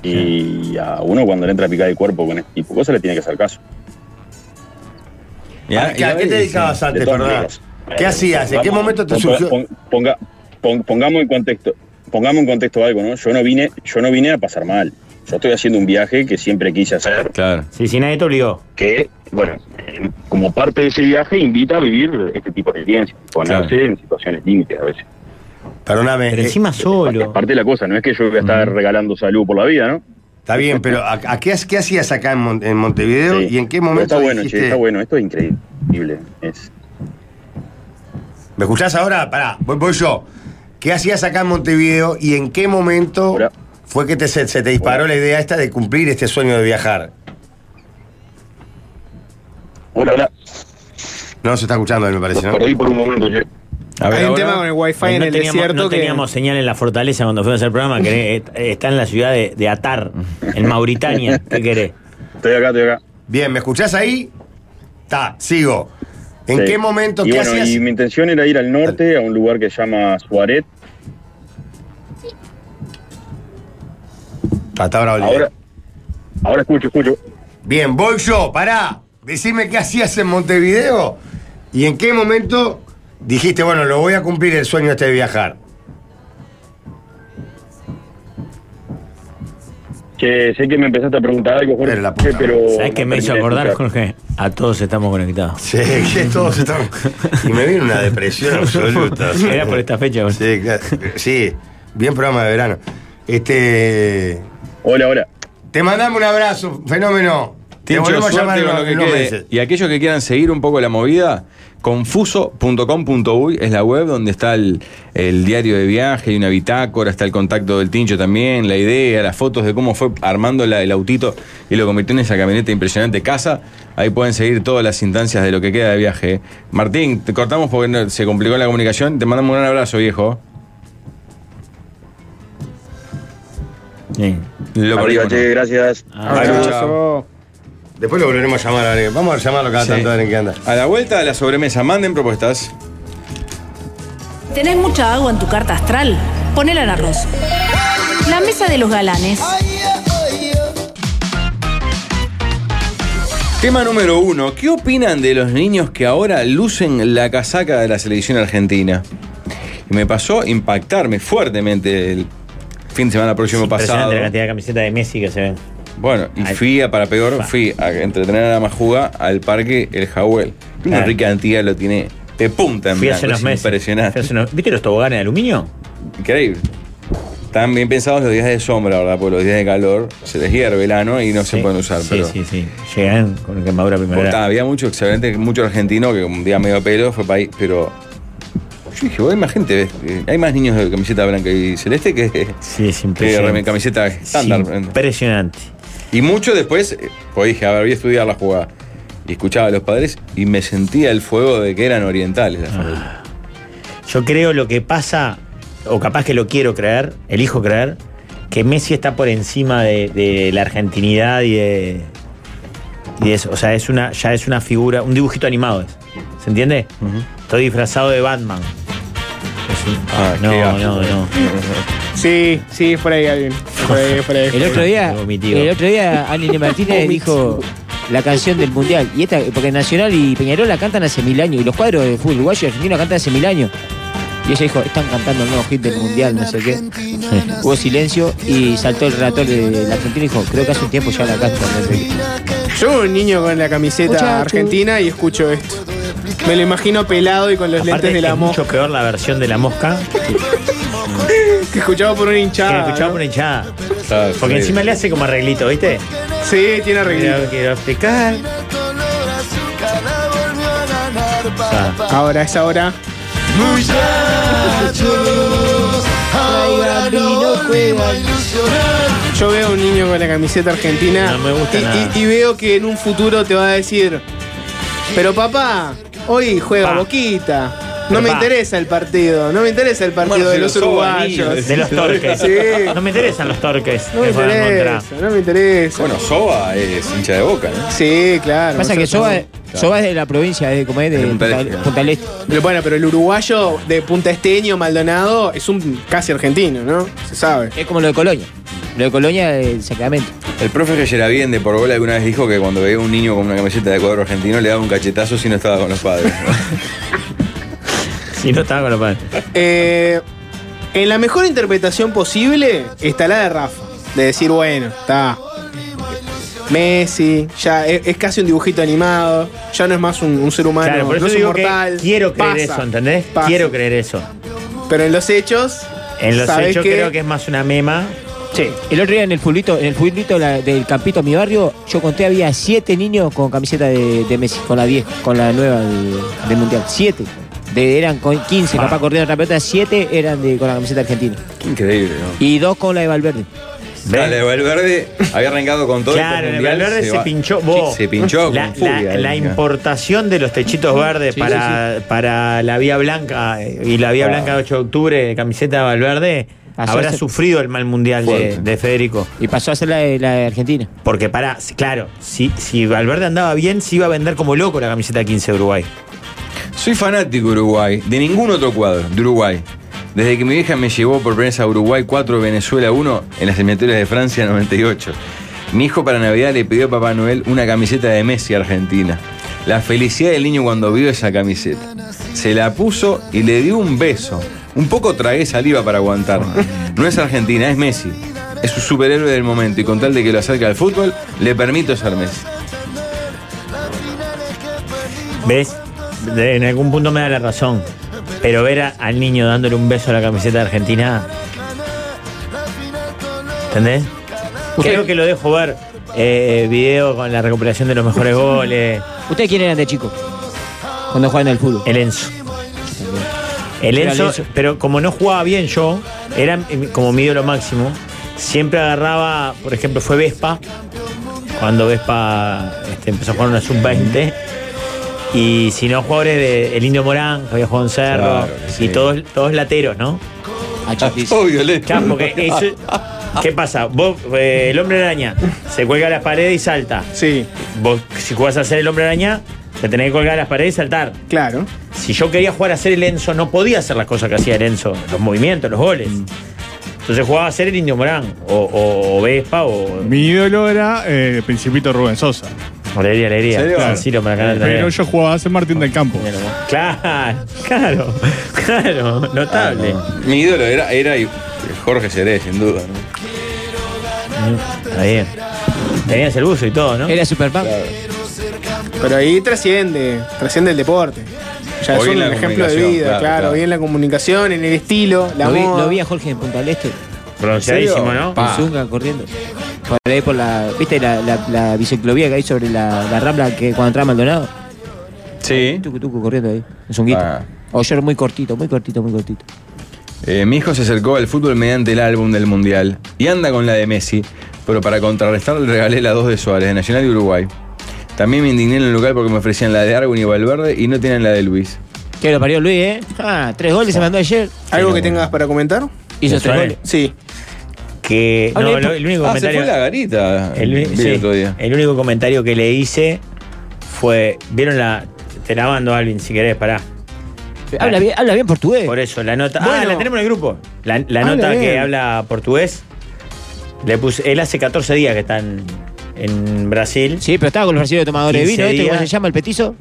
Y a uno cuando le entra a picar el cuerpo con este tipo de cosas le tiene que hacer caso.
¿A qué- a qué Ah, te dedicabas antes,
De todas
perdón?
maneras.
¿Qué hacías? ¿En qué
Pongamos-
momento te
pon-
surgió?
pon- ponga- pon- pongamos en contexto, pongamos en contexto algo, ¿no? Yo no vine, yo no vine a pasar mal. Yo estoy haciendo un viaje que siempre quise hacer.
Claro.
Sí, si nadie te obligó.
que, bueno, eh, como parte de ese viaje invita a vivir este tipo de experiencias, ponerse en situaciones límites a veces. Eh,
Perdóname. eh,
Pero encima solo.
Parte de la cosa, no es que yo voy a estar regalando salud por la vida, ¿no?
Está bien, pero ¿a, a qué, qué hacías acá en, Mon- en Montevideo
Sí.
y en qué
Pero
momento
está bueno, che,
dijiste-
está bueno, esto es increíble. Es,
¿Me escuchás ahora? Pará, voy, voy yo. ¿Qué hacías acá en Montevideo y en qué momento fue que te, se, se te disparó la idea esta de cumplir este sueño de viajar?
Hola, hola.
No se está escuchando, me parece, ¿no?
por un momento,
Hay un tema con el wifi
Ay,
en
Eh, no
el
teníamos,
desierto
no
que.
teníamos señal en la fortaleza cuando fuimos al programa, que eh, está en la ciudad de, de Atar, en Mauritania. ¿Qué querés?
Estoy acá, estoy acá.
Bien, ¿me escuchás ahí? Está, sigo. ¿En
Sí.
qué momento,
Y
qué
bueno,
hacías?
Y mi intención era ir al norte, a un lugar que se llama Suaret. ahora, ahora escucho, escucho.
Bien, voy yo, pará. Decime qué hacías en Montevideo y en qué momento dijiste, bueno, lo voy a cumplir el sueño este de viajar.
Che, sé que me empezaste a preguntar algo, Jorge, pero...
¿Sabés qué me hizo acordar, Jorge? A todos estamos conectados.
Sí, que todos estamos. Y me vino una depresión absoluta. o sea,
Era por esta fecha, boludo.
Sí, claro. Sí, bien programa de verano. Este.
Hola, hola.
Te mandamos un abrazo, fenómeno. Te
Tincho,
volvemos a llamar
suerte
en
con
unos-
lo que
en unos
quede.
meses.
Y aquellos que quieran seguir un poco la movida, confuso.com.uy es la web donde está el, el diario de viaje, hay una bitácora, está el contacto del tincho también, la idea, las fotos de cómo fue armando la- el autito y lo convirtió en esa camioneta impresionante casa. Ahí pueden seguir todas las instancias de lo que queda de viaje. eh. Martín, te cortamos porque no- se complicó la comunicación. Te mandamos un gran abrazo, viejo. Lo
Arriba,
perdimos,
che, gracias.
Ah, Abrazo. Chao.
Después lo volveremos a llamar a alguien. Vamos a llamarlo cada
Sí.
tanto a ver en qué anda.
A la vuelta de la sobremesa, manden propuestas.
¿Tenés mucha agua en tu carta astral? Ponela en arroz. La mesa de los galanes.
Tema número uno. ¿Qué opinan de los niños que ahora lucen la casaca de la selección argentina? Me pasó impactarme fuertemente el fin de semana próximo pasado.
Impresionante la cantidad de camisetas de Messi que se ven.
Bueno, y fui a, para peor, fui a entretener a la majuga al parque El Jawel. Una
Claro.
rica Antía lo tiene de punta en
Fui
blanco.
hace unos
es
meses.
Impresionante.
¿Viste los toboganes de aluminio?
Increíble. Están bien pensados los días de sombra, ¿verdad? Porque los días de calor se les hierve el ano y no se pueden usar.
sí,
pero
sí, sí. Llegan con quemadura
Cortá,
primavera.
ah, había mucho excelente, mucho argentino que un día medio pelo fue país, pero yo dije, bueno, hay más gente, ¿ves? eh, hay más niños de camiseta blanca y celeste que,
Sí, es
que
impresionante.
rem- camiseta estándar.
Impresionante.
Y mucho después, eh, pues dije, a ver, voy a estudiar la jugada. Y escuchaba a los padres y me sentía el fuego de que eran orientales
Ah.
las familias.
Yo creo lo que pasa, o capaz que lo quiero creer, elijo creer, que Messi está por encima de, de la argentinidad y de. y de eso. O sea, es una, ya es una figura, un dibujito animado. es. ¿Se entiende? Estoy disfrazado de Batman. Es un-
Ah,
no, no, no.
Sí, sí, por ahí alguien. Por ahí, por ahí.
El otro día,
Vomitivo.
el otro día Aline Martínez dijo la canción del mundial. Y esta, porque Nacional y Peñarol la cantan hace mil años. Y los cuadros de fútbol uruguayo y argentino la cantan hace mil años. Y ella dijo, están cantando el nuevo hit del mundial, no sé qué. Hubo silencio y saltó el relator de la Argentina y dijo, creo que hace un tiempo ya la cantan. no sé
Yo un niño con la camiseta
Muchacho.
argentina y escucho esto. Me lo imagino pelado y con los
Aparte,
lentes de la
es
mosca.
mucho peor la versión de la mosca
Que escuchaba por una
que la
hinchada.
escuchaba
¿no?
por hinchada. Porque
sí.
encima le hace como arreglito, ¿viste?
Sí, tiene arreglito.
Quiero, quiero explicar.
Ahora es ahora.
Muchachos, ahora no vuelvo a ilusionar.
Yo veo a un niño con la camiseta argentina
No me gusta
y, y-
nada.
y veo que en un futuro te va a decir, pero papá, hoy juega
Pa.
Boquita.
Pero
No me
pa.
interesa el partido, no me interesa el partido
Bueno,
de
si
los
los
uruguayos.
sobaníos.
De los torques.
Sí.
No me interesan los torques.
No me
que juegan contra.
interesa, no me interesa.
Bueno, Soba es hincha de boca, ¿no?
Sí, claro.
qué. Pasa que
nosotros
Soba,
también.
Soba es de la provincia, es de, como es de
Punta del
Punta,
Este.
Punta del Este.
Pero bueno, pero el uruguayo de Punta Esteño, Maldonado, es un casi argentino, ¿no? Se sabe.
Es como lo de Colonia. Lo de Colonia eh, del Sacramento.
El profe Gerabién de Por Bola alguna vez dijo que cuando veía un niño con una camiseta de cuadro argentino le daba un cachetazo si no estaba con los padres. ¿no?
Si no estaba con los padres.
Eh, en la mejor interpretación posible está la de Rafa. De decir, bueno, está. Messi, ya es, es casi un dibujito animado, ya no es más un, un ser humano,
Claro, por eso
no es un
digo que
mortal.
quiero creer
Pasa.
eso, ¿entendés?
Pasa.
Quiero creer eso.
Pero en los hechos,
En los
¿sabés
hechos
qué?
creo que es más una mema.
Sí.
El otro día en el fulito, en el fulito la- del campito de mi barrio, yo conté había siete niños con camiseta de, de Messi, con la vieja, con la nueva del del mundial. Siete. De, eran con 15,
Ah.
capaz corrieron la pelota, siete eran de, con la camiseta argentina.
Qué increíble, ¿no?
Y dos con la de Valverde.
¿Ves?
Dale, Valverde había arrancado con todo
Claro,
el
el
mundial,
Valverde se,
va-
pinchó. vos,
Se pinchó con
la, la-
furia.
la
¿eh?
importación de los techitos verdes
Sí,
para, para la Vía Blanca eh, y la Vía
Ah.
Blanca de 8 de octubre, de camiseta de Valverde,
Pasó
habrá
ese-
sufrido el mal mundial de,
Fuerte.
de Federico.
Y pasó a ser la de, la de Argentina.
Porque para, claro, si, si Valverde andaba bien, se iba a vender como loco la camiseta 15 de Uruguay.
Soy fanático de Uruguay, de ningún otro cuadro, de Uruguay. Desde que mi vieja me llevó por primera vez a Uruguay 4, Venezuela 1, en las eliminatorias de Francia 98. Mi hijo para Navidad le pidió a Papá Noel una camiseta de Messi Argentina. La felicidad del niño cuando vio esa camiseta. Se la puso y le dio un beso. Un poco tragué saliva para aguantar. No es Argentina, es Messi. Es su superhéroe del momento y con tal de que lo acerque al fútbol, le permito ser Messi.
¿Ves? De- en algún punto me da la razón. Pero ver a- al niño dándole un beso a la camiseta de Argentina. ¿Entendés? Creo que lo dejo ver eh, video con la recuperación de los mejores goles.
¿Ustedes quién eran de chico? Cuando jugaban al fútbol.
El Enzo. El
Era
Enzo,
el Enzo.
pero como no jugaba bien yo, era eh, como mi ídolo máximo. Siempre agarraba, por ejemplo, fue Vespa, cuando Vespa este, empezó a jugar una sub-20. Y si no, jugadores de El Indio Morán, que había jugado en Cerro,
Claro que sí.
y todos, todos lateros, ¿no?
A Chapis.
Todo violento.
Claro, porque eso- ¿Qué pasa? Vos, eh, el hombre araña, se cuelga a las paredes y salta.
Sí,
Vos, si jugás a ser el hombre araña, te tenés que colgar a las paredes y saltar.
claro.
Si yo quería jugar a ser el Enzo, no podía hacer las cosas que hacía el Enzo, los movimientos, los goles.
Mm.
Entonces jugaba a ser el Indio Morán, o, o- o Vespa, o.
Mi ídolo era eh, Principito Rubén Sosa.
Alegría, alegría.
¿Serio?
San Siro para Canal
Pero
también.
yo jugaba a San Martín del Campo.
Claro, claro, claro, notable.
Ah, Mi ídolo era, era y- Jorge Seré, sin duda.
Está bien. Tenías el buzo y todo, ¿no?
Era Superman.
Pero ahí trasciende, trasciende el deporte. Ya
Hoy
es
en
un
la
ejemplo de
comunicación,
vida,
claro,
claro,
claro.
Bien en la comunicación, en el estilo, la
lo, vi,
moda.
lo vi a Jorge en Punta del Este.
Bronceadísimo, ¿no?
Con Zunga corriendo. Por ahí por la. ¿Viste la, la, la biciclovía que hay sobre la, la rambla que cuando entra Maldonado?
Sí.
Tucu tucu corriendo ahí. En Zunguito.
Ah,
O yo era muy cortito, muy cortito, muy cortito.
Eh, mi hijo se acercó al fútbol mediante el álbum del Mundial y anda con la de Messi, pero para contrarrestar le regalé la dos de Suárez, de Nacional y Uruguay. También me indigné en el local porque me ofrecían la de Argun y Valverde y no tienen la de Luis.
Que lo parió Luis, ¿eh? Ah, tres goles se mandó ayer.
¿Algo que tengas para comentar?
Hizo tres
Suárez.
goles.
Sí.
Que.
Habla
No,
de
lo-
po-
el único
Ah, se
comentario.
fue la garita.
El,
vi
sí,
el otro día.
el único comentario que le hice fue. ¿Vieron la. Te la mando, Alvin, si querés, pará. Ah,
Habla bien, habla bien portugués.
Por eso, la nota. Ah,
Bueno.
la tenemos en el grupo. La, la
Habla
nota que
bien.
habla portugués. Le puse. Él hace 14 días que está en, en Brasil.
Sí, pero estaba con los brasileños tomadores de vino, ¿este cómo se llama? El petizo.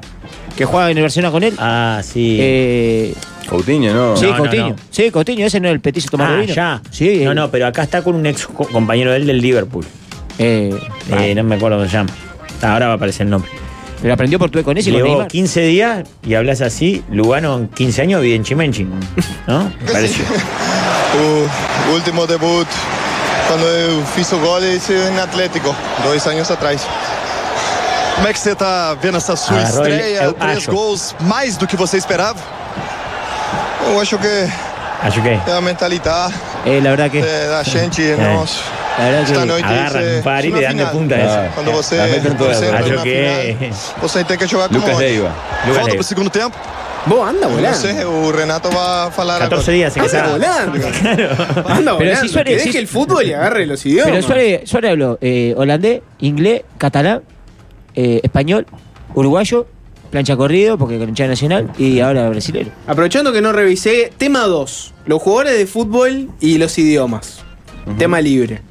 Que jugaba en el Barcelona con él.
Ah, sí.
Eh,
Coutinho, ¿no?
sí,
No, no,
Coutinho.
no.
Sí, Eh, Coutinho, ese no es el petizo tomador
Ah,
de vino.
ya.
Sí.
No, no, pero acá está con un ex co- compañero de él del Liverpool.
Eh,
Eh, no me acuerdo cómo se llama. Ah, Ahora va a aparecer el nombre.
Pero aprendió portugués con ese y con
Llevó
Neymar.
15 días y hablas así, Lugano en 15 años vive en Chimenchi. ¿No? Me pareció.
O último debut, quando eu fiz o gol, esse em Atlético, dois anos atrás. Como é que você está vendo essa sua
Agarrou ele,
estreia?
Ah, eu
Três
acho.
gols mais do que você esperava? Eu acho que
Acho que.
é a mentalidade
Eh, la verdad que.
eh, da gente.
É.
Nós,
La verdad que.
esta noite,
Agarran
isso é
un par y
uma
le dan de
final.
punta a eso.
Quando você
La meten todas.
Ah,
concentra
Acho
na
que.
final, você tem que jogar como
Lucas
hoje.
Leiva.
Lucas
Volta
Leiva.
pro segundo tempo.
Vos anda
Não
volando.
sei, o uh, Renato vai falar agora.
14 días se
Anda
quedaba.
volando. Anda
Pero
volando.
si Suárez-
que deje
si-
el fútbol y agarre los idiomas.
Pero Suárez, Suárez habló eh, holandés, inglés, catalán, eh, español, uruguayo, plancha corrido, porque con hinchada nacional, y ahora brasilero.
Aprovechando que no revisé, tema 2. Los jugadores de fútbol y los idiomas. Tema libre.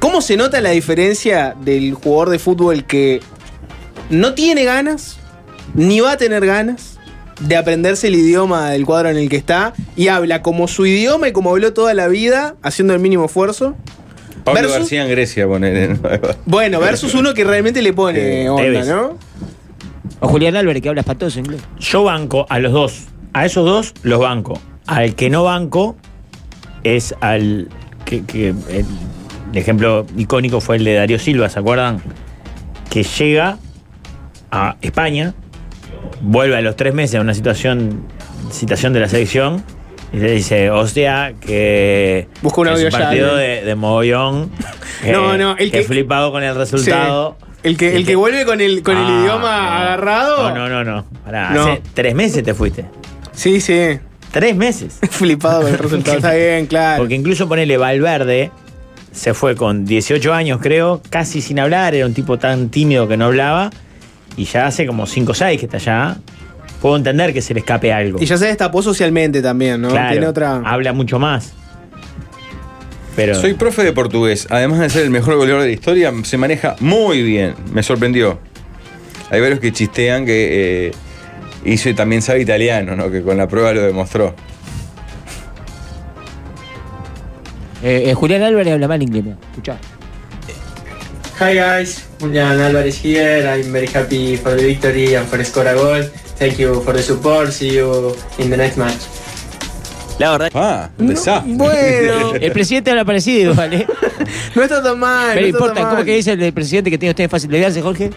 ¿Cómo se nota la diferencia del jugador de fútbol que no tiene ganas, ni va a tener ganas, de aprenderse el idioma del cuadro en el que está y habla como su idioma y como habló toda la vida, haciendo el mínimo esfuerzo?
Pablo
Versus-
García en Grecia, poner.
Bueno, versus uno que realmente le pone onda,
Eh, Tevez.
¿no?
O Julián Álvarez, que habla espantoso inglés.
Yo banco a los dos. A esos dos los banco. Al que no banco es al. Que, que el, el ejemplo icónico fue el de Darío Silva, ¿se acuerdan? Que llega a España, vuelve a los tres meses a una situación, citación de la selección, y le dice, o sea, que.
Busca un
es
audio allá,
partido
¿no?
de, de mogollón.
No, no,
el
el
que,
que-
flipado con el
Sí.
resultado.
El que, el que vuelve con el, con el
Ah,
idioma
no.
agarrado.
No, no, no, no. Pará,
No.
hace tres meses te fuiste.
Sí, sí.
Tres meses.
Flipado con el resultado. Está bien, claro.
Porque incluso ponele Valverde, se fue con 18 años, creo, casi sin hablar, era un tipo tan tímido que no hablaba, y ya hace como 5 o 6 que está allá. Puedo entender que se le escape algo.
Y ya se destapó socialmente también, ¿no?
Claro,
Tiene otra.
Habla mucho más. Pero
Soy profe de portugués. Además de ser el mejor goleador de la historia, se maneja muy bien. Me sorprendió. Hay varios que chistean que eh, hizo y también sabe italiano, ¿no? Que con la prueba lo demostró.
Eh, eh, Julián Álvarez habla mal inglés, mira. escuchá.
Hi guys, Julian Alvarez here. I'm very happy for the victory and for score a goal. Thank you for the support. See you in the next match.
La verdad.
Ah, un desastre.
Bueno,
El presidente habla parecido, ¿vale?
no está tan mal.
Pero
no está
importa,
tan
¿cómo
mal.
que dice el presidente que tiene usted fácil de verse, Jorge?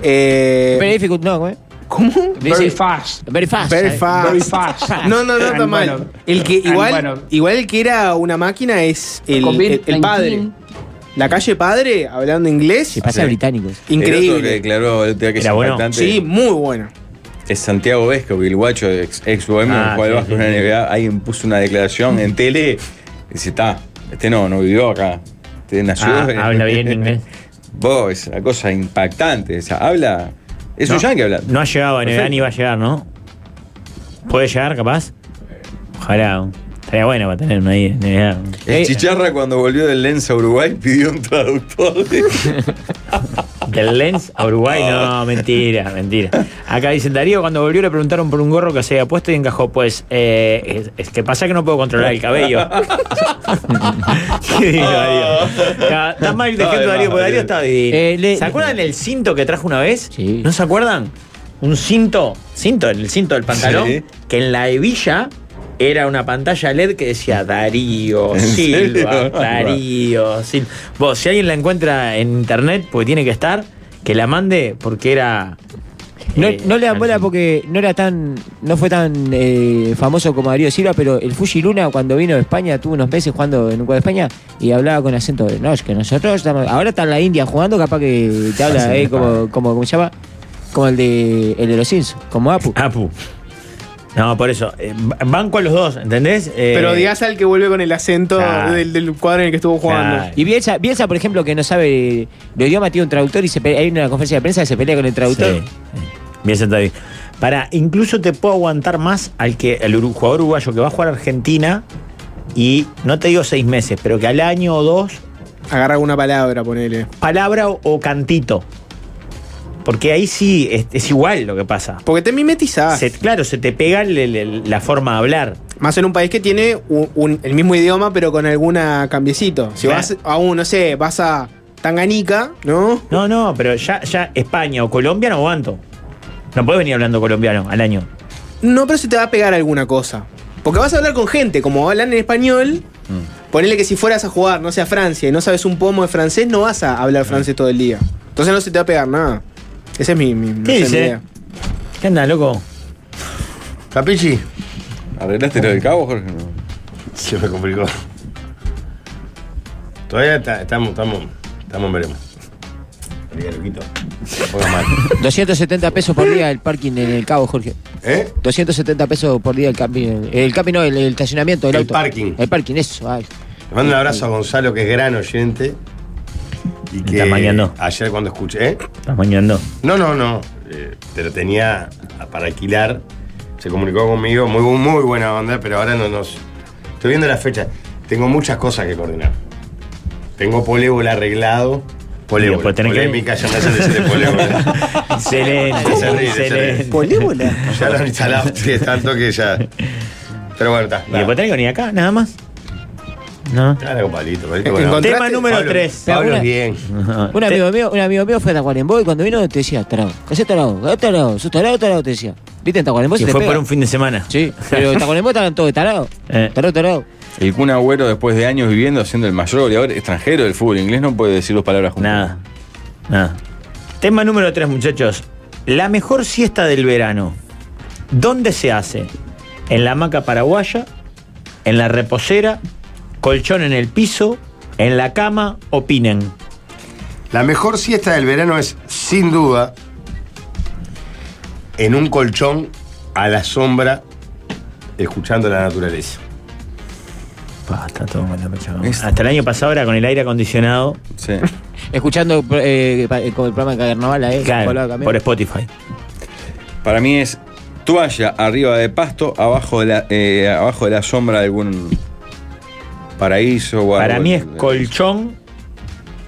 Eh,
Very difficult, no, ¿eh?
¿Cómo?
Very
fast.
Very fast.
Very
¿sabes?
fast.
Very fast.
No, no, no
And
está mal.
bueno.
El que
And
igual,
bueno.
igual el que era una máquina es el, el- el padre. La calle padre, hablando inglés,
Pasa
Sí.
británicos.
El otro que
increíble.
declaró el otro día que
Era
es
bueno.
impactante
Sí, muy bueno.
es Santiago Vesco, que el guacho ex, ex bohemio
Ah,
que jugó al
sí,
Vasco en
sí,
la
sí.
NBA. Alguien puso una declaración en tele. Dice, está, este no, no vivió acá. Este nació.
Ah, habla bien inglés.
Vos, es una cosa impactante. O sea, habla. Es un
No.
yankee hablando.
no ha llegado a NBA ni va a llegar, ¿no? ¿Puede llegar, capaz? Ojalá. Estaría bueno para tener una ahí en NBA.
El Chicharra cuando volvió del Lenza a Uruguay pidió un traductor.
Del Lens a Uruguay,
Ah.
no, mentira, mentira. Acá dicen, Darío, cuando volvió le preguntaron por un gorro que se había puesto y encajó, pues, eh, es, es que pasa que no puedo controlar el cabello. ¿Qué dijo Darío? Ya, Está mal de
No,
ejemplo
Ah. de más,
Darío, porque Darío
Darío.
está divino. ¿Se acuerdan el cinto que trajo una vez? ¿No se acuerdan? Un cinto, cinto, el cinto del pantalón,
Sí.
que en la hebilla era una pantalla LED que decía Darío
¿En
Silva,
serio?
Darío Silva. Vos, si alguien la encuentra en internet, porque tiene que estar, que la mande porque era...
No,
eh,
no le dan bola porque no era tan, no fue tan eh, famoso como Darío Silva, pero el Fuji Luna cuando vino de España tuvo unos meses jugando en un cuadro de España y hablaba con acento de no, es que nosotros estamos- ahora está en la India jugando, capaz que te
Ah, Sí,
habla eh,
me
como, como, como se llama, como el de el de los Sims, como Apu.
Apu. No, por eso. eh, ba- banco a los dos, ¿entendés? Eh,
Pero odias al que vuelve con el acento
claro.
del, del cuadro en el que estuvo jugando.
Claro.
Y Bielsa, Bielsa, por ejemplo, que no sabe los idiomas, tiene un traductor y se pe- hay una conferencia de prensa que se pelea con el traductor.
Sí, Bien sentado ahí. Para, incluso te puedo aguantar más al que el uru- jugador uruguayo que va a jugar a Argentina y no te digo seis meses, pero que al año o dos.
Agarra una palabra, ponele.
Palabra o, o cantito. Porque ahí sí es, es igual lo que pasa.
Porque te mimetizás.
claro, se te pega el- el- el- la forma de hablar.
Más en un país que tiene un- un- el mismo idioma, pero con alguna cambiecito. Si
Claro.
vas a un, no sé, vas a Tanganica, ¿no?
No, no, pero ya, ya España o Colombia no aguanto. No puedes venir hablando colombiano al año.
No, pero se te va a pegar alguna cosa. Porque vas a hablar con gente, como hablan en español.
Mm.
Ponele que si fueras a jugar, no sé, a Francia y no sabes un pomo de francés, no vas a
Ah.
hablar francés todo el día. Entonces no se te va a pegar nada. Esa es mi, mi, no sé, mi
dice?
idea.
¿Qué anda, loco?
Capichi.
¿Arreglaste lo del cabo, Jorge?
Se me complicó. Todavía está- estamos, estamos, estamos en veremos. Olvida, loquito. No pongas mal.
270 pesos por día el parking en el cabo, Jorge.
¿Eh?
270 pesos por día el camping. El camping no, el, el estacionamiento del
El
auto.
parking.
El parking, eso. ay.
Le mando un abrazo a Gonzalo, que es gran oyente. Y que
Está mañando.
ayer cuando escuché. ¿eh?
Estás mañando.
No, no, no. eh, pero tenía a- para alquilar. Se comunicó conmigo. Muy, bu- muy buena onda, pero ahora no nos. Estoy viendo la fecha. Tengo muchas cosas que coordinar. Tengo polébola arreglado. Polébola.
después pues tenés que-
Polémica, ya me hacen decir de polébola.
Excelente,
Se ríe, se ríe.
excelente.
Ya lo han instalado. Sí, es tanto que ya. Pero bueno, está.
Y después tenés que venir acá, nada más. No.
Claro, palito, palito.
Tema número tres.
Pablo,
Pero
es
una-
bien.
Ah, eh.
Un amigo, mío, un amigo mío fue a Tacuarembó y cuando vino te decía, tarado, ¿qué haces tarado? ¿Qué haces tarado? ¿Sos tarado tarado? Te decía. ¿Viste en Tacuarembó?
Que
se te
fue
pega.
por un Eh. fin de semana.
Sí, Pero en Tacuarembó estaban todos tarados. Tarado, tarado.
El Kun Agüero, después de años viviendo, siendo el mayor goleador extranjero del fútbol inglés, no puede decir dos palabras juntas.
Nada. Nada. Tema número 3, muchachos. La mejor siesta del verano. ¿Dónde se hace? ¿En la hamaca paraguaya? ¿En la reposera? ¿Colchón en el piso? ¿En la cama? Opinen.
La mejor siesta del verano es, sin duda, en un colchón a la sombra, escuchando la naturaleza.
Mm. Pa, está todo mal, me Hasta el año pasado era con el aire acondicionado.
Sí.
Escuchando eh, pa- eh, con el programa de Carnaval, eh. Colado también.
Spotify.
Para mí es toalla arriba de pasto, abajo de la, eh, abajo de la sombra de algún paraíso. o
Para
algo.
mí es colchón,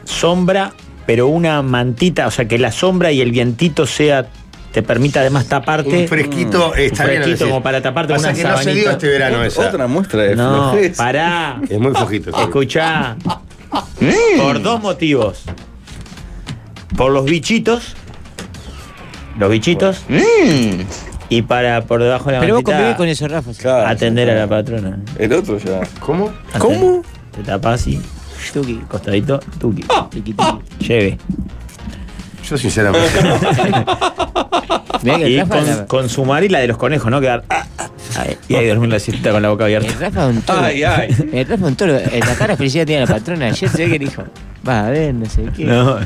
sombra, pero una mantita, o sea, que la sombra y el vientito sea te permita además taparte. Mm.
Un fresquito, está
un
bien lo
fresquito
decís.
como para taparte con
Pasa
una
que no se
sabanita.
dio este verano Ot- esa. otra muestra de
No,
flojez.
pará.
Es muy flojito.
Escuchá.
Mm.
Por dos motivos. Por los bichitos. Los bichitos.
Mm.
Y para por debajo de la
Pero vos
mantita,
convivís con eso, Rafa.
atender a la patrona.
El otro ya.
¿Cómo?
¿Cómo? Te tapas y. Costadito, tuqui.
Ah.
Tiqui, tiqui. Lleve.
Yo sinceramente.
Mirá que el
y
Rafa
con-
la-
consumar y la de los conejos, ¿no? Quedar. ah, ah, ah, y ahí dormir la siesta con la boca abierta.
El Rafa es un toro.
Ay, ay.
El Rafa es un toro. Eh, La cara felicidad tiene la patrona. Ayer se ve que dijo, va a ver, no sé qué.
No.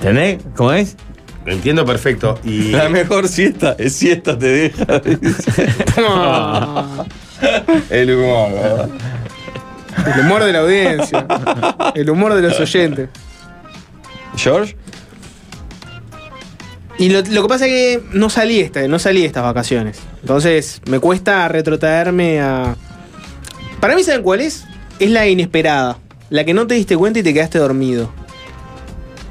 ¿Entendés? ¿Cómo es?
Lo entiendo perfecto. Y...
La mejor siesta es siesta te deja.
El humor. ¿eh?
El humor de la audiencia. El humor de los oyentes.
¿George?
Y lo, lo que pasa es que no salí, esta, no salí estas vacaciones. Entonces me cuesta retrotraerme a... Para mí, ¿saben cuál es? Es la inesperada. La que no te diste cuenta y te quedaste dormido.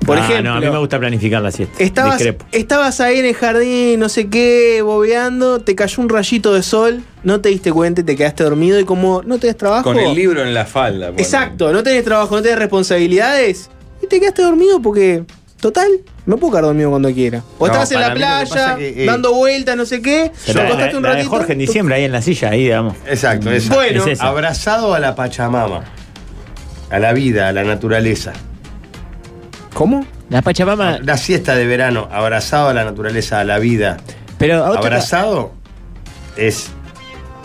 Por
Ah,
ejemplo,
No, a mí me gusta planificar la siesta.
Estabas,
Discrepo.
estabas ahí en el jardín, no sé qué, bobeando, te cayó un rayito de sol, no te diste cuenta y te quedaste dormido y como no tenés trabajo.
Con el libro en la falda. ponle.
Exacto, no tenés trabajo, no tenés responsabilidades y te quedaste dormido porque, total, me puedo quedar dormido cuando quiera.
No,
O estabas en la
para mí lo que
playa,
pasa que, eh,
dando vueltas, no sé qué,
La-
te
la-
acostaste un
la de
ratito.
Jorge en diciembre, ahí en la silla, ahí, digamos. Mm,
Exacto, exacto.
Bueno.
Es esa. abrazado a la Pachamama, a la vida, a la naturaleza. Ah,
¿Cómo?
La Pachamama.
La siesta de verano, abrazado a la naturaleza, a la vida.
Pero
otra-
abrazado es.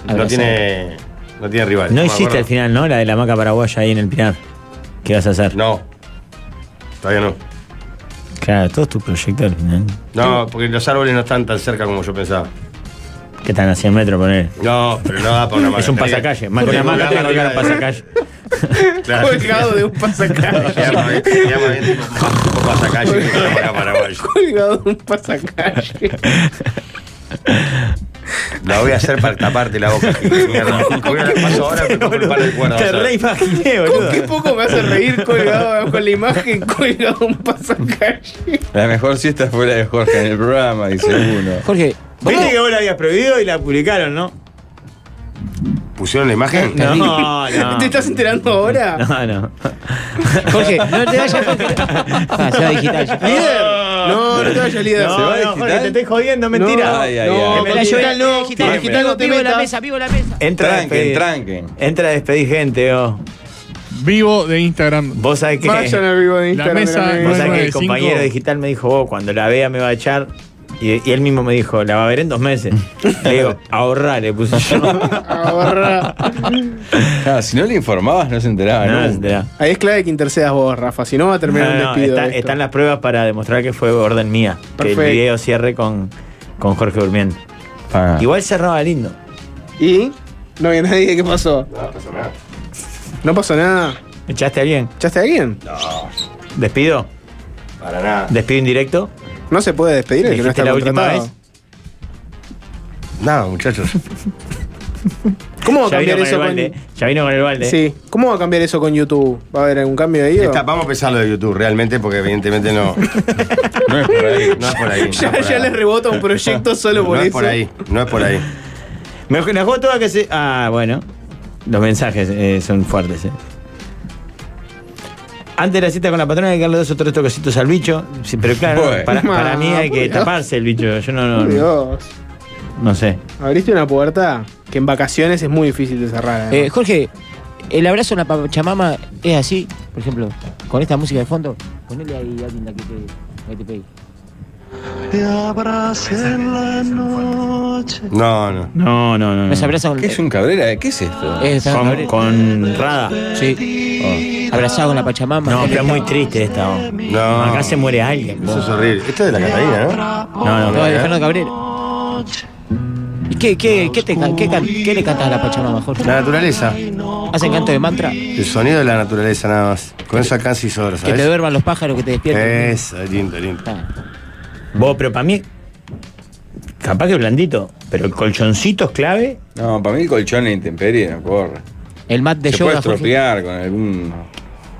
No
Abrazado.
tiene. No tiene rival.
No
me
hiciste
acuerdo.
al final, ¿no? La de la maca paraguaya ahí en el Pinar. ¿Qué vas a hacer?
No. Todavía no.
Claro, todo es tu proyecto al final.
No, porque los árboles no están tan cerca como yo pensaba.
¿Qué están a 100 metros poner?
No, pero no da para una maca.
Es un pasacalle. Más que una maca, tengo que ir a un pasacalle.
Claro.
Colgado de un pasacalle.
eh, Un pasacalle que es la maca paraguaya.
Colgado de un pasacalle.
La voy a hacer para taparte la boca. Gil, Mierda. Voy a la paso ahora, pero por el palo del cuerno.
Te
vas a ver.
reimaginé, boludo.
Qué poco me hace reír colgado con la imagen colgado de un pasacalle.
La mejor siesta fue la de Jorge en el programa, dice uno.
Jorge.
Viste que vos la habías prohibido y la publicaron, ¿no?
¿Pusieron la imagen?
No, no.
¿Te estás enterando ahora?
No, no.
Jorge, no te vayas, Jorge. Ah, se va digital.
¡Líder! No, no te vayas, líder.
No, no, Jorge, te estoy jodiendo, mentira.
No, Ay, ay,
no,
ay.
que me la llevé.
Digital no,
digital,
Tírenme.
digital no te
Vivo la
metas.
mesa, vivo la mesa.
Entra a
Tranquen,
despedir.
tranquen.
Entra a despedir gente, oh.
Vivo de Instagram.
Vos sabés que.
Vayan al vivo de
La
Instagram.
mesa
de la
Vos sabés que el
995.
compañero digital me dijo, vos, cuando la vea me va a echar. Y, y él mismo me dijo, la va a ver en dos meses. Le digo, ahorrá, le puse yo.
Ahorra.
Claro, si no le informabas, no se enteraba.
No,
nunca.
no se enteraba.
Ahí es clave que intercedas vos, Rafa, si no va a terminar
No,
un
no,
despido.
está-
esto.
están las pruebas para demostrar que fue orden mía. Que
Perfecto.
el video cierre con, con Jorge durmiendo.
Ah.
Igual cerraba lindo.
¿Y? No había nadie, ¿qué pasó? No pasó nada.
¿Echaste a alguien?
¿Echaste a alguien?
¿Despido?
Para nada.
¿Despido indirecto?
No se puede despedir el que no
¿Dijiste
está
la última
contratado.
vez?
No, muchachos.
¿Cómo va a
Ya vino
cambiar
con el
eso
balde.
con
Ya vino con el balde.
Sí, ¿cómo va a cambiar eso con YouTube? ¿Va a haber algún cambio ahí? o?
Está- vamos a pensar lo de YouTube realmente, porque evidentemente no,
No es por ahí.
no es por ahí. no es
Ya,
por
ya
ahí.
le rebota un proyecto solo por
No
eso.
es por ahí, no es por ahí.
Me la juego toda que se. Ah, bueno. Los mensajes eh, son fuertes, eh. Antes de la cita con la patrona hay que darle dos o tres toquecitos al bicho. Sí, pero claro,
Bueno.
para, para mí hay
Ah, por
que
Dios.
taparse el bicho. Yo no, no,
Por
no,
Dios.
no sé.
Abriste una puerta que en vacaciones es muy difícil de cerrar. además.
Eh, Jorge, el abrazo a la pachamama Ah, es así, por ejemplo, con esta música de fondo. Ponele ahí a alguien la que te, la que te pedí.
No, no.
No, no, no.
Nos
no.
abraza con
¿Qué es un cabrera? ¿Qué es esto?
es,
Con, con Rada.
Sí,
Oh.
abrazado con la pachamama.
No, pero es muy triste esta. oh.
No.
Acá se muere alguien.
Eso
vos.
es horrible. Esto es de la Catalina, ¿no?
No,
No,
no.
de Fernando Cabrera. ¿Y qué, qué, qué, te can- qué can- qué le cantas a la pachamama, Jorge?
La naturaleza.
¿Hacen canto de mantra? Que
El sonido de la naturaleza nada más. Con eso acá sí sobra,
te
¿sabes?
duerman los pájaros, que te despierten.
Eso, lindo, lindo.
Ah,
Vos, Oh, pero para mí. Capaz que blandito. Pero el colchoncito es clave.
No, para mí el colchón en la intemperie no corre.
El mat de
Se puede
yoga, Jorge.
estropear con algún.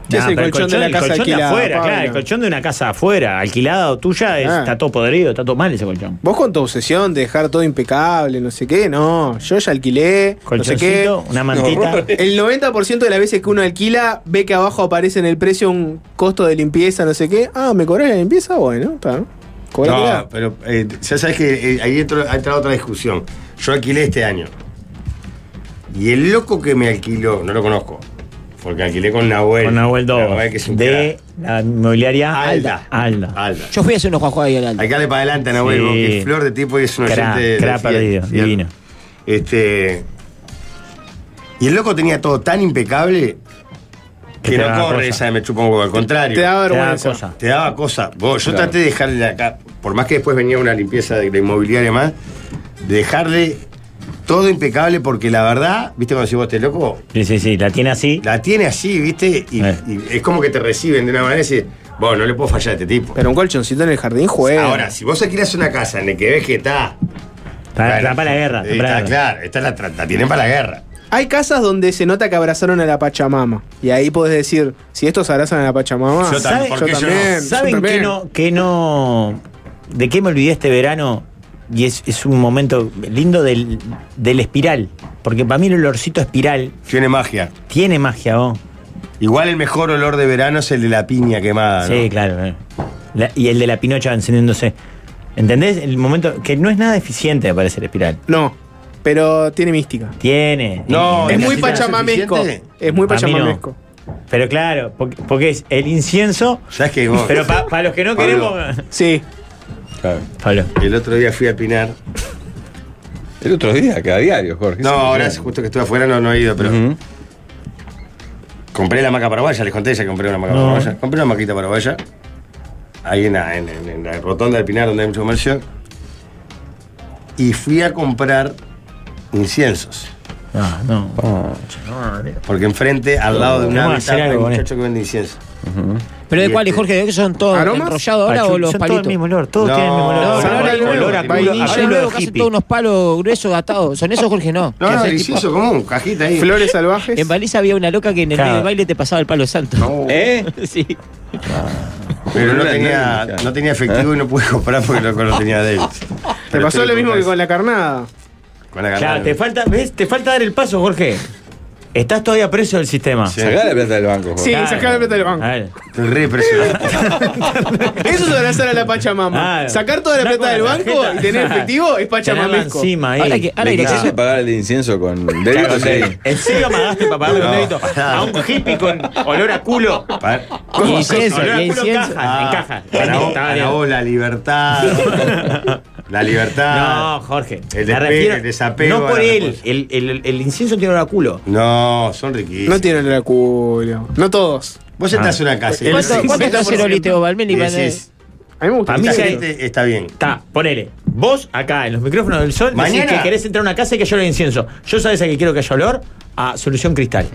¿Qué es
Nah,
el
pero
colchón de la
el
casa
colchón de
alquilada,
afuera,
Pablo?
claro, el colchón de una casa afuera, alquilada o tuya, es-
Ah.
está todo podrido, está todo mal ese colchón.
Vos con tu obsesión de dejar todo impecable, no sé qué, no. Yo ya alquilé, no sé qué.
Colchoncito, una mantita.
horror.
El 90% de las veces que uno alquila, ve que abajo aparece en el precio un costo de limpieza, no sé qué. Ah, ¿me cobrás la limpieza? Bueno, está. Cobrátela.
No, pero eh, ya sabes que eh, ahí entro- ha entrado otra discusión. Yo alquilé este año. Y el loco que me alquiló, no lo conozco, porque alquilé con Nahuel.
Con Nahuel Dogo,
que es un
de la inmobiliaria
Alda.
Alda.
crack. Alda.
Yo fui a hacer unos Juan y al alto.
Hay que darle para adelante a Nahuel,
Sí.
vos, que es flor de tipo y es un
Cra-
oyente. de-
cra
fiel,
perdido,
fiel.
divino.
Este. Y el loco tenía todo tan impecable
Que
que
te
no
daba
corre
cosa.
esa de me chupa un huevo, al contrario.
Te da vergüenza.
cosa.
Te daba cosa. Vos, yo
Claro.
traté de dejarle acá, por más que después venía una limpieza de la inmobiliaria más, de dejarle todo impecable porque la verdad, ¿viste cuando decís vos este loco?
Sí, sí, sí, la tiene así.
La tiene así, ¿viste? Y,
Eh.
y es como que te reciben de una manera y decís, vos, no le puedo fallar a este tipo.
Pero un colchoncito en el jardín juega.
Ahora, si vos alquilás una casa en la que ves que está.
Está, está para la guerra.
eh,
está para la guerra.
Está claro, esta la, tra- la tienen para la guerra.
Hay casas donde se nota que abrazaron a la Pachamama. Y ahí podés decir, si estos abrazan a la Pachamama,
¿Sabe- ¿Saben
yo
qué
también.
no, qué no. ¿De qué me olvidé este verano? Y es, es un momento lindo del, del espiral. Porque para mí el olorcito espiral.
Tiene magia.
Tiene magia, vos.
Igual el mejor olor de verano es el de la piña quemada. ¿no?
Sí, claro. eh. La- y el de la pinocha encendiéndose. ¿Entendés? El momento. Que no es nada eficiente, me parece, el espiral.
No. Pero tiene mística.
Tiene.
No,
Y-
es muy
¿Casi nada
pachamamesco.
suficiente?
Es muy
Para mí no.
pachamamesco.
Pero claro, porque, porque es el incienso.
¿Sabes qué? Vos-
Pero para los que no
Pablo.
queremos.
Sí.
El otro día fui a Pinar.
El otro día, cada diario, Jorge.
No,
Sí,
ahora
claro.
es justo que estuve afuera no, no he ido, pero. Compré la maca paraguaya, les conté ya que compré una maca
No.
paraguaya. Compré una maquita paraguaya. Ahí en la, en- en- en la rotonda del Pinar donde hay mucho comercio. Y fui a comprar inciensos.
Ah, no.
Porque enfrente, al lado de una
Vamos a
habitación,
hacer
hay
algo
un
con
muchacho que vende incienso.
¿Pero de
Y
cuál,
este-
Jorge? ¿De qué son todos
¿Aromas?
enrollados ahora o
Pachu-
los
son todos
palitos?
el mismo olor, todos No, tienen el mismo olor.
No,
Son
ahora hay
olor
olor a
a vainilla.
vainilla. Yo
Olor
veo
a
que hacen
hippie.
todos unos palos gruesos atados. ¿Son esos, Jorge? No.
No, no, incienso común, cajita ahí.
Flores salvajes.
En Baliza había una loca que en el
Claro.
medio del baile te pasaba el palo santo.
¿Eh?
Sí.
Pero Ah. no
Olor a
tenía,
nalga.
no tenía efectivo y no pude comprar porque no, no tenía débito.
Te pasó lo mismo que con la carnada.
Con la
Claro,
carnada.
te falta, ¿ves? Te falta dar el paso, Jorge. Estás todavía preso del sistema.
Sí. Sacá la plata
del banco,
Sí, sacar la plata del banco.
Estoy re presionado.
Eso es abrazar a la Pachamama.
Claro.
Sacar toda la
Dar
plata del
con la
banco
tarjeta.
y tener efectivo es pachamamesco.
Ahora que, ahora quisiste pagar el de incienso con débito,
Claro,
sí.
sí. ¿En serio pagaste para pagarle un
No,
débito? A un hippie con olor a culo.
¿Cómo?
Incienso, olor a culo en
incienso.
caja.
Ah,
en caja.
Para vos,
Estaba
para
bien.
vos, la libertad. La libertad.
No, Jorge. me
El despegue,
refiero-
el desapego.
No
a
por
la
él.
respuesta.
El, el- el incienso tiene olor a culo.
No, son riquísimos.
No tienen la culo. No todos.
Vos entras a una casa y
¿Cuánto,
decís-
cuánto está Cerolite o Balmeli?
y
para-
decís,
A mí me gusta.
A mí
esta
sí.
gente está bien.
Está, ponele. Vos acá en los micrófonos del sol decís
Mañana.
que querés entrar a una casa y que haya olor a incienso. Yo sabes a qué quiero que haya olor a solución cristal.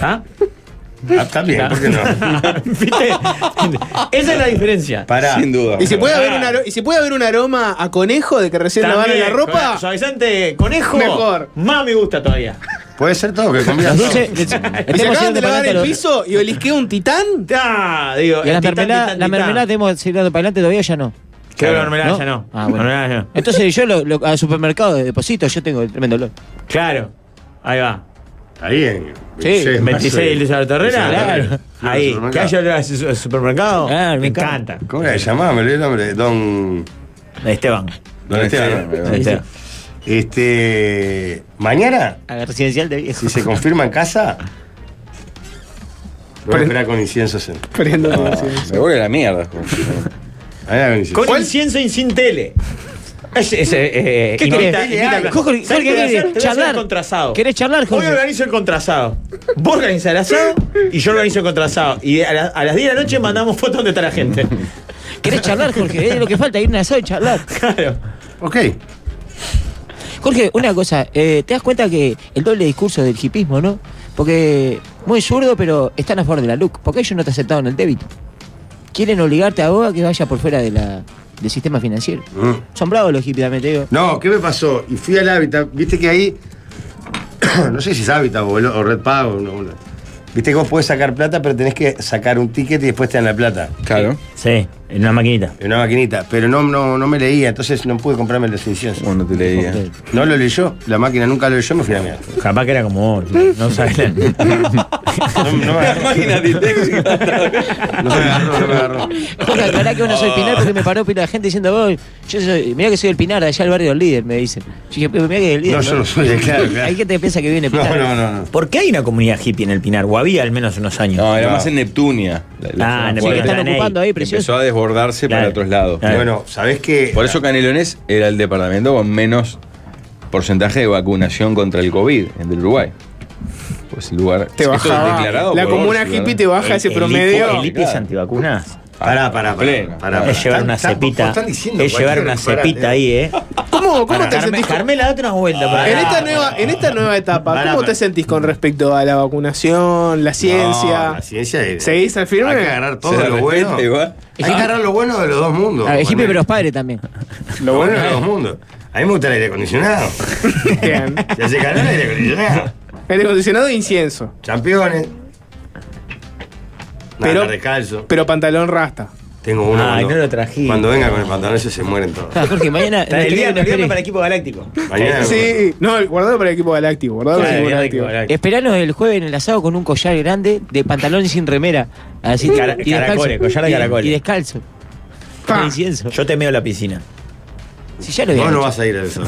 ¿Ah?
Ah, Está bien, ¿por qué no?
¿Viste? Esa es la diferencia.
Pará. Sin duda.
¿Y si, puede haber un aro- y si puede haber un aroma a conejo de que recién lavaron la
También,
ropa,
con Suavizante conejo.
Mejor.
Más me gusta todavía.
Puede ser todo, que combina
Los
todo.
dulces-
y se
Estamos
acaban
haciendo
de lavar
parate
el
los-
piso y olisquea un titán.
Ah, digo,
Y a
el
las
titán,
mermeladas-
titán,
las
titán.
mermeladas hemos tirado para adelante todavía ya no.
Creo que la
Claro.
mermelada ya no.
Ah,
La
bueno.
mermelada
Este
ya no.
Entonces yo lo, lo- al supermercado de deposito, yo tengo el tremendo olor.
Claro. Ahí va.
Ahí eh. en
Sí,
26 de
26 de
marzo.
la Torrera.
Claro.
Ahí. Que haya olor al su- supermercado.
Claro,
me encanta.
¿Cómo era que se llamaba? Me olvidé el nombre. Don.
Esteban.
Don Esteban. ¿no?
Ahí está.
Este. Mañana,
A la residencial de viejo.
si se confirma en casa. Voy a esperar con incienso. en-
Prendo el
Ah,
incienso.
me voy a la mierda.
Mañana con incienso.
Con incienso y sin tele. Es, es, eh,
¿Qué
invita-
querés?
invita-
Jorge,
¿Sabés
Jorge,
qué voy a hacer? Te voy a hacer
charlar.
el contrasado.
¿Querés charlar,
Hoy
Jorge?
organizo el contrasado. Vos organizás el asado y yo organizo el contrasado. Y a, la- a las 10 de la noche mandamos fotos donde está la gente.
¿Querés charlar, Jorge? Es lo que falta, ir a un asado y charlar.
Claro.
Ok.
Jorge, una cosa, eh, ¿te das cuenta que el doble discurso del hipismo, no? Porque muy zurdo, pero están a favor de la LUC. Porque ellos no te aceptaron el débito. Quieren obligarte a vos a que vayas por fuera de la, del sistema financiero.
Mm.
Son bravos los hippies, también te digo.
No, ¿qué me pasó? Y fui al hábitat, viste que ahí, no sé si es hábitat o, el- o Red Pago, no, no. viste que vos podés sacar plata, pero tenés que sacar un ticket y después te dan la plata.
Claro.
Sí, en una maquinita.
En una maquinita, pero no, no, no me leía, entonces no pude comprarme los inciensos.
Bueno, te leía.
No lo leyó, la máquina nunca lo leyó, me fui a la mierda.
Capaz que era como vos, no sabes la-
No, no me agarró, no me agarró, no me agarró.
Jorge, aclará que vos no soy Pinar porque me paró pila de gente diciendo, vos, yo soy, mirá que soy el Pinar, de allá el barrio del líder, me dicen. Yo dije, pero mirá que es el líder.
No, yo no soy, claro, claro.
Hay gente que piensa que viene Pinar.
No, no, no, no.
¿Por qué hay una comunidad hippie en el Pinar? O había al menos unos años.
No, era
Claro.
más en Neptunia. La- la zona
Ah, en
cual
Que
Neptunia.
están
Taney.
ocupando ahí, precioso.
Empezó a desbordarse
Claro.
para otros lados.
Claro.
Bueno, ¿sabés qué?
Por eso Canelones era el departamento con menos porcentaje de vacunación contra el COVID en del Uruguay. Pues el lugar.
Te
Esto
bajaba.
es declarado
La
por
comuna
Orsi,
hippie
¿verdad?
te baja ese promedio.
hipo- el hippie es antivacunas.
Pará, pará, pará.
Pleno.
pará, pará.
Es llevar
Están-
una
están-
cepita.
están diciendo
Es llevar
cualquier
una
disparate,
cepita
eh.
ahí, ¿eh?
¿Cómo, cómo te
Carme-
sentís?
Carmela, date unas vueltas. para
En
acá.
esta, nueva, en esta nueva etapa,
Pará,
¿cómo
pará.
te sentís con respecto a la vacunación, la ciencia?
No, la ciencia es-
¿Seguís al firme?
Hay que agarrar todo
Se da
lo bueno.
repente, igual.
Hay que agarrar lo bueno de los dos mundos.
A ver, Ah, hippie,
Manuel.
pero los padres también.
Lo bueno de los mundos. A mí me gusta el aire acondicionado.
Bien.
Si hace calor, aire acondicionado.
Aire acondicionado e incienso.
Champiñones.
Pero-
Pero, descalzo.
Pero pantalón rasta.
Tengo uno.
Ah,
Ay,
cuando,
no lo trajiste.
Cuando venga con el pantalón ese se mueren todos.
Ah, Jorge, mañana. este
Está el día,
no
el día
esperé.
para el equipo galáctico.
Mañana.
Sí, no, guardado para el equipo galáctico. Guardado para el equipo galáctico.
Esperanos el jueves en el asado con un collar grande de pantalón sin remera. Así
Cara- caracoles, collar de
y-
caracoles.
Y descalzo. Con incienso.
Yo te meo la piscina.
Si ya lo
Vos
había
no
hecho.
vas a ir a eso.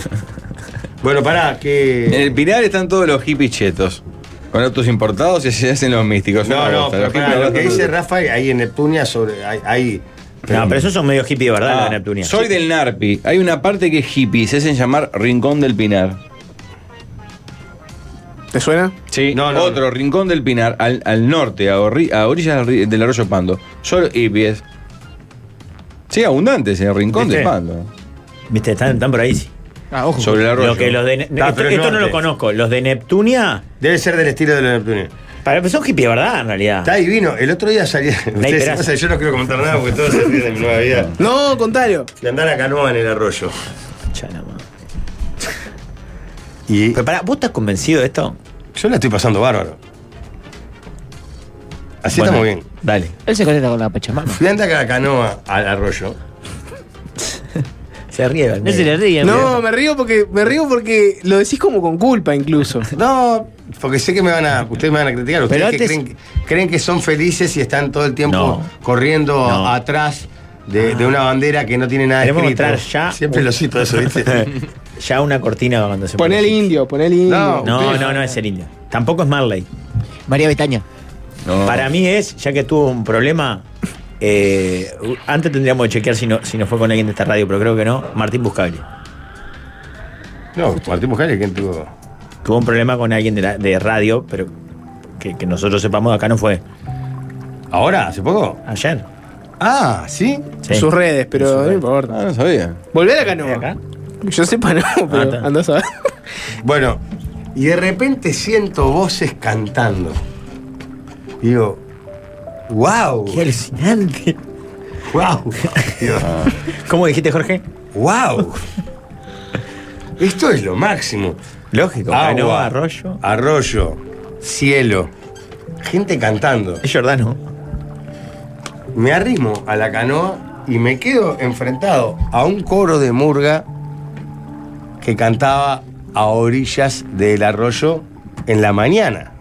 Bueno, pará, que.
En el Pinar están todos los hippies chetos. Con autos importados y se hacen los místicos.
No,
Una
no,
bosta.
pero
Los
pará,
hippies
lo que
hablan
dice
todo.
Rafa ahí en Neptunia sobre. Hay, hay- Ah,
No, pero esos son medio hippie de verdad, los de Neptunia.
Ah, Soy del Narpi. Hay una parte que es hippie. Se hacen llamar Rincón del Pinar.
¿Te suena?
Sí.
No, no,
Otro, Rincón del Pinar, al, al norte, a, orri- a orillas del ri- del arroyo Pando. Solo hippies. Sí, abundantes en el Rincón
¿Viste?
del Pando.
Viste, están, están por ahí. sí.
Ah, ojo.
Sobre el arroyo.
Lo que los de,
Ah,
esto esto
pero es
no lo
norte.
conozco. Los de Neptunia.
Debe ser del estilo de los Neptunia.
Para, pero son hippies de verdad, en realidad.
Está divino. El otro día salía. Ustedes,
esperanza.
o sea, yo no quiero comentar nada porque todos se ríen de mi nueva vida.
No, contrario.
De andar a canoa en el arroyo.
Ya, no, ma.
Y
Pero pará, ¿vos estás convencido de esto?
yo la estoy pasando bárbaro. Así
Bueno,
estamos bien.
Dale.
Él se conecta con la Pachamama.
Fui a andar a la canoa al arroyo.
Se ríe,
No
Valmir.
se le ríen.
No, me río porque me río porque lo decís como con culpa incluso.
No, porque sé que me van a. Ustedes me van a criticar. Ustedes
Pero
que
antes-
creen, creen que son felices y están todo el tiempo
No.
corriendo
No.
atrás de, de una bandera que no tiene nada
Queremos
escrito.
mostrar ya
Siempre
un-
lo cito eso, ¿viste?
Ya una cortina cuando se
Poné el indio, poné el indio.
No.
No,
Ustedes-
no, no es el indio. Tampoco es Marley.
María Betaña.
No.
Para mí es, ya que tuvo un problema, eh, u- antes tendríamos que chequear si no, si no fue con alguien de esta radio, pero creo que no, Martín Buscaglia.
No, Martín Mujeres, ¿quién tuvo?
Tuvo un problema con alguien de, la- de radio, pero que, que nosotros sepamos acá no fue
¿Ahora? ¿Hace poco?
ayer.
Ah, ¿sí?
Sí.
Sus redes, pero no
Ah,
importa.
no sabía.
Volver acá no.
¿Acá?
Que Yo sepa no,
Ah,
pero
está.
andás a ver.
Bueno, y de repente siento voces cantando. Digo, wow,
Qué alucinante.
wow. Digo,
¿Cómo dijiste, Jorge?
wow. Esto es lo máximo.
Lógico.
Agua.
Canoa, arroyo.
Arroyo, cielo, gente cantando.
Es Jordano.
Me arrimo a la canoa y me quedo enfrentado a un coro de murga que cantaba a orillas del arroyo en la mañana.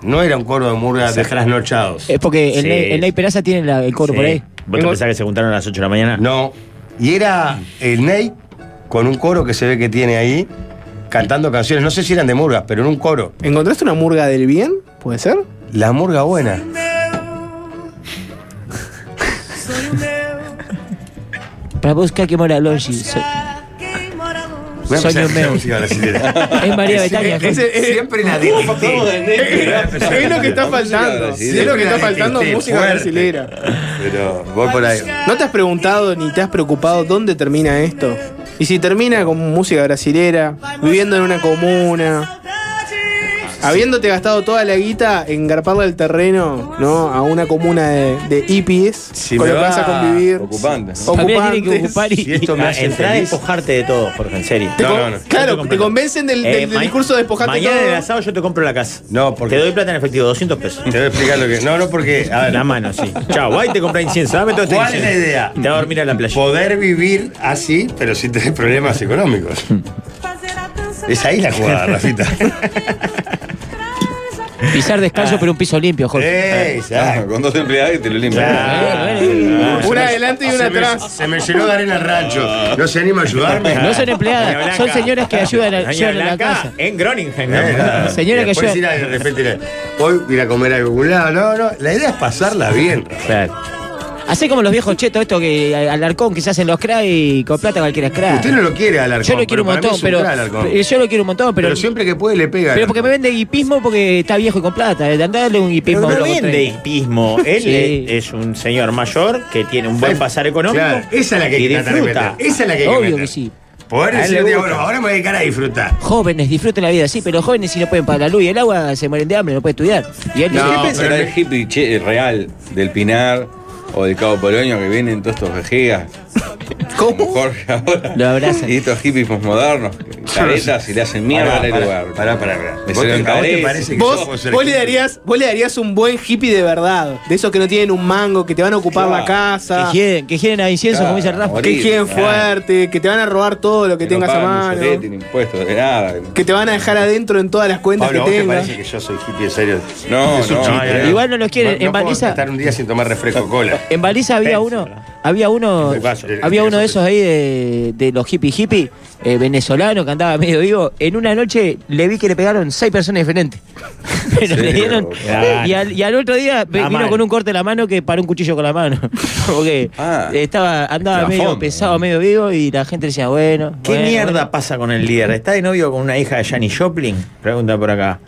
No era un coro de murga de trasnochados.
Es porque el,
Sí.
Ney- el Ney Peraza tiene la- el coro
Sí.
por ahí.
¿Vos te
Tengo-
pensás que se juntaron a las 8 de la mañana?
No. Y era el Ney con un coro que se ve que tiene ahí cantando canciones. No sé si eran de murgas, pero en un coro.
¿Encontraste una murga del bien? ¿Puede ser?
La murga buena.
Para buscar que mora Longi. So-
Voy a
Soño
empezar a
Meu.
música brasileña.
Es María Betaña.
Siempre-
Jorge.
Siempre la detesté.
Es lo que está faltando.
brasileña.
Es lo que está faltando
Fuerte.
música brasilera.
Pero voy por ahí.
¿No te has preguntado ni te has preocupado dónde termina esto? Y si termina con música brasilera, viviendo en una comuna, habiéndote gastado toda la guita en garparle el terreno, ¿no? A una comuna de, de hippies
Si
con
me
lo que
va-
vas a convivir.
Ocupantes.
Familia tiene que
Ocupantes.
ocupar y-
Si esto me
Ah,
hace
Entrá a
feliz.
despojarte de todo, Jorge, en serio.
No, no, no.
Yo
Claro,
compro
te
todo.
convencen del, del-
Eh,
del
ma-
discurso de despojarte
Mañana en el
todo.
asado yo te compro la casa.
No, porque-
Te doy plata en efectivo, 200 pesos.
Te voy a explicar lo que. No, no, porque. A ver,
La mano, sí. Chao, ahí te compré incienso. Dame todo este
¿Cuál es la
incienso.
idea?
Y te va a dormir a la playa.
Poder vivir así, pero sin tener problemas económicos. Es ahí la jugada, Rafita.
Pisar
Ah.
descalzo, pero un piso limpio, Jorge.
Eh,
Ah,
exacto.
con dos empleados y te lo limpian.
Ah,
Una adelante y una
Se me-
atrás.
se me llenó de arena el rancho. ¿No se anima a ayudarme?
No son
Doña
empleadas,
Blanca.
son señoras que ayudan a,
Doña
ayudan en la
Blanca,
casa.
En Groningen.
Eh, nada.
Señora
Y
que
después
yo-
ir a- de repente ir a- hoy ir a comer a algún lado. No, no. La idea es pasarla bien.
Claro.
Así como los viejos chetos, esto que a- al arcón que se hacen los crack y con plata cualquiera es crack.
Usted no lo quiere al arcón.
yo lo quiero un
para mí
montón,
es
pero.
crack Alarcón.
eh, Yo lo quiero un montón, pero.
Pero siempre que puede le pega.
pero porque me vende guipismo porque está viejo y con plata. eh, Andarle
Pero
un guipismo a
no
un loco
vende
treinta.
hipismo. Él
Sí.
es- es un señor mayor que tiene un buen pasar económico.
Claro, esa es la que hay
y
que tratar de
disfruta.
meter. Esa es la que hay que
Obvio
meter.
que sí.
Poder
A él le
decirte,
gusta.
bueno, ahora me voy a dedicar a disfrutar.
Jóvenes disfruten la vida, sí, pero jóvenes si no pueden pagar la luz y el agua se mueren de hambre, no pueden estudiar. Y él
¿Y
dice,
¿Qué pensará el hippie che- real del Pinar o del Cabo Polonio que vienen todos estos vejegas? ¿Cómo? Jorge ahora.
Lo abrazan.
Y estos hippies modernos, caretas, y le hacen mierda
Pará,
en el
pará,
lugar.
pará, pará, pará.
Le
¿Vos te-
hicieron
a vos te
caretas.
parece que
Vos,
somos el
vos le
equipo?
darías, vos le darías un buen hippie de verdad, de esos que no tienen un mango, que te van a ocupar
Ah,
la casa,
Que quieren, que quieren a incienso, como dice el Rafa.
que quieren fuerte, que te van a robar todo lo que,
No
tengas a
pagan
mano,
ni solete, ni impuestos, de nada.
que te van a dejar adentro en todas las cuentas
Pablo, ¿a
que
vos te
tengas.
parece que yo soy hippie en serio?
No,
Es un
no,
chiste.
no. Igual
no los quieren.
No, no
En
puedo
Baliza-
estar un día sin tomar refresco cola.
En Baliza había uno, había uno, había uno de esos ahí de, de los hippie hippie, eh, venezolano que andaba medio vivo. En una noche le vi que le pegaron seis personas diferentes. Pero le dieron. Y al, y al otro día ve-
La
vino
mano.
con un corte en la mano que paró un cuchillo con la mano. Porque
Ah.
estaba, andaba
Trafón,
medio pesado, medio vivo, y la gente decía, bueno.
¿Qué
bueno,
mierda
bueno.
pasa con el líder? ¿Está de novio con una hija de Janis Joplin? Pregunta por acá.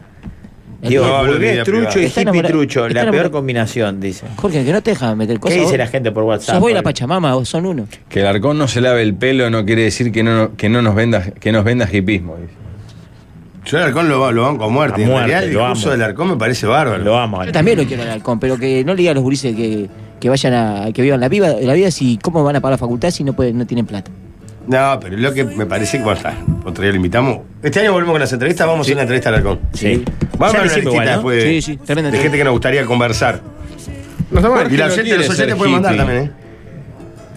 Digo,
No hablo de
burgués
vida
trucho
privada.
y
Está
hippie
enamora-
trucho,
está
la peor
enamora-
combinación, dice.
Jorge, que no te dejan meter cosas.
¿Qué dice
vos?
la gente por WhatsApp?
Sos vos y la
Pablo?
Pachamama, vos son uno.
Que el arcón no se lave el pelo no quiere decir que no, que no nos venda que nos venda hipismo. dice.
Yo al Arcón lo, lo banco a muerte.
A
en
muerte,
realidad el
lo
discurso
amo.
del Arcón me parece bárbaro.
Lo amo.
Yo también lo quiero al halcón, pero que no le diga a los gurises que, que vayan a que vivan la vida, la vida si cómo van a pagar la facultad si no pueden, no tienen plata.
No, pero lo que me parece que bueno, está. Otro día lo invitamos. Este año volvemos con las entrevistas, vamos a una entrevista al Arcón.
Sí.
Vamos
Ya lo
a
hicimos
una listita
igual, ¿no?
después de-
Sí, sí, tremenda
de
entrevista.
gente que nos gustaría conversar.
Jorge
y la
no
gente,
quiere
los
ser
oyentes pueden mandar
hippie.
también, ¿eh?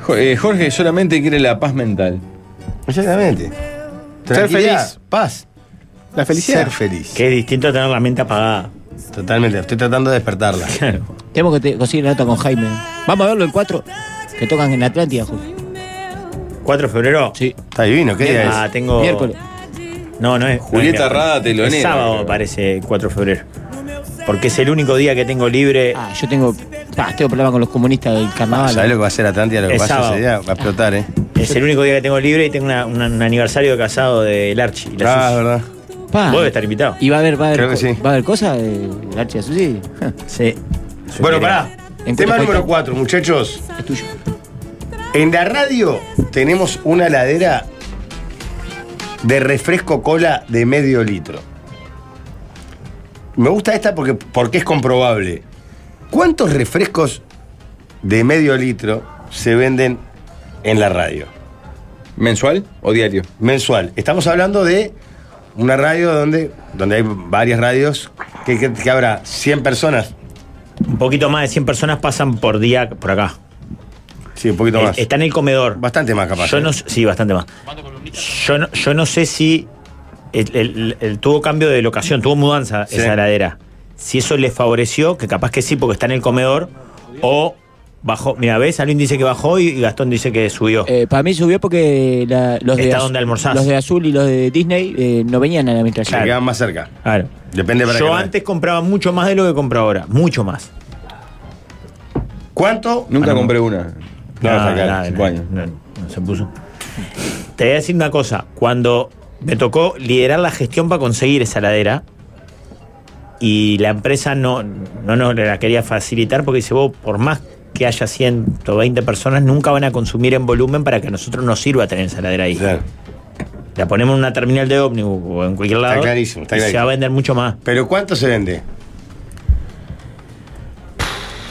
Jo- eh, Jorge solamente quiere la paz mental.
Exactamente. Tranquilidad, Paz. La felicidad. Ser feliz.
Que es distinto tener la mente apagada.
Totalmente, estoy tratando de despertarla.
Tenemos que te- conseguir la nota con Jaime. Vamos a verlo el 4, que tocan en Atlántida, Jorge.
4 de febrero.
Sí.
Está divino, ¿qué día es?
Ah, tengo.
Miércoles.
No, no es. no es
Julieta
miércoles.
Rada, telonera,
Es sábado,
creo.
parece, 4 de febrero. Porque es el único día que tengo libre.
Ah, yo tengo. Ah, tengo problemas con los comunistas del carnaval.
Ah, ¿Sabés lo que va a hacer Atlántida? Lo que
Es
pasa
sábado.
ese día va a explotar, ¿eh?
Es el único día que tengo libre y tengo una- una- un aniversario de casado del Archi. y la
Ah,
Susi.
es verdad.
Pa.
Vos debes estar invitado.
Y va a haber, va a haber,
Creo que
co-
sí.
va a haber cosas de la Archie Azusi.
Sí.
Bueno, pará.
En
Tema
cuanto-
número 4, muchachos.
Es tuyo.
En la radio tenemos una ladera de refresco cola de medio litro. Me gusta esta porque, porque es comprobable. ¿Cuántos refrescos de medio litro se venden en la radio?
¿Mensual o diario?
Mensual. Estamos hablando de una radio donde, donde hay varias radios que, que- que habrá 100 personas.
Un poquito más de 100 personas pasan por día por acá.
Sí, un poquito
Eh,
más.
Está en el comedor.
Bastante más capaz.
Yo
¿eh?
no, s- sí, bastante más. Yo no, yo no sé si el, el- el- tuvo cambio de locación, tuvo mudanza
Sí.
esa heladera. Si eso le favoreció, que capaz que sí, porque está en el comedor, o bajó. Mira, ves, alguien dice que bajó y y Gastón dice que subió.
Eh, para mí subió porque la- los, de
Está
az-
donde almorzás.
los de Azul y los de Disney eh, no venían a la administración.
Se quedan más cerca.
Claro.
Depende para qué
Yo
radio.
antes compraba mucho más de lo que compro ahora, mucho más.
¿Cuánto?
Nunca
Ah, no.
compré una.
No,
Nada,
sacar,
nada,
cinco
no,
años.
no, no se puso. Te voy a decir una cosa. Cuando me tocó liderar la gestión para conseguir esa ladera y la empresa no, no nos la quería facilitar porque dice, vos, por más que haya 120 personas, nunca van a consumir en volumen para que a nosotros nos sirva tener esa ladera ahí.
Claro.
La ponemos en una terminal de ómnibus o en cualquier lado.
clarísimo, está
y Se
clarísimo.
va a vender mucho más.
¿Pero cuánto se vende?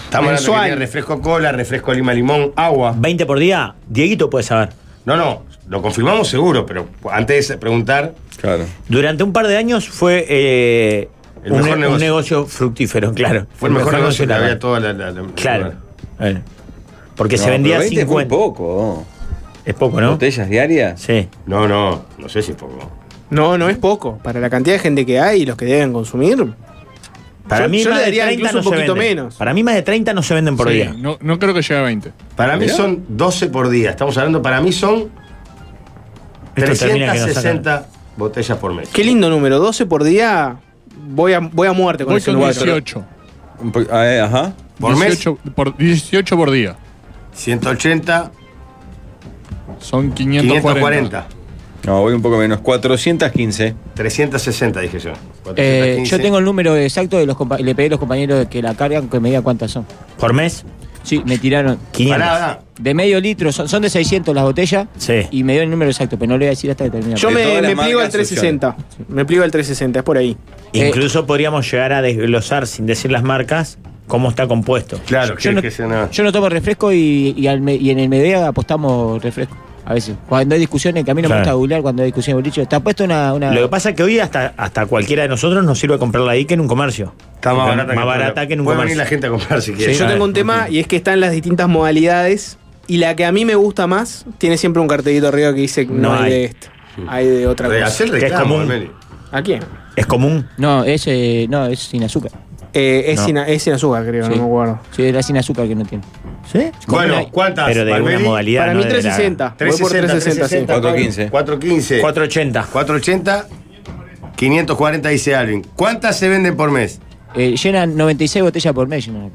Estamos hablando que
Mensual.
tiene refresco cola, refresco lima limón, agua.
¿20 por día? Dieguito puede saber.
No, no, lo confirmamos seguro, pero antes de preguntar,
Claro.
Durante un par de años fue eh,
El
un,
mejor
un
negocio.
negocio. fructífero, claro.
fue el mejor negocio que
de la
había
radio.
toda la. la- la-
Claro. Eh, Porque
No,
se vendía
pero 20 es muy
50.
poco.
Es poco, ¿no?
¿Botellas diarias?
Sí.
No, no, no sé si es poco.
No, no es poco. Para la cantidad de gente que hay y los que deben consumir.
Para
Yo-
mí
yo le
más de
daría
30
incluso
no
un
se
poquito
venden.
menos.
Para mí más de 30 no se venden por
Sí,
día.
No, no creo que llegue a 20.
Para mí
Mirá.
son 12 por día. Estamos hablando, para mí son
Esto termina que nos
360 botellas por mes.
Qué lindo número, 12 por día. Voy a, voy a muerte con
Voy
ese
con
número.
18.
Un po- ah, eh, ajá.
Por mes.
18 por, 18 por día.
180,
Son 540.
540.
No, voy un poco menos. 415.
360, dije yo.
Eh,
415.
yo tengo el número exacto de los compa- le pedí a los compañeros que la cargan que me digan cuántas son.
Por mes,
Sí, me tiraron
500.
Pará, pará.
de medio litro, son, son de 600 las botellas
Sí.
y me dio el número exacto, pero no lo voy a decir hasta que termine.
Yo
De
me,
todas las
me pliego al
marcas
360. Me pliego al 360, es por ahí.
Eh,
Incluso podríamos llegar a desglosar, sin decir las marcas, cómo está compuesto.
Claro,
yo
que,
no,
que sea una-
yo no tomo refresco y, y al me- y en el mediodía apostamos refresco. A veces. Cuando hay discusiones, que a mí no me
Claro.
gusta googlear cuando hay discusiones de boliche, está puesto una. una-
Lo que pasa es que hoy hasta, hasta cualquiera de nosotros nos sirve comprarla ahí que en un comercio.
Está más barata que-
barata que en un
Puede
comercio.
venir la gente a comprar si quiere.
Yo tengo un tema y es que están las distintas modalidades y la que a mí me gusta más tiene siempre un cartelito arriba que dice no,
No
hay.
hay.
de esto, hay de otra
Re-
cosa.
hacer Que es reclamo, común. Armeli.
¿A quién?
¿Es común?
No, es, eh, no, es sin azúcar.
Eh, es, sin, es sin azúcar, creo,
Sí.
no me acuerdo.
Sí, era sin azúcar que no tiene.
¿Sí?
Bueno, ¿cuántas?
Pero de
Valmeri?
una modalidad.
Para
no
mí
de la-
360. Voy por
360,
360, sí.
415. 415.
480.
480. 540 dice Alvin. ¿Cuántas se venden por mes?
Eh, llenan 96 botellas por mes. llenan acá.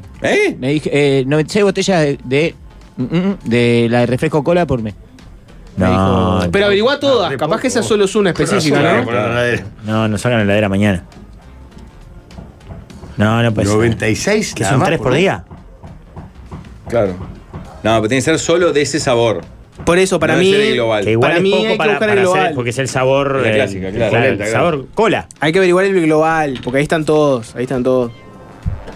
Me dije, eh, 96 botellas de, de, mm, mm, de la de refresco cola por mes.
No,
Pero averigua todas, capaz que esa solo es una específica, ¿no?
No, nos sacan la heladera mañana. No, no puede
96.
Que
nada
son
más,
3 por
boludo.
día.
Claro. No, pero tiene que ser solo de ese sabor.
Por eso, para
No
mí-
es el global.
que igual Para es mí poco hay que para- buscar el para global. hacer-
porque es el sabor.
La
eh,
clásica, claro.
claro, el
Polenta, claro.
sabor cola.
Hay que averiguar el global, porque ahí están todos, ahí están todos.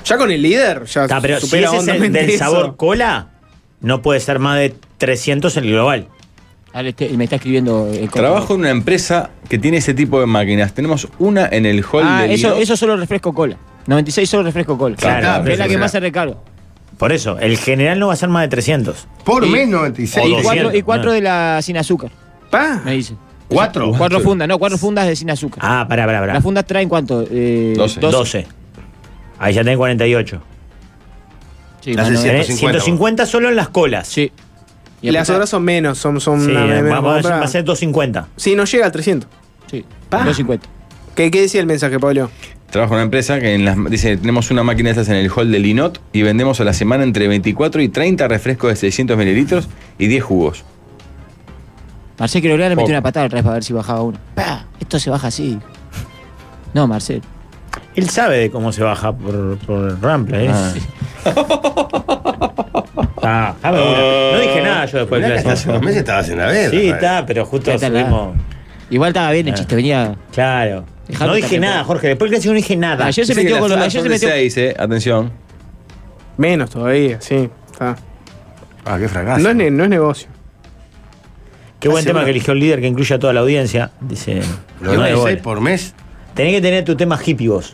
Ya con el líder, ya
Está, pero si
supera
ese es el
hondamente
del
eso.
sabor cola, no puede ser más de 300 en el global.
este, me está escribiendo el
Trabajo en una empresa que tiene ese tipo de máquinas. Tenemos una en el hall
Ah,
del
eso,
Lido.
eso solo refresco cola. 96 solo refresco cola.
Claro,
Que
pero
es la
eso
que
será.
más se recarga.
Por eso, el general no va a ser más de 300.
Y-
O
Y
200,
cuatro, y cuatro
no.
de la sin azúcar.
Pa.
Me dice.
¿Cuatro?
Cuatro fundas, no, cuatro fundas de sin azúcar.
Ah, pará, pará, pará.
Las fundas traen cuánto? Eh,
12. 12. Ahí ya tenés 48.
Sí,
más
Tenés
950,
150, Eh, solo en las colas.
Sí.
Y las otras son menos, son, son
Sí,
una-
vamos
menos
a-
compra.
va a ser 250.
Sí, no llega al 300.
Sí.
Pa.
250.
¿Qué, qué decía el mensaje, Pablo?
Trabajo en una empresa que en las, dice, tenemos una máquina de estas en el hall del Linot y vendemos a la semana entre 24 y 30 refrescos de 600 mililitros y 10 jugos.
Marcel Quiroga le metió
Poco.
una patada atrás para ver si bajaba uno. Pa, Esto se baja así. No, Marcel.
Él sabe de cómo se baja por, por Rampla, ¿eh? Ah, dame una. No dije nada yo después
Mirá
del
que hasta
clásico.
hace unos meses estabas en la verga.
Sí,
Rafael.
está, pero justo
Ya está la-
subimos.
Igual estaba bien el chiste, venía.
Ah. Claro.
Dejate
no dije
también,
nada,
po.
Jorge. Después del clásico no dije nada.
Ayer Ah, se
Dice que
metió
las
con los.
zonas son
Ayer se
de
metió.
seis, eh. Atención.
Menos todavía, sí. Está.
Ah, qué fracaso.
No es, ne- no es negocio.
Qué buen
Hace
tema
una-
que eligió el líder que incluye a toda la audiencia. Dice.
Lo
no
de
hay
seis
goles.
por mes.
Tenés que tener tu tema hippie vos.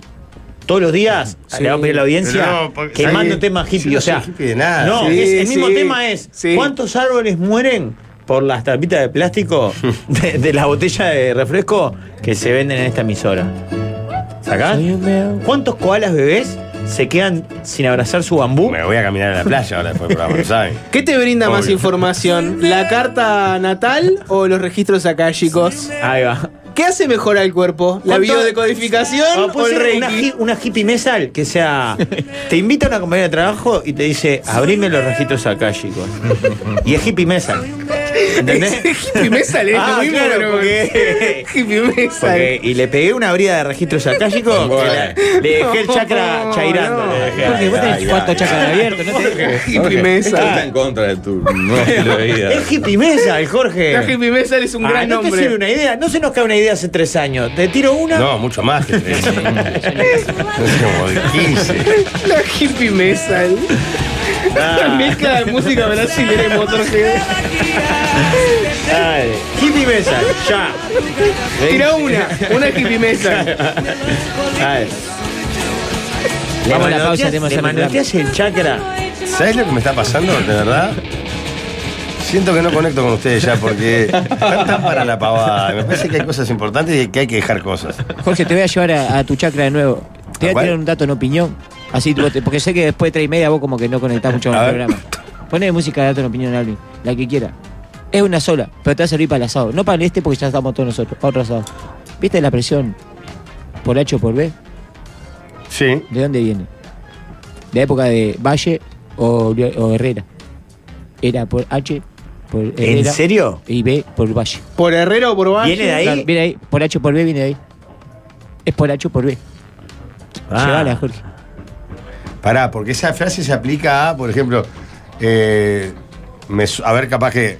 Todos los días le vamos a pedir a la audiencia
Pero no, porque-
que mande un
¿sabes?
tema hippie.
Yo no
o sea,
soy hippie de nada.
no,
Sí,
es- el mismo
sí,
tema es:
sí.
¿cuántos árboles mueren por las tapitas de plástico de, de la botella de refresco que se venden en esta emisora? ¿Sacás? ¿Cuántos koalas bebés se quedan sin abrazar su bambú? Me
voy a caminar a la playa ahora después del programa, ¿saben?
¿Qué te brinda más
Obvio.
información? ¿La carta natal o los registros acá, chicos?
Ahí va.
¿Qué hace mejor al cuerpo? ¿La
¿Cuánto-
biodecodificación
Ah,
o
puede ser
el reiki?
una, hi- una hippie mesal que sea. Te invita a una compañía de trabajo y te dice, abrime los registros acá, chicos. Y es hippie mesal. ¿Entendés?
hippie mesal, es lo
Ah,
mismo,
claro,
pero-
porque-
Hippie mesal.
porque- y le pegué una brida de registros acá, chicos. que la- Le dejé el chakra
No,
chairando.
no.
le dejé.
Porque vos tenés cuatro chakras abiertos, no te digo. Hippie mesal.
Está en contra de tu nuevo estilo de vida.
Es hippie mesal, Jorge.
La hippie mesal es un
Ah,
gran
¿no te
nombre.
sirve una idea? No se nos cae una idea hace tres años. Te tiro una.
No, mucho más que tres. Es como de 15.
La hippie
¿eh?
mesal.
Ah.
La mezcla de música brasileña y motorhead.
Dale. Hippie mesal, ya.
Tira una, una hippie mesal.
Dale.
Le damos la
Le
pausa,
manoteas-
tenemos
le
el reclamo.
manoteas el chakra.
¿Sabes lo que me está pasando, de verdad? Siento que no conecto con ustedes ya porque están tan para la pavada. Me parece que hay cosas importantes y que hay que dejar cosas.
Jorge, te voy a llevar a, a tu chakra de nuevo. Te
Ah,
¿A
voy a
cuál?
tirar un dato en opinión. Así vos te- porque sé que después de tres y media vos como que no conectás mucho con
A
el
ver.
programa. Poné música de dato en opinión, Alvin. La que quiera. Es una sola, pero te va a servir para el asado. No para el este porque ya estamos todos nosotros. Para otro asado. ¿Viste la presión por H o por B?
Sí.
¿De dónde viene? De la época de Valle o, o Herrera. Era por H, por Herrera.
serio?
Y B por Valle.
¿Por Herrera o por Valle?
Claro, viene ahí. Por H o por B viene de ahí. Es por H o por B.
Ah.
Llévala, Jorge.
Pará, porque esa frase se aplica a, por ejemplo, eh, me su- a ver, capaz que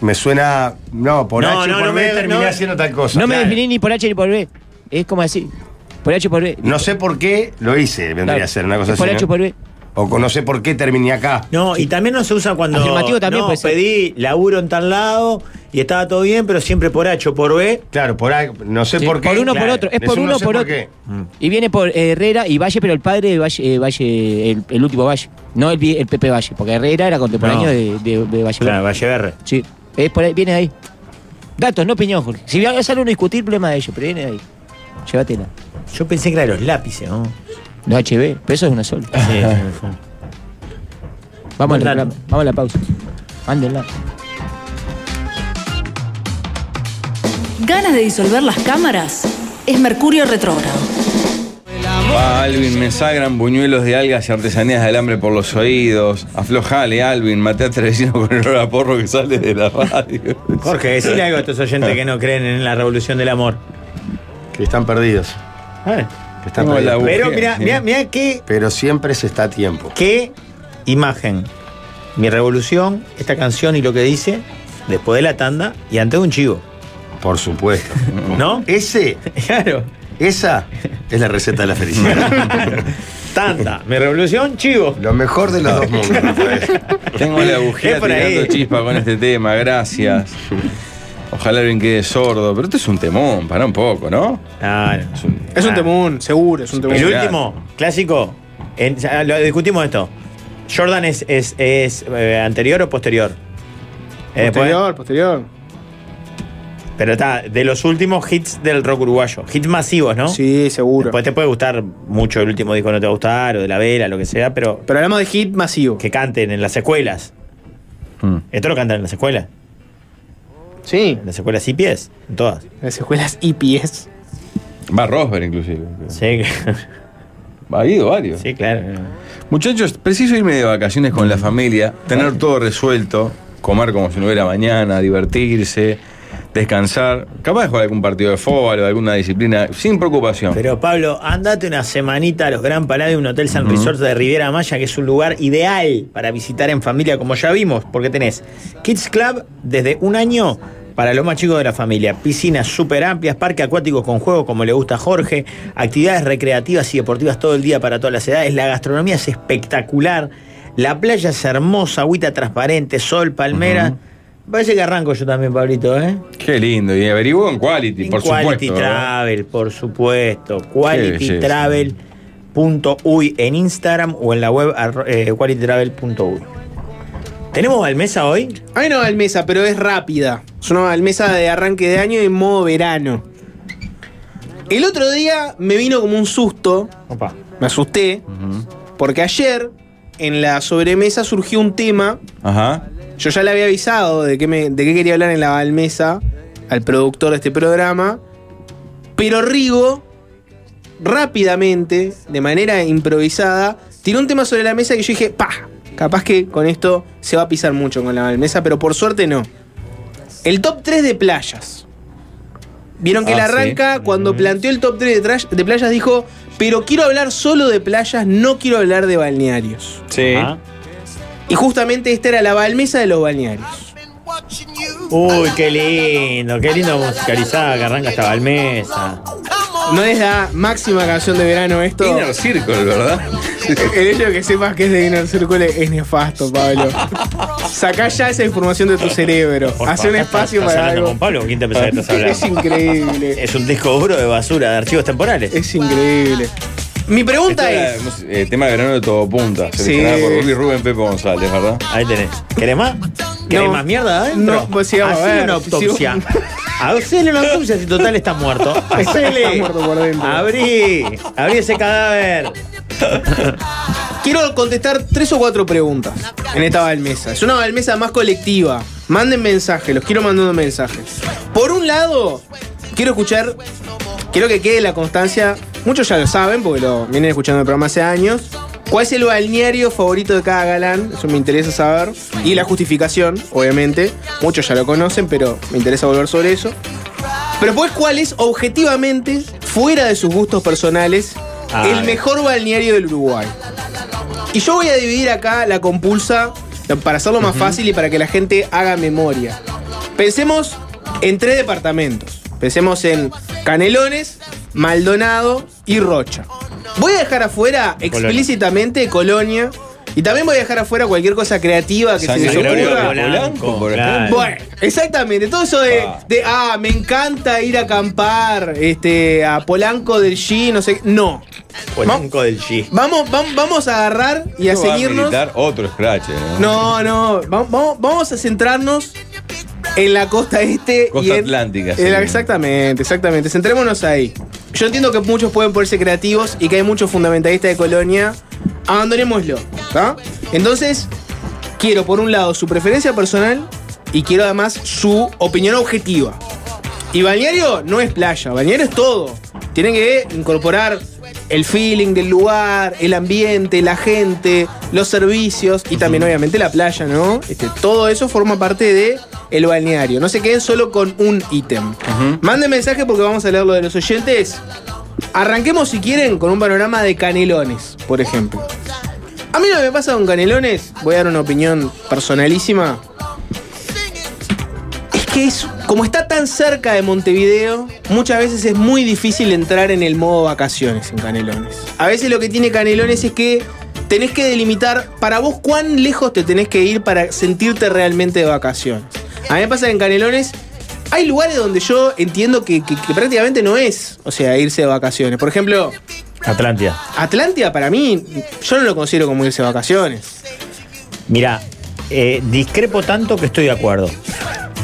me suena. No, por
No,
H
no,
por
no
B
me deter-
terminé
no-
haciendo tal cosa.
No me
Claro.
definí ni por H ni por B. Es como así. Por H por B.
No sé por qué lo hice, vendría
Claro.
a ser una cosa
Es por
así.
H
¿no?
por B.
O con- no sé por qué terminé acá.
No, y también no se usa cuando.
Afirmativo también
no,
puede ser.
pedí laburo en tal lado y estaba todo bien, pero siempre por H o por B.
Claro, por A, no sé
Sí,
por qué.
por uno,
por
Claro.
otro, es
Decís,
por
no
uno,
sé
por otro.
qué.
Y viene por eh, Herrera y Valle, pero el padre de Valle, eh, Valle, el, el último Valle, no el, vie- el Pepe Valle, porque Herrera era contemporáneo
No.
de, de- de Valle.
Claro, Valle Berre.
Sí, es por ahí, viene de ahí. Datos, no opinión, Jorge. Si va- sale uno a discutir, problema de ellos, pero viene de ahí. Llévatela.
Yo pensé que era los lápices, ¿no?
Los HB, pero eso es una sola.
Sí,
Vamos, a la,
Mandalo.
vamos a la pausa. Mándenla.
¿Ganas de disolver las cámaras? Es Mercurio retrógrado.
Va, Alvin, me sagran buñuelos de algas y artesanías de alambre por los oídos. Aflojale, Alvin, maté a Travesino con el olor a porro que sale de la radio.
Jorge, decirle algo a estos oyentes que no creen en la revolución del amor.
Que están perdidos.
Ah.
Que están
Tengo
perdidos.
la Pero bujía, mirá, sí. mirá, mirá qué-
Pero siempre se está a tiempo.
¿Qué imagen? Mi revolución, esta canción y lo que dice, después de la tanda y ante un chivo.
Por supuesto.
¿No?
Ese.
Claro.
Esa es la receta de la felicidad.
Tanda, mi revolución, chivo.
Lo mejor de los dos mundos.
Tengo la bujía
Es por ahí.
tirando chispa con este tema, gracias. Ojalá alguien quede sordo, pero esto es un temón, para un poco, ¿no?
Es un,
Es un temún, seguro, es un temún.
El último, clásico, en- ya ah, lo discutimos esto. ¿Jordan es, es, es, eh, anterior o posterior? Eh,
Posterior, posterior.
después- pero está, de los últimos hits del rock uruguayo. Hits masivos, ¿no?
Sí, seguro.
Después te puede gustar mucho el último disco, no te va a gustar, o de la vela, lo que sea, pero.
Pero hablamos de hit masivo.
Que canten en las escuelas.
Hmm.
Esto lo cantan en las escuelas.
Sí.
En las escuelas IPS, en todas.
Las escuelas IPS.
Va Rosberg, inclusive.
Sí.
Ha ido varios.
Sí, claro.
Muchachos, preciso irme de vacaciones con la familia, tener todo resuelto, comer como si no hubiera mañana, divertirse, descansar, capaz de jugar algún partido de fútbol o alguna disciplina, sin preocupación.
Pero Pablo, andate una semanita a los Gran Palacios, un hotel San Resort de Riviera Maya, que es un lugar ideal para visitar en familia, como ya vimos, porque tenés Kids Club desde un año para los más chicos de la familia, piscinas súper amplias, parque acuático con juegos como le gusta a Jorge, actividades recreativas y deportivas todo el día para todas las edades, la gastronomía es espectacular, la playa es hermosa, agüita transparente, sol, palmera. Parece que arranco yo también, Pablito, ¿eh?
Qué lindo, y averiguó en Quality, por
Quality
supuesto. ¿eh? ¿verdad?
Travel, por supuesto.
belleza.
QualityTravel.uy en Instagram o en la web arro- eh, qualitytravel.uy. ¿Tenemos Valmesa hoy?
Hay una Valmesa, pero es rápida. Es una Valmesa de arranque de año en modo verano. El otro día me vino como un susto. Me asusté. Porque ayer, en la sobremesa, surgió un tema.
Ajá.
Yo ya le había avisado de qué, me- de qué quería hablar en la Valmesa al productor de este programa. Pero Rigo, rápidamente, de manera improvisada, tiró un tema sobre la mesa que yo dije, pa, capaz que con esto se va a pisar mucho con la Valmesa, pero por suerte no. El top 3 de playas. Vieron que
Ah,
la
sí.
arranca cuando planteó el top 3 de, trash- de playas dijo, pero quiero hablar solo de playas, no quiero hablar de balnearios.
Sí.
Y justamente esta era la Valmesa de los balnearios.
Uy, qué lindo, qué lindo musicalizada que arranca esta Valmesa.
No es la máxima canción de verano esto.
Inner Circle, ¿verdad?
El hecho de que sepas que es de Inner Circle es nefasto, Pablo. Sacá ya esa información de tu cerebro. Haz un espacio
¿Estás
para
hablando
algo.
con Pablo? ¿Con quién te pensás que estás hablando?
Es increíble.
Es un disco duro de basura, de archivos temporales.
Es increíble. Mi pregunta
Era,
es.
no sé, eh, tema de verano de todo punta. Seleccionada por Rubí Rubén Pepe González, ¿verdad?
Ahí tenés. ¿Querés más? ¿Querés
No.
más mierda adentro?
No, pues sí, vamos a
Hacele
ver.
una autopsia.
Sí,
Hacele una autopsia si total está muerto.
Está
Hacele.
muerto por dentro.
Abrí. Abrí ese cadáver.
Quiero contestar tres o cuatro preguntas en esta balmesa. Es una balmesa más colectiva. Manden mensajes, los quiero mandando mensajes. Por un lado, quiero escuchar, quiero que quede la constancia, muchos ya lo saben porque lo vienen escuchando el programa hace años. ¿Cuál es el balneario favorito de cada galán? Eso me interesa saber. Y la justificación, obviamente. Muchos ya lo conocen, pero me interesa volver sobre eso. Pero pues, ¿cuál es objetivamente, fuera de sus gustos personales,
Ah,
el
bien.
mejor balneario del Uruguay? Y yo voy a dividir acá la compulsa la- para hacerlo más fácil y para que la gente haga memoria. Pensemos en tres departamentos. Pensemos en Canelones, Maldonado y Rocha. Voy a dejar afuera explícitamente Colonia, Y también voy a dejar afuera cualquier cosa creativa que se les
Sanguinario
ocurra.
Polanco, por ejemplo.
Bueno, exactamente. Todo eso de, de, ah, me encanta ir a acampar este, a Polanco del G, no sé qué. No.
Polanco del G.
Vamos, vamos, vamos a agarrar y a
Esto va
seguirnos.
habilitar otro scratch.
No, no. va- Vamos, vamos a centrarnos en la costa este. y
Costa
en-
Atlántica.
en la-
sí.
exactamente, exactamente. Centrémonos ahí. Yo entiendo que muchos pueden ponerse creativos y que hay muchos fundamentalistas de colonia. Abandonémoslo. ¿tá? Entonces, quiero por un lado su preferencia personal y quiero además su opinión objetiva. Y balneario no es playa, balneario es todo. Tienen que incorporar el feeling del lugar, el ambiente, la gente, los servicios y también obviamente la playa, ¿no? Este, todo eso forma parte de el balneario. No se queden solo con un ítem. Manden mensaje porque vamos a leer lo de los oyentes. Arranquemos si quieren con un panorama de canelones, por ejemplo. A mí lo que me pasa con Canelones, voy a dar una opinión personalísima. Es que es, como está tan cerca de Montevideo, muchas veces es muy difícil entrar en el modo vacaciones en Canelones. A veces lo que tiene Canelones es que tenés que delimitar para vos cuán lejos te tenés que ir para sentirte realmente de vacaciones. A mí me pasa que en Canelones hay lugares donde yo entiendo que, que- que prácticamente no es, o sea, irse de vacaciones. Por ejemplo,
Atlántida.
Atlántida para mí, yo no lo considero como irse de vacaciones.
Mira, discrepo tanto que estoy de acuerdo.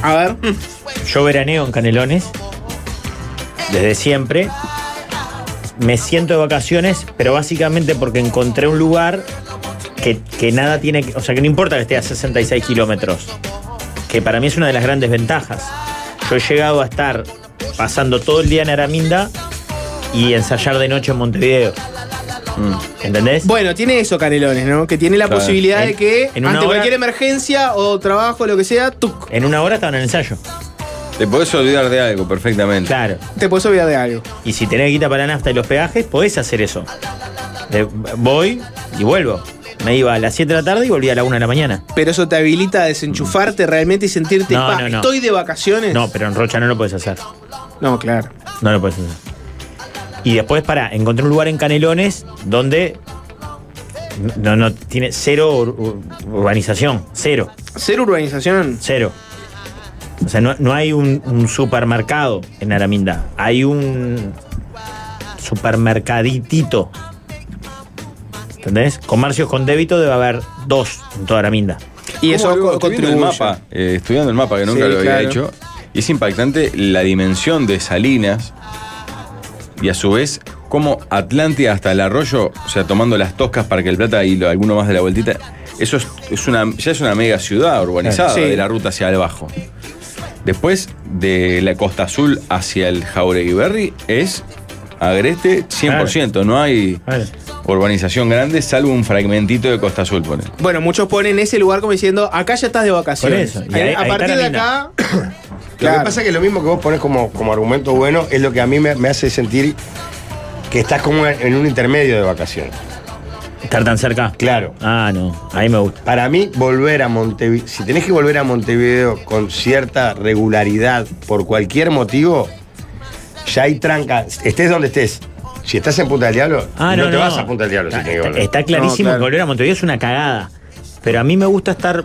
A ver.
Yo veraneo en Canelones. Desde siempre. Me siento de vacaciones, pero básicamente porque encontré un lugar que, que nada tiene que. O sea, que no importa que esté a 66 kilómetros. Que para mí es una de las grandes ventajas. Yo he llegado a estar pasando todo el día en Araminda y ensayar de noche en Montevideo. ¿Entendés?
Mm. Bueno, tiene eso Canelones, ¿no? Que tiene la
Claro.
posibilidad de
En-
que
en una
ante
hora-
cualquier emergencia o trabajo, lo que sea, tú
En una hora estaban en el ensayo.
Te podés olvidar de algo perfectamente.
Claro.
te puedes olvidar de algo.
Y si tenés guita para la nafta y los peajes, podés hacer eso. De- voy y vuelvo. Me iba a las 7 de la tarde y volví a la 1 de la mañana.
Pero eso te habilita a desenchufarte realmente y sentirte,
No,
"Pa,
no, no.
estoy de vacaciones.
No, pero en Rocha no lo podés hacer.
No, claro.
No lo podés hacer. Y después, para, encontré un lugar en Canelones donde no, no tiene cero ur- ur- urbanización. Cero.
¿Cero urbanización?
Cero. O sea, no, no hay un, un supermercado en Araminda. Hay un supermercaditito. ¿Entendés? Comercios con débito debe haber dos en toda Araminda.
Y
¿Cómo algo? Estoy viendo el mapa, eh, estudiando el mapa, que nunca
Sí,
lo había
claro.
hecho. Y es impactante la dimensión de Salinas y a su vez cómo Atlántida hasta el arroyo, o sea, tomando las toscas para que el plata y lo- alguno más de la vueltita, eso es, es una, ya es una mega ciudad urbanizada
Sí.
de la ruta hacia el bajo. Después de la costa azul hacia el Jauregui Berry es agreste 100%, no hay urbanización grande salvo un fragmentito de costa azul, pone.
Bueno, muchos ponen ese lugar como diciendo, acá ya estás de vacaciones.
Por eso, y
A-
ahí-
a
ahí
partir de
está
acá,
Lo que pasa es que lo mismo que vos pones como, como argumento bueno es lo que a mí me, me hace sentir que estás como en un intermedio de vacaciones.
¿Estar tan cerca?
Claro.
Ah, no. A mí me gusta.
Para mí, volver a Montevideo, si tenés que volver a Montevideo con cierta regularidad por cualquier motivo, ya hay tranca. Estés donde estés. Si estás en Punta del Diablo,
Ah,
no,
no,
te
no.
vas a Punta del Diablo. si tenés que
Está,
volver.
está clarísimo que volver a Montevideo es una cagada. Pero a mí me gusta estar.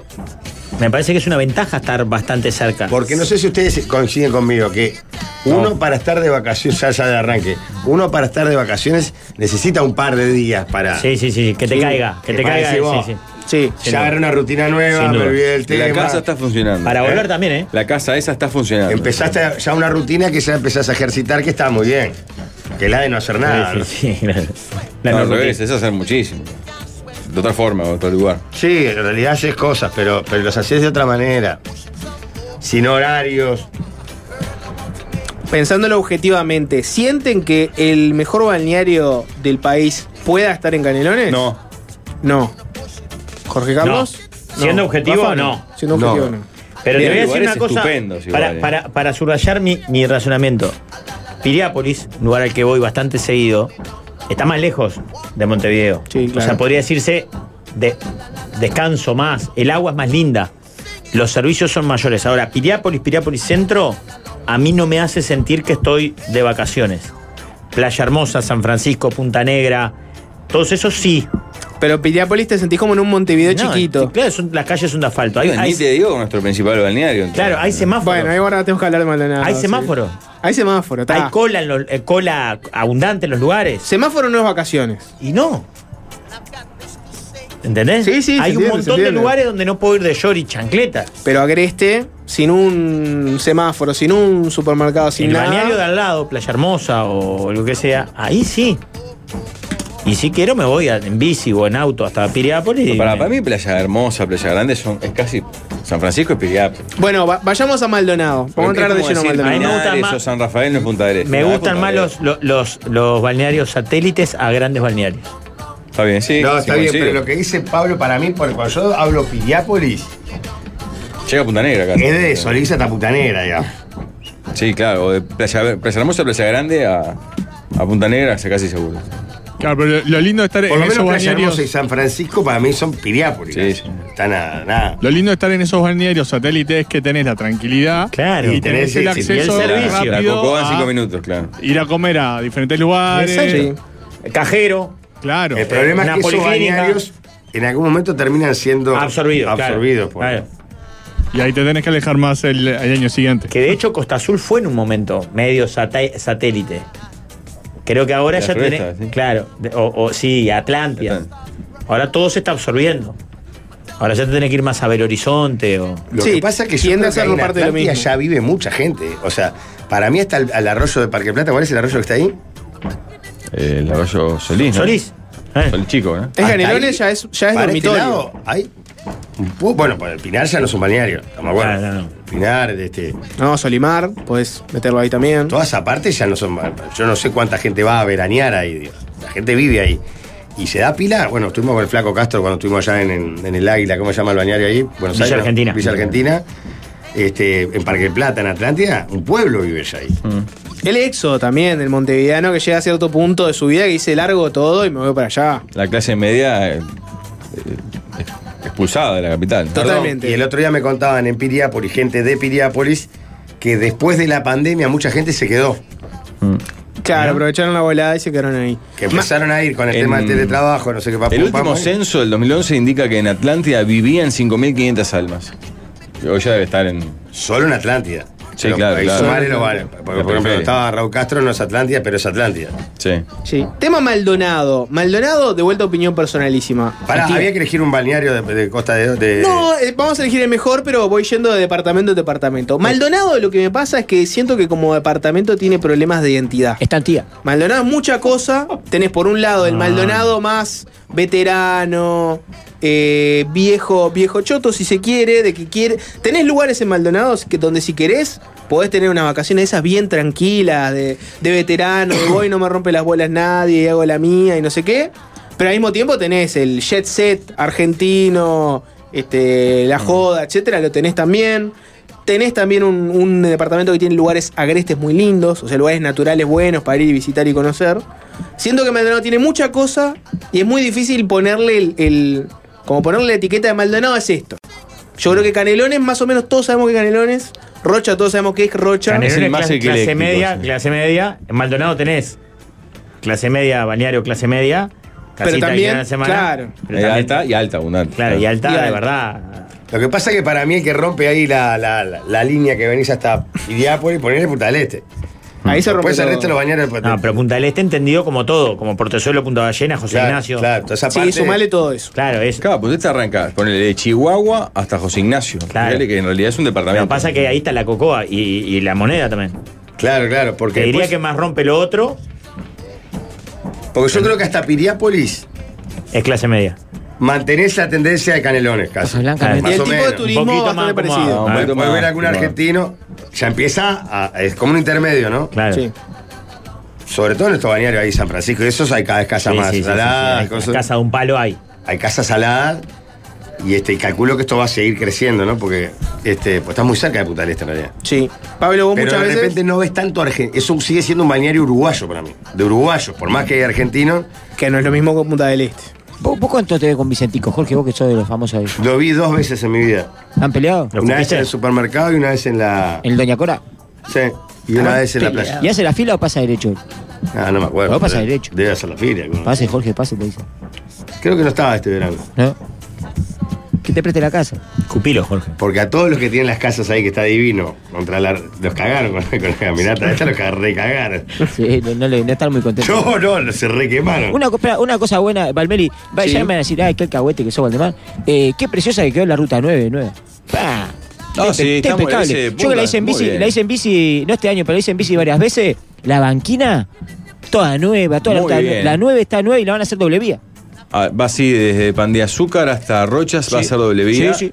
Me parece que es una ventaja estar bastante cerca.
Porque no sé si ustedes coinciden conmigo que uno para estar de vacaciones, ya, ya de arranque, uno para estar de vacaciones necesita un par de días para.
Sí, sí, sí, que te caiga, que te
para
caiga,
decir,
sí,
vos,
sí.
Ya agarré una rutina
Sin
nueva, me
duda.
olvidé del tema.
La casa está funcionando.
Para volver
también, ¿eh?
La casa esa está funcionando.
Empezaste a- ya una rutina que ya empezás a ejercitar, que está muy bien. Que es la de no hacer nada.
Sí,
¿no?
sí,
No,
no
al
rutina.
revés, es hacer muchísimo. De otra forma, de otro lugar.
Sí, en realidad haces cosas, pero, pero las haces de otra manera. Sin horarios.
pensándolo objetivamente, ¿sienten que el mejor balneario del país pueda estar en Canelones?
No.
No. ¿Jorge Carlos?
No. Siendo objetivo,
Rafa,
no.
Siendo objetivo, no.
Pero te
Bien,
voy a decir
lugares
una cosa
estupendos igual,
para,
eh.
para, para subrayar mi, mi razonamiento. Piriápolis, un lugar al que voy bastante seguido, está más lejos de Montevideo. O sea, podría decirse de, descanso más, el agua es más linda, los servicios son mayores. Ahora, Piriápolis, Piriápolis Centro, a mí no me hace sentir que estoy de vacaciones. Playa Hermosa, San Francisco, Punta Negra, todos esos sí.
Pero Piriápolis te sentís como en un Montevideo
No,
chiquito.
Claro, son- las calles son de asfalto. Hay,
Bueno,
hay-
ni te
digo nuestro principal balneario.
Claro, hay semáforo.
Bueno, ahí ahora tenemos que hablar de Maldonado.
hay
sí.
semáforo.
Hay semáforo. está.
Hay cola, en los- eh, cola abundante en los lugares.
Semáforo no es vacaciones.
Y no. ¿Entendés?
Sí, sí, se
Hay un
entiende, se
montón de
entiende.
lugares donde no puedo ir de short y chancleta.
Pero agreste, sin un semáforo, sin un supermercado, sin
el
nada.
balneario de al lado, Playa Hermosa o lo que sea, ahí sí. Y si quiero me voy a- en bici o en auto hasta Piriápolis. y
Para,
me-
para mí, Playa Hermosa, Playa Grande son, es casi San Francisco y Piriápolis.
Bueno, va- vayamos a Maldonado. Vamos a entrar de lleno a Maldonado.
Eso, San Rafael no es Punta Arenas.
Me
Nada,
gustan
Punta
más
Arenas.
los, lo- los, los balnearios satélites a grandes balnearios.
Está bien, sí.
No, está bien, pero lo que dice Pablo para mí, porque cuando yo hablo Piriápolis,
Llega a Punta Negra acá.
es de Solís hasta Punta Negra, digamos.
Sí, claro, o de Playa, Playa Hermosa a Playa Grande a, a Punta Negra, se casi seguro.
Claro, pero lo lindo de estar
Por
en
lo menos
esos
Playa
balnearios.
Hermosa y San Francisco para mí son Piriápolis. Están a nada.
Lo lindo de estar en esos balnearios satélites es que tenés la tranquilidad
Claro.
y tenés el acceso
La
rápido
Cocoa en
a
Ah.
cinco minutos, claro.
ir a comer a diferentes lugares.
Exacto.
El cajero.
Claro.
El problema es que esos balnearios en algún momento terminan siendo
Absorbidos, claro.
absorbidos por-
Y ahí te tenés que alejar más el, el año siguiente.
Que de hecho Costa Azul fue en un momento medio sata- satélite. Creo que ahora
Las
ya tiene.
revistas,
Claro. de- O, o sí, Atlántida. Ahora todo se está absorbiendo. Ahora ya te tenés que ir más a Belo Horizonte o.
Lo que pasa es que yo creo que ahí en Atlántida ya vive mucha gente. O sea, para mí hasta el al arroyo de Parque Plata, ¿cuál es el arroyo que está ahí?
Eh, el arroyo Solís, ¿no?
Solís,
Solís chico, ¿eh?
Hasta ahí,
ya es, ya es
para
dormitorio.
Este lado, hay un po- bueno, para el Pinar ya no es un balneario, estamos de
Ah,
acuerdo. Pinar, este.
No, Solimar, puedes meterlo ahí también.
Todas aparte ya no son. Yo no sé cuánta gente va a veranear ahí, Dios. La gente vive ahí. Y se da pila. Bueno, estuvimos con el Flaco Castro cuando estuvimos allá en, en- en el Águila, ¿cómo se llama el balneario ahí? Buenos
Villa
Aires, no,
Argentina.
Villa Argentina. Este, en Parque del Plata, en Atlántida, un pueblo vive ya ahí.
El éxodo también, el montevideano que llega a cierto punto de su vida que dice largo todo y me voy para allá.
La clase media eh, eh, expulsada de la capital.
Perdón, Y el otro día me contaban en Piriápolis, gente de Piriápolis, que después de la pandemia mucha gente se quedó.
Claro, aprovecharon la volada y se quedaron ahí.
Que empezaron a ir con el
En-
tema del teletrabajo, no sé qué papá.
El último censo del 2011 indica que en Atlántida vivían 5.500 almas. Hoy ya debe estar en...
Solo en Atlántida.
Sí, claro, claro.
Por, por ejemplo, estaba Raúl Castro, no es Atlántida, pero es Atlántida.
Sí.
Sí. Tema Maldonado. Maldonado, de vuelta opinión personalísima.
Pará,
Aquí-
había que elegir un balneario de, de Costa de... de-
No, eh, vamos a elegir el mejor, pero voy yendo de departamento a departamento. Maldonado lo que me pasa es que siento que como departamento tiene problemas de identidad.
Estantía.
Maldonado es mucha cosa. Tenés por un lado el
Ah.
Maldonado más veterano, eh, viejo, viejo choto, si se quiere, de que quiere. Tenés lugares en Maldonado que donde si querés podés tener unas vacaciones de esas bien tranquilas, de, de veterano, de voy, no me rompe las bolas nadie, y hago la mía y no sé qué. Pero al mismo tiempo tenés el jet set argentino, este, la joda, etcétera, lo tenés también. Tenés también un, un departamento que tiene lugares agrestes muy lindos, o sea, lugares naturales buenos para ir y visitar y conocer. Siento que Maldonado tiene mucha cosa y es muy difícil ponerle el, el- como ponerle la etiqueta de Maldonado es esto. Yo creo que Canelones, más o menos todos sabemos que Canelones, Rocha todos sabemos que es Rocha.
Canelones, clase, clase media, clase media. En Maldonado tenés clase media, balneario, clase media.
Pero
casita
también,
que queda en la semana,
claro.
pero
Eh,
también-
alta y alta abundante.
Claro, y alta,
Y
de
alta.
verdad.
Lo que pasa es que para mí el que rompe ahí la, la- la- la línea que venís hasta Piriápolis, ponerle Punta del Este.
Ahí se rompe
Después el
todo.
este
resto lo bañaron. pues,
No, pero Punta del Este entendido como todo, como Portezuelo, Punta Ballena, José
Claro,
Ignacio.
claro, toda esa Sí, parte- sumale
todo eso.
Claro, es.
Claro, pues este arranca, ponele de Chihuahua hasta José Ignacio. Fíjale que en realidad es un
Lo
departamento.
que pasa es que ahí está la cocoa y, y la moneda también.
Claro, claro, porque
Te diría
después-
que más rompe lo otro
Porque yo creo que hasta Piriápolis
es clase media.
mantenés la tendencia de Canelones casi.
Blanca,
Más
Y el
o
tipo de
menos.
turismo Un poquito bastante más parecido. acomodado, un
Vol-
poquito más
Volver a algún
acomodado.
argentino ya empieza a, es como un intermedio, ¿no?
Claro.
Sí.
Sobre todo en estos bañarios ahí San Francisco, y esos hay cada vez casas
Sí,
más
sí, sí, sí, sí,
saladas.
hay casa de un palo hay.
Hay casas saladas. Y este, y calculo que esto va a seguir creciendo, ¿no? Porque este, pues estás muy cerca de Punta del Este en realidad.
Sí. Pablo, vos
Pero
muchas
de
veces.
repente no ves tanto argentino. Eso sigue siendo un balneario uruguayo para mí. De uruguayos, por más que hay argentinos.
Que no es lo mismo que Punta del Este.
¿Vos, vos cuánto te ves con Vicentico, Jorge? Vos que sos de los famosos ahí.
Lo vi dos veces en mi vida.
¿Han peleado?
Una vez en el supermercado y una vez en la.
¿En Doña Cora? Ah,
Sí. Y una vez en la playa.
¿Y hace la fila o pasa derecho?
Ah, no me acuerdo.
No, pasa
pero
derecho. Ah.
Debe hacer la fila.
Pase, Jorge, pase, te dice.
Creo que no estaba este verano.
Que te preste la casa.
Cupilo, Jorge.
Porque a todos los que tienen las casas ahí que está divino, contra la, los cagaron con, con la caminata. Esta los ca- recagaron.
Sí, no, no, le- no estar muy contento.
No, no, los se requemaron.
Una, co- espera, una cosa buena, Valmeri, va
Sí.
ya me van a decir, ay, qué alcahuete que sos, Valdemar. Eh, qué preciosa que quedó la ruta 9 nueva. Pa.
No,
Está
sí,
impe-
está
está
muy-
impecable.
ese-
Yo que la hice en
muy
bici,
bien.
la hice en bici, no este año, pero la hice en bici varias veces. La banquina, toda nueva, toda la,
Muy
ruta nu-
bien.
la 9 está nueva y la van a hacer doble vía.
Ah, va así desde Pan de Azúcar hasta Rochas, va a ser doble vía.
Sí,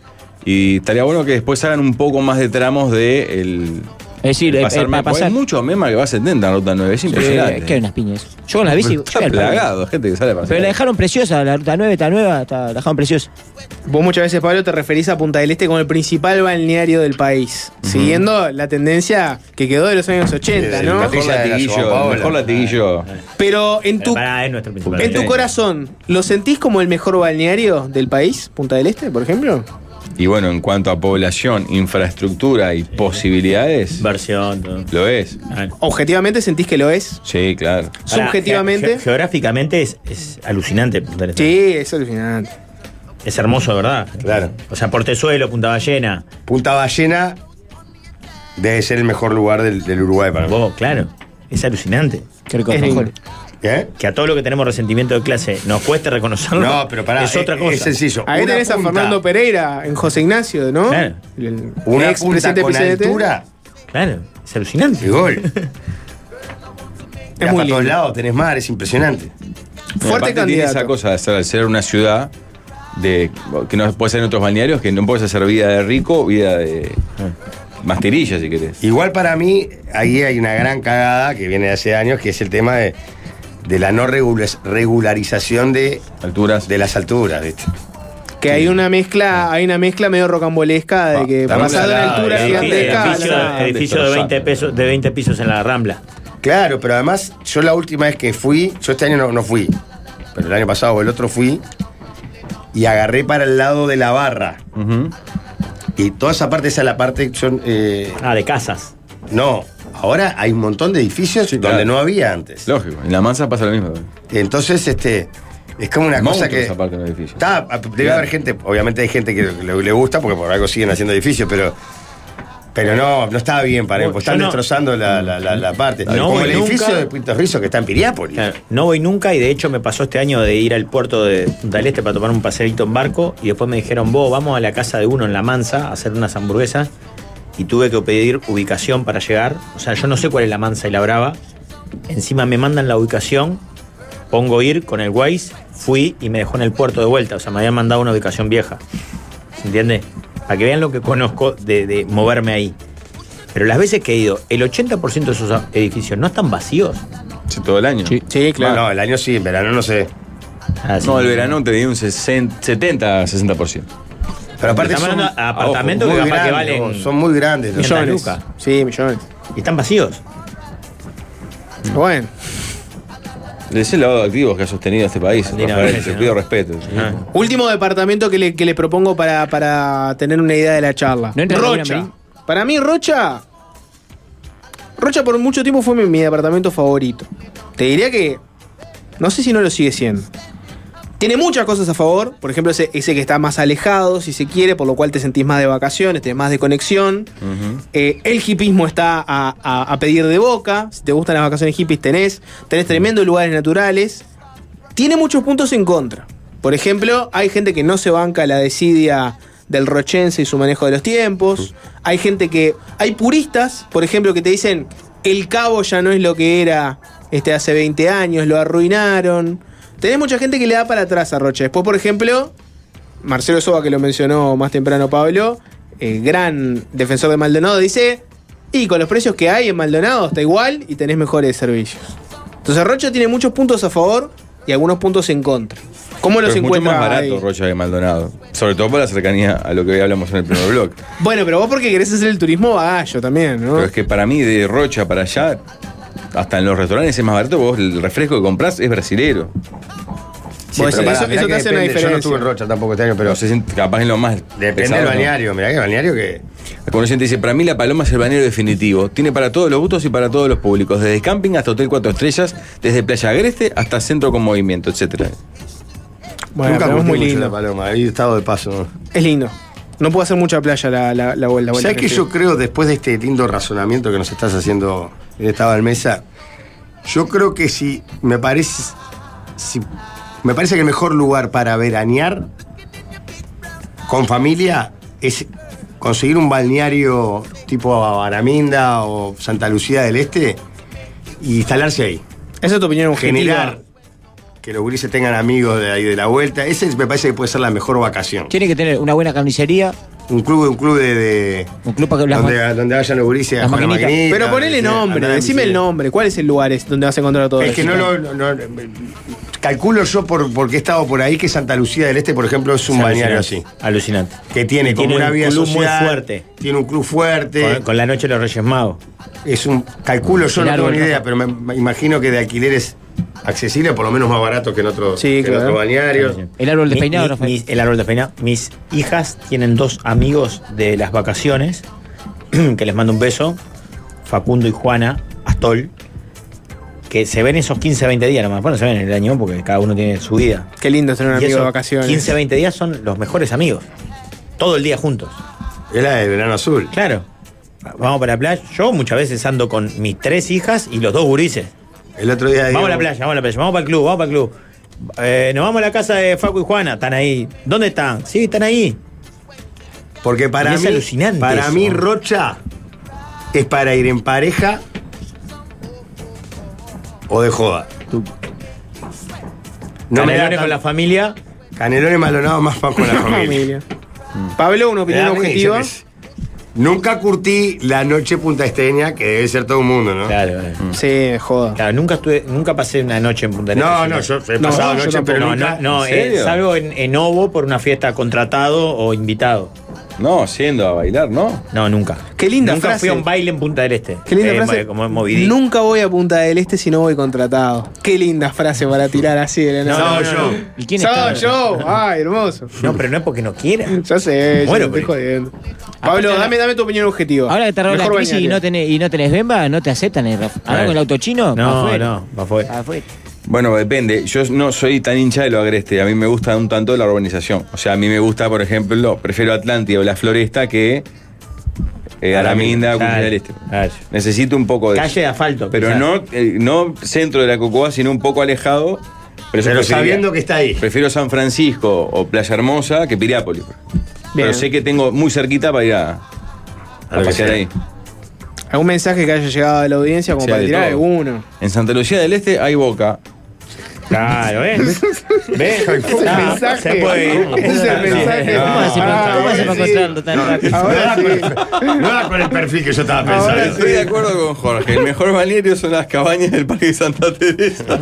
sí.
Y estaría bueno que después hagan un poco más de tramos de el.
Es decir, eh, eh, para pasar.
Hay muchos memas que va a 70 en Ruta 9, es impresionante.
que hay unas piñas. Yo con la bici.
Está
yo al parque.
plagado, gente que sale a pasear.
Pero la dejaron preciosa, la ruta 9 está nueva, está- la dejaron preciosa.
Vos muchas veces, Pablo, te referís a Punta del Este como el principal balneario del país, siguiendo la tendencia que quedó de los años 80, ¿no?
Mejor latiguillo, mejor latiguillo.
Pero en tu,
Ah, Pará, es nuestro principal.
en tu corazón, ¿lo sentís como el mejor balneario del país, Punta del Este, por ejemplo?
Y bueno, en cuanto a población, infraestructura y posibilidades.
Versión, todo.
Lo es.
Objetivamente sentís que lo es.
Sí, claro.
Pará,
Subjetivamente.
ge- ge- geográficamente es, es alucinante. Punta del Este.
Sí, es alucinante.
Es hermoso, ¿verdad? Claro. O sea, Portezuelo, Punta Ballena.
Punta Ballena debe ser el mejor lugar del, del Uruguay para mí.
Vos, claro. Es alucinante.
Es mejor.
Que a todos los que tenemos resentimiento de clase nos cueste reconocerlo.
¿Eh? No, pero pará, eh,
Es otra
es-
cosa.
es sencillo.
Ahí
Una
tenés a
punta. Eh,
Fernando Pereira en José Ignacio, ¿no?
Claro.
El
Una
ex
punta
presidente
con
de PCDT.
altura.
Claro, es alucinante.
Y gol. Es muy todos lados tenés mar, es impresionante.
Fuerte tiene esa cosa de ser, al ser una ciudad de, que no puede ser en otros balnearios, que no puedes hacer vida de rico, vida de
Ah.
masterilla, si querés.
Igual para mí, ahí hay una gran cagada que viene de hace años, que es el tema de, de la no regula- regularización de,
alturas.
de las alturas. ¿viste?
Que hay una mezcla, hay una mezcla medio rocambolesca de que
también
pasado
la-
en altura
la-
gigantesca.
la-
Edificio,
la-
edificio de, 20 pesos, de 20 pisos en la Rambla.
Claro, pero además, yo la última vez que fui, yo este año no, no fui, pero el año pasado o el otro fui, y agarré para el lado de la barra. Y toda esa parte, esa es la parte. Son, eh,
ah, de casas.
No, ahora hay un montón de edificios donde no había antes.
Lógico, en la mansa pasa lo mismo.
Entonces, este. Es como una cosa
Monstruos
que.
aparte de un edificio.
Está, a- debe haber gente, obviamente hay gente que le, le gusta porque por algo siguen haciendo edificios, pero pero no, no está bien para
Yo
pues están
no-
destrozando la, la- la- la parte.
No
Como
voy
el edificio
nunca.
de Pintos Rizos que está en Piriápolis.
Claro, no voy nunca y de hecho me pasó este año de ir al puerto de Punta del Este para tomar un paseadito en barco y después me dijeron, vos vamos a la casa de uno en La Mansa a hacer unas hamburguesas y tuve que pedir ubicación para llegar. O sea, yo no sé cuál es La Mansa y La Brava. Encima me mandan la ubicación, pongo ir con el Waze, fui y me dejó en el puerto de vuelta. O sea, me habían mandado una ubicación vieja. ¿Se entiende? Para que vean lo que conozco de, de moverme ahí. Pero las veces que he ido, el 80% de esos edificios no están vacíos.
Sí, todo el año. Sí,
No, no, el año sí, en verano no sé.
no, el verano te di un 60, 70, 60%.
Pero aparte
Estamos
son
hablando de apartamentos
ojo,
que
muy
capaz que
grandes,
valen
ojo, son muy grandes. los
millones. Sí, millones.
Y están vacíos.
Bueno.
Es el lavado de activos que ha sostenido este país. Rafael, Te pido respeto.
Último departamento que le, que le propongo para, para tener una idea de la charla.
¿No entra
Rocha.
Laguna
Para mí, Rocha. Rocha por mucho tiempo fue mi, mi departamento favorito. Te diría que. No sé si no lo sigue siendo. Tiene muchas cosas a favor. Por ejemplo, ese, ese que está más alejado, si se quiere, por lo cual te sentís más de vacaciones, tenés más de conexión. Eh, el hipismo está a, a- a pedir de boca. Si te gustan las vacaciones hippies, tenés. Tenés tremendos lugares naturales. Tiene muchos puntos en contra. Por ejemplo, hay gente que no se banca la desidia del rochense y su manejo de los tiempos. Hay gente que. Hay puristas, por ejemplo, que te dicen: el cabo ya no es lo que era este, hace 20 años, lo arruinaron. Tenés mucha gente que le da para atrás a Rocha. Después, por ejemplo, Marcelo Soba, que lo mencionó más temprano Pablo, eh, gran defensor de Maldonado, dice: y con los precios que hay en Maldonado está igual y tenés mejores servicios. Entonces Rocha tiene muchos puntos a favor y algunos puntos en contra. ¿Cómo los
Pero es mucho
encuentras
más barato
ahí?
Rocha de Maldonado. Sobre todo por la cercanía a lo que hoy hablamos en el primer blog.
Bueno, pero vos porque querés hacer el turismo bagallo también, ¿no?
Pero es que para mí, de Rocha para allá, hasta en los restaurantes es más barato. Vos el refresco que comprás es brasilero.
Sí, pero pará, mirá que depende, Yo no estuve en Rocha tampoco este año, pero.
No sé si capaz en lo más.
Depende del balneario, mirá que balneario que.
Cuando gente dice, para mí la Paloma es el balneario definitivo. Tiene para todos los gustos y para todos los públicos. Desde camping hasta hotel cuatro estrellas, desde Playa Agreste hasta centro con movimiento, etcétera.
Bueno,
Nunca
Ah, pero es muy
curtí mucho
lindo.
la paloma, he estado de paso.
Es lindo. No puedo hacer mucha playa la, la, la vuelta.
¿Sabes que yo creo, después de este lindo razonamiento que nos estás haciendo en esta mesa, yo creo que si me parece. Si, me parece que el mejor lugar para veranear con familia es conseguir un balneario tipo Araminda o Santa Lucía del Este y instalarse ahí.
Esa es tu opinión objetiva.
Generar que los gurises tengan amigos de ahí de la vuelta. Ese me parece que puede ser la mejor vacación.
Tiene que tener una buena carnicería.
Un club, un club de. de- donde, donde vayan los gurises a jugar a la maquinita,
Pero ponele
sí,
nombre,
andar en
decime el
bici.
nombre. ¿Cuál es el lugar es donde vas a encontrar todo
Es
eso?
que no lo. no- no- calculo yo, por, porque he estado por ahí, que Santa Lucía del Este, por ejemplo, es un
Es
balneario así.
alucinante, Alucinante.
Que tiene
Y
como una
un
vida
club
social,
muy fuerte.
Tiene un club fuerte.
Con, con la noche de los Reyes Magos.
Es un. Calculo yo, no tengo ni idea, pero me, me imagino que de alquileres accesibles, por lo menos más baratos que en otros, que en otros balnearios.
El árbol
despeinado.
despeinado,
Mi, mis- el árbol despeinado. Mis hijas tienen dos amigos de las vacaciones, que les mando un beso, Facundo y Juana Astol, que se ven esos 15, 20 días nomás. Bueno, se ven en el año porque cada uno tiene su vida.
Qué lindo tener un
Y
amigo de
esos
vacaciones.
15, 20 días son los mejores amigos. Todo el día juntos.
Es la del verano azul.
Claro. Vamos para la playa. Yo muchas veces ando con mis tres hijas y los dos gurises.
El otro día.
Vamos a la
digamos-
playa, vamos a la playa, vamos para el club, vamos para el club. Eh, nos vamos a la casa de Facu y Juana, están ahí. ¿Dónde están? Sí, están ahí.
Porque para
Y es
mí,
alucinante
para
eso.
mí Rocha es para ir en pareja o de joda. No me da
Canelones
tan-
con la familia.
Canelones Maldonado más pan con la familia.
Pablo, una opinión
Me da Eh, a mí,
objetiva.
yo qué sé. Nunca curtí la noche punta esteña, que debe ser todo el mundo, ¿no?
Claro, eh.
Sí, joda.
nunca estuve, nunca pasé una noche en Punta
No,
Arenas.
no, yo he pasado noche,
tampoco.
pero
no,
nunca-
no, no,
¿En
eh,
serio?
salvo en, en Ovo por una fiesta contratado o invitado.
No, siendo a bailar, ¿no?
No, nunca.
Qué linda
nunca
frase.
fui a un baile en Punta del Este.
Qué linda
Eh,
frase.
Como movidí.
Nunca voy a Punta del Este si no voy contratado. Qué linda frase para tirar así de la
No,
nada.
no, no, no.
¿Y
quién
Soy
está?
yo. Ay, hermoso.
No, pero no es porque no quiera.
Ya sé,
Muero
yo
por
te estoy
eso.
jodiendo. Pablo, dame, dame tu opinión objetiva.
Ahora que te arroba la
Mejor
crisis y
bañate.
no, tenés, y no tenés bemba, no te aceptan el Rafa. Ahora
Claro.
con el auto chino, pa'
No,
afuera.
no, va afuera.
Pa' afuera.
Bueno, depende. Yo no soy tan hincha de lo agreste. A mí me gusta un tanto la urbanización. O sea, a mí me gusta, por ejemplo, prefiero Atlántida o la Floresta que eh, Araminda o
Claro,
Cuchilla del Este. Necesito un poco de.
Calle de asfalto.
Pero
quizás.
no, eh, no centro de la Cocoa, sino un poco alejado. Pero,
Pero sabiendo que está ahí.
Prefiero San Francisco o Playa Hermosa que Piriápolis. Pero
Bien.
sé que tengo muy cerquita para ir a, a
lo que
pasear
sea.
ahí.
¿Algún mensaje que haya llegado a la audiencia como
Sí,
para
de
tirar
todo.
alguno?
En Santa Lucía del Este hay Boca.
Claro, ¿ves? ¿Ves?
el mensaje. Ese es el mensaje.
No.
¿Cómo hace para- cómo hace para encontrarlo
No, no era con el perfil que yo estaba pensando.
Ahora estoy de acuerdo con Jorge. El mejor balneario son las cabañas del Parque de Santa Teresa.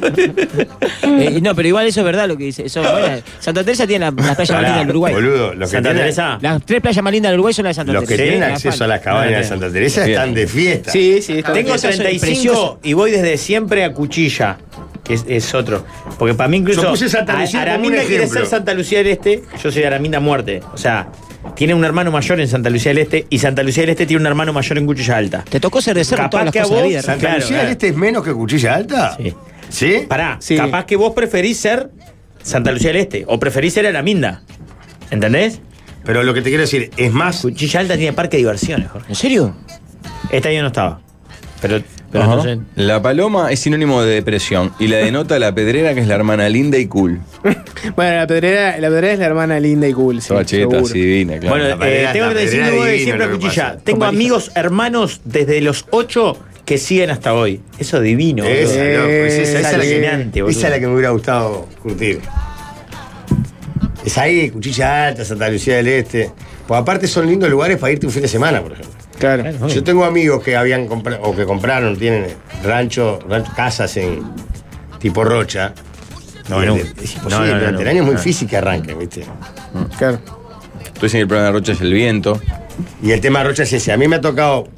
Eh, no, pero igual eso es verdad lo que dice. Eso, bueno, Santa Teresa tiene la- las playas más
Pará,
lindas del Uruguay.
boludo, los que Santa tienen- Teresa.
Las tres playas más lindas del Uruguay son las de Santa
Los que
Teresa.
tienen
Sí,
acceso a
Rafa.
las cabañas de Santa Teresa están de fiesta.
Sí, sí, está
Tengo
bien. Precioso.
35 y voy desde siempre a Cuchilla, que es, es otro. Porque para mí incluso.
Yo puse Santa Lucía
A-
como un
Araminda quiere
ejemplo.
ser Santa Lucía del Este, yo soy de Araminda a Muerte. O sea, tiene un hermano mayor en Santa Lucía del Este y Santa Lucía del Este tiene un hermano mayor en Cuchilla Alta.
Te tocó ser de cerro
Capaz
todas las
que a
cosas de la
vos-
vida.
¿Santa
Claro,
Lucía
claro.
del Este es menos que Cuchilla Alta? Sí. ¿Sí?
Pará, capaz que vos preferís ser Santa Lucía del Este o preferís ser Araminda. ¿Entendés?
Pero lo que te quiero decir, es más.
Cuchilla Alta tiene parque de diversiones, Jorge.
¿En serio?
Este año no estaba. Pero, pero
Ajá.
entonces-
La paloma es sinónimo de depresión y la denota la pedrera que es la hermana linda y cool.
Bueno, la pedrera, la pedrera es la hermana linda y cool. sí,
Toda cheta,
seguro.
así divina, claro.
Bueno, eh, tengo que decir que voy siempre a cuchilla. Tengo amigos, hermanos desde los 8 que siguen hasta hoy. Eso es divino. boludo.
Esa, loco, es esa, esa es la
alucinante,
que,
boludo.
esa es la que me hubiera gustado curtir. Es ahí, Cuchilla Alta, Santa Lucía del Este. Pues aparte son lindos lugares para irte un fin de semana, por ejemplo.
Claro.
Yo tengo amigos que habían comprado o que compraron, tienen rancho, rancho- casas en tipo Rocha.
No,
Y
no.
es imposible,
No, no, no,
durante el
no.
año es muy
Ah.
difícil que arranque, ¿viste?
pues.
Claro.
Tú dices que el problema de Rocha es el viento.
Y el tema de Rocha es ese. A mí me ha tocado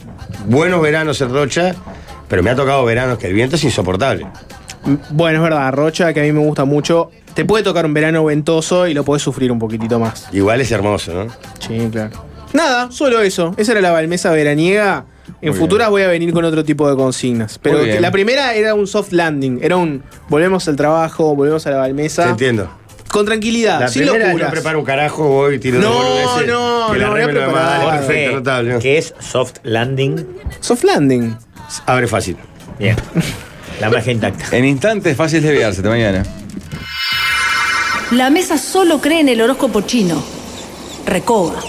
buenos veranos en Rocha, pero me ha tocado veranos que el viento es insoportable.
M- Bueno, es verdad, Rocha, que a mí me gusta mucho. Te puede tocar un verano ventoso y lo podés sufrir un poquitito más.
Igual es hermoso, ¿no?
Sí, claro. Nada, solo eso. Esa era la balmesa veraniega. En
Muy
futuras voy a venir con otro tipo de consignas. Pero
Muy
que
bien.
la primera era un soft landing. Era un volvemos al trabajo, volvemos a la balmesa.
Te entiendo.
Con tranquilidad,
La
sin
primera
locuras.
no preparo un carajo, voy, tiro
No,
boludeces,
no,
que la
no,
remera
voy
lo demás,
preparado.
dale, perfecto, notable.
¿Qué es soft landing?
Soft landing.
Abre fácil.
Bien. La magia intacta.
En instantes, fácil desviarse. Hasta mañana.
La mesa solo cree en el horóscopo chino. Recoba.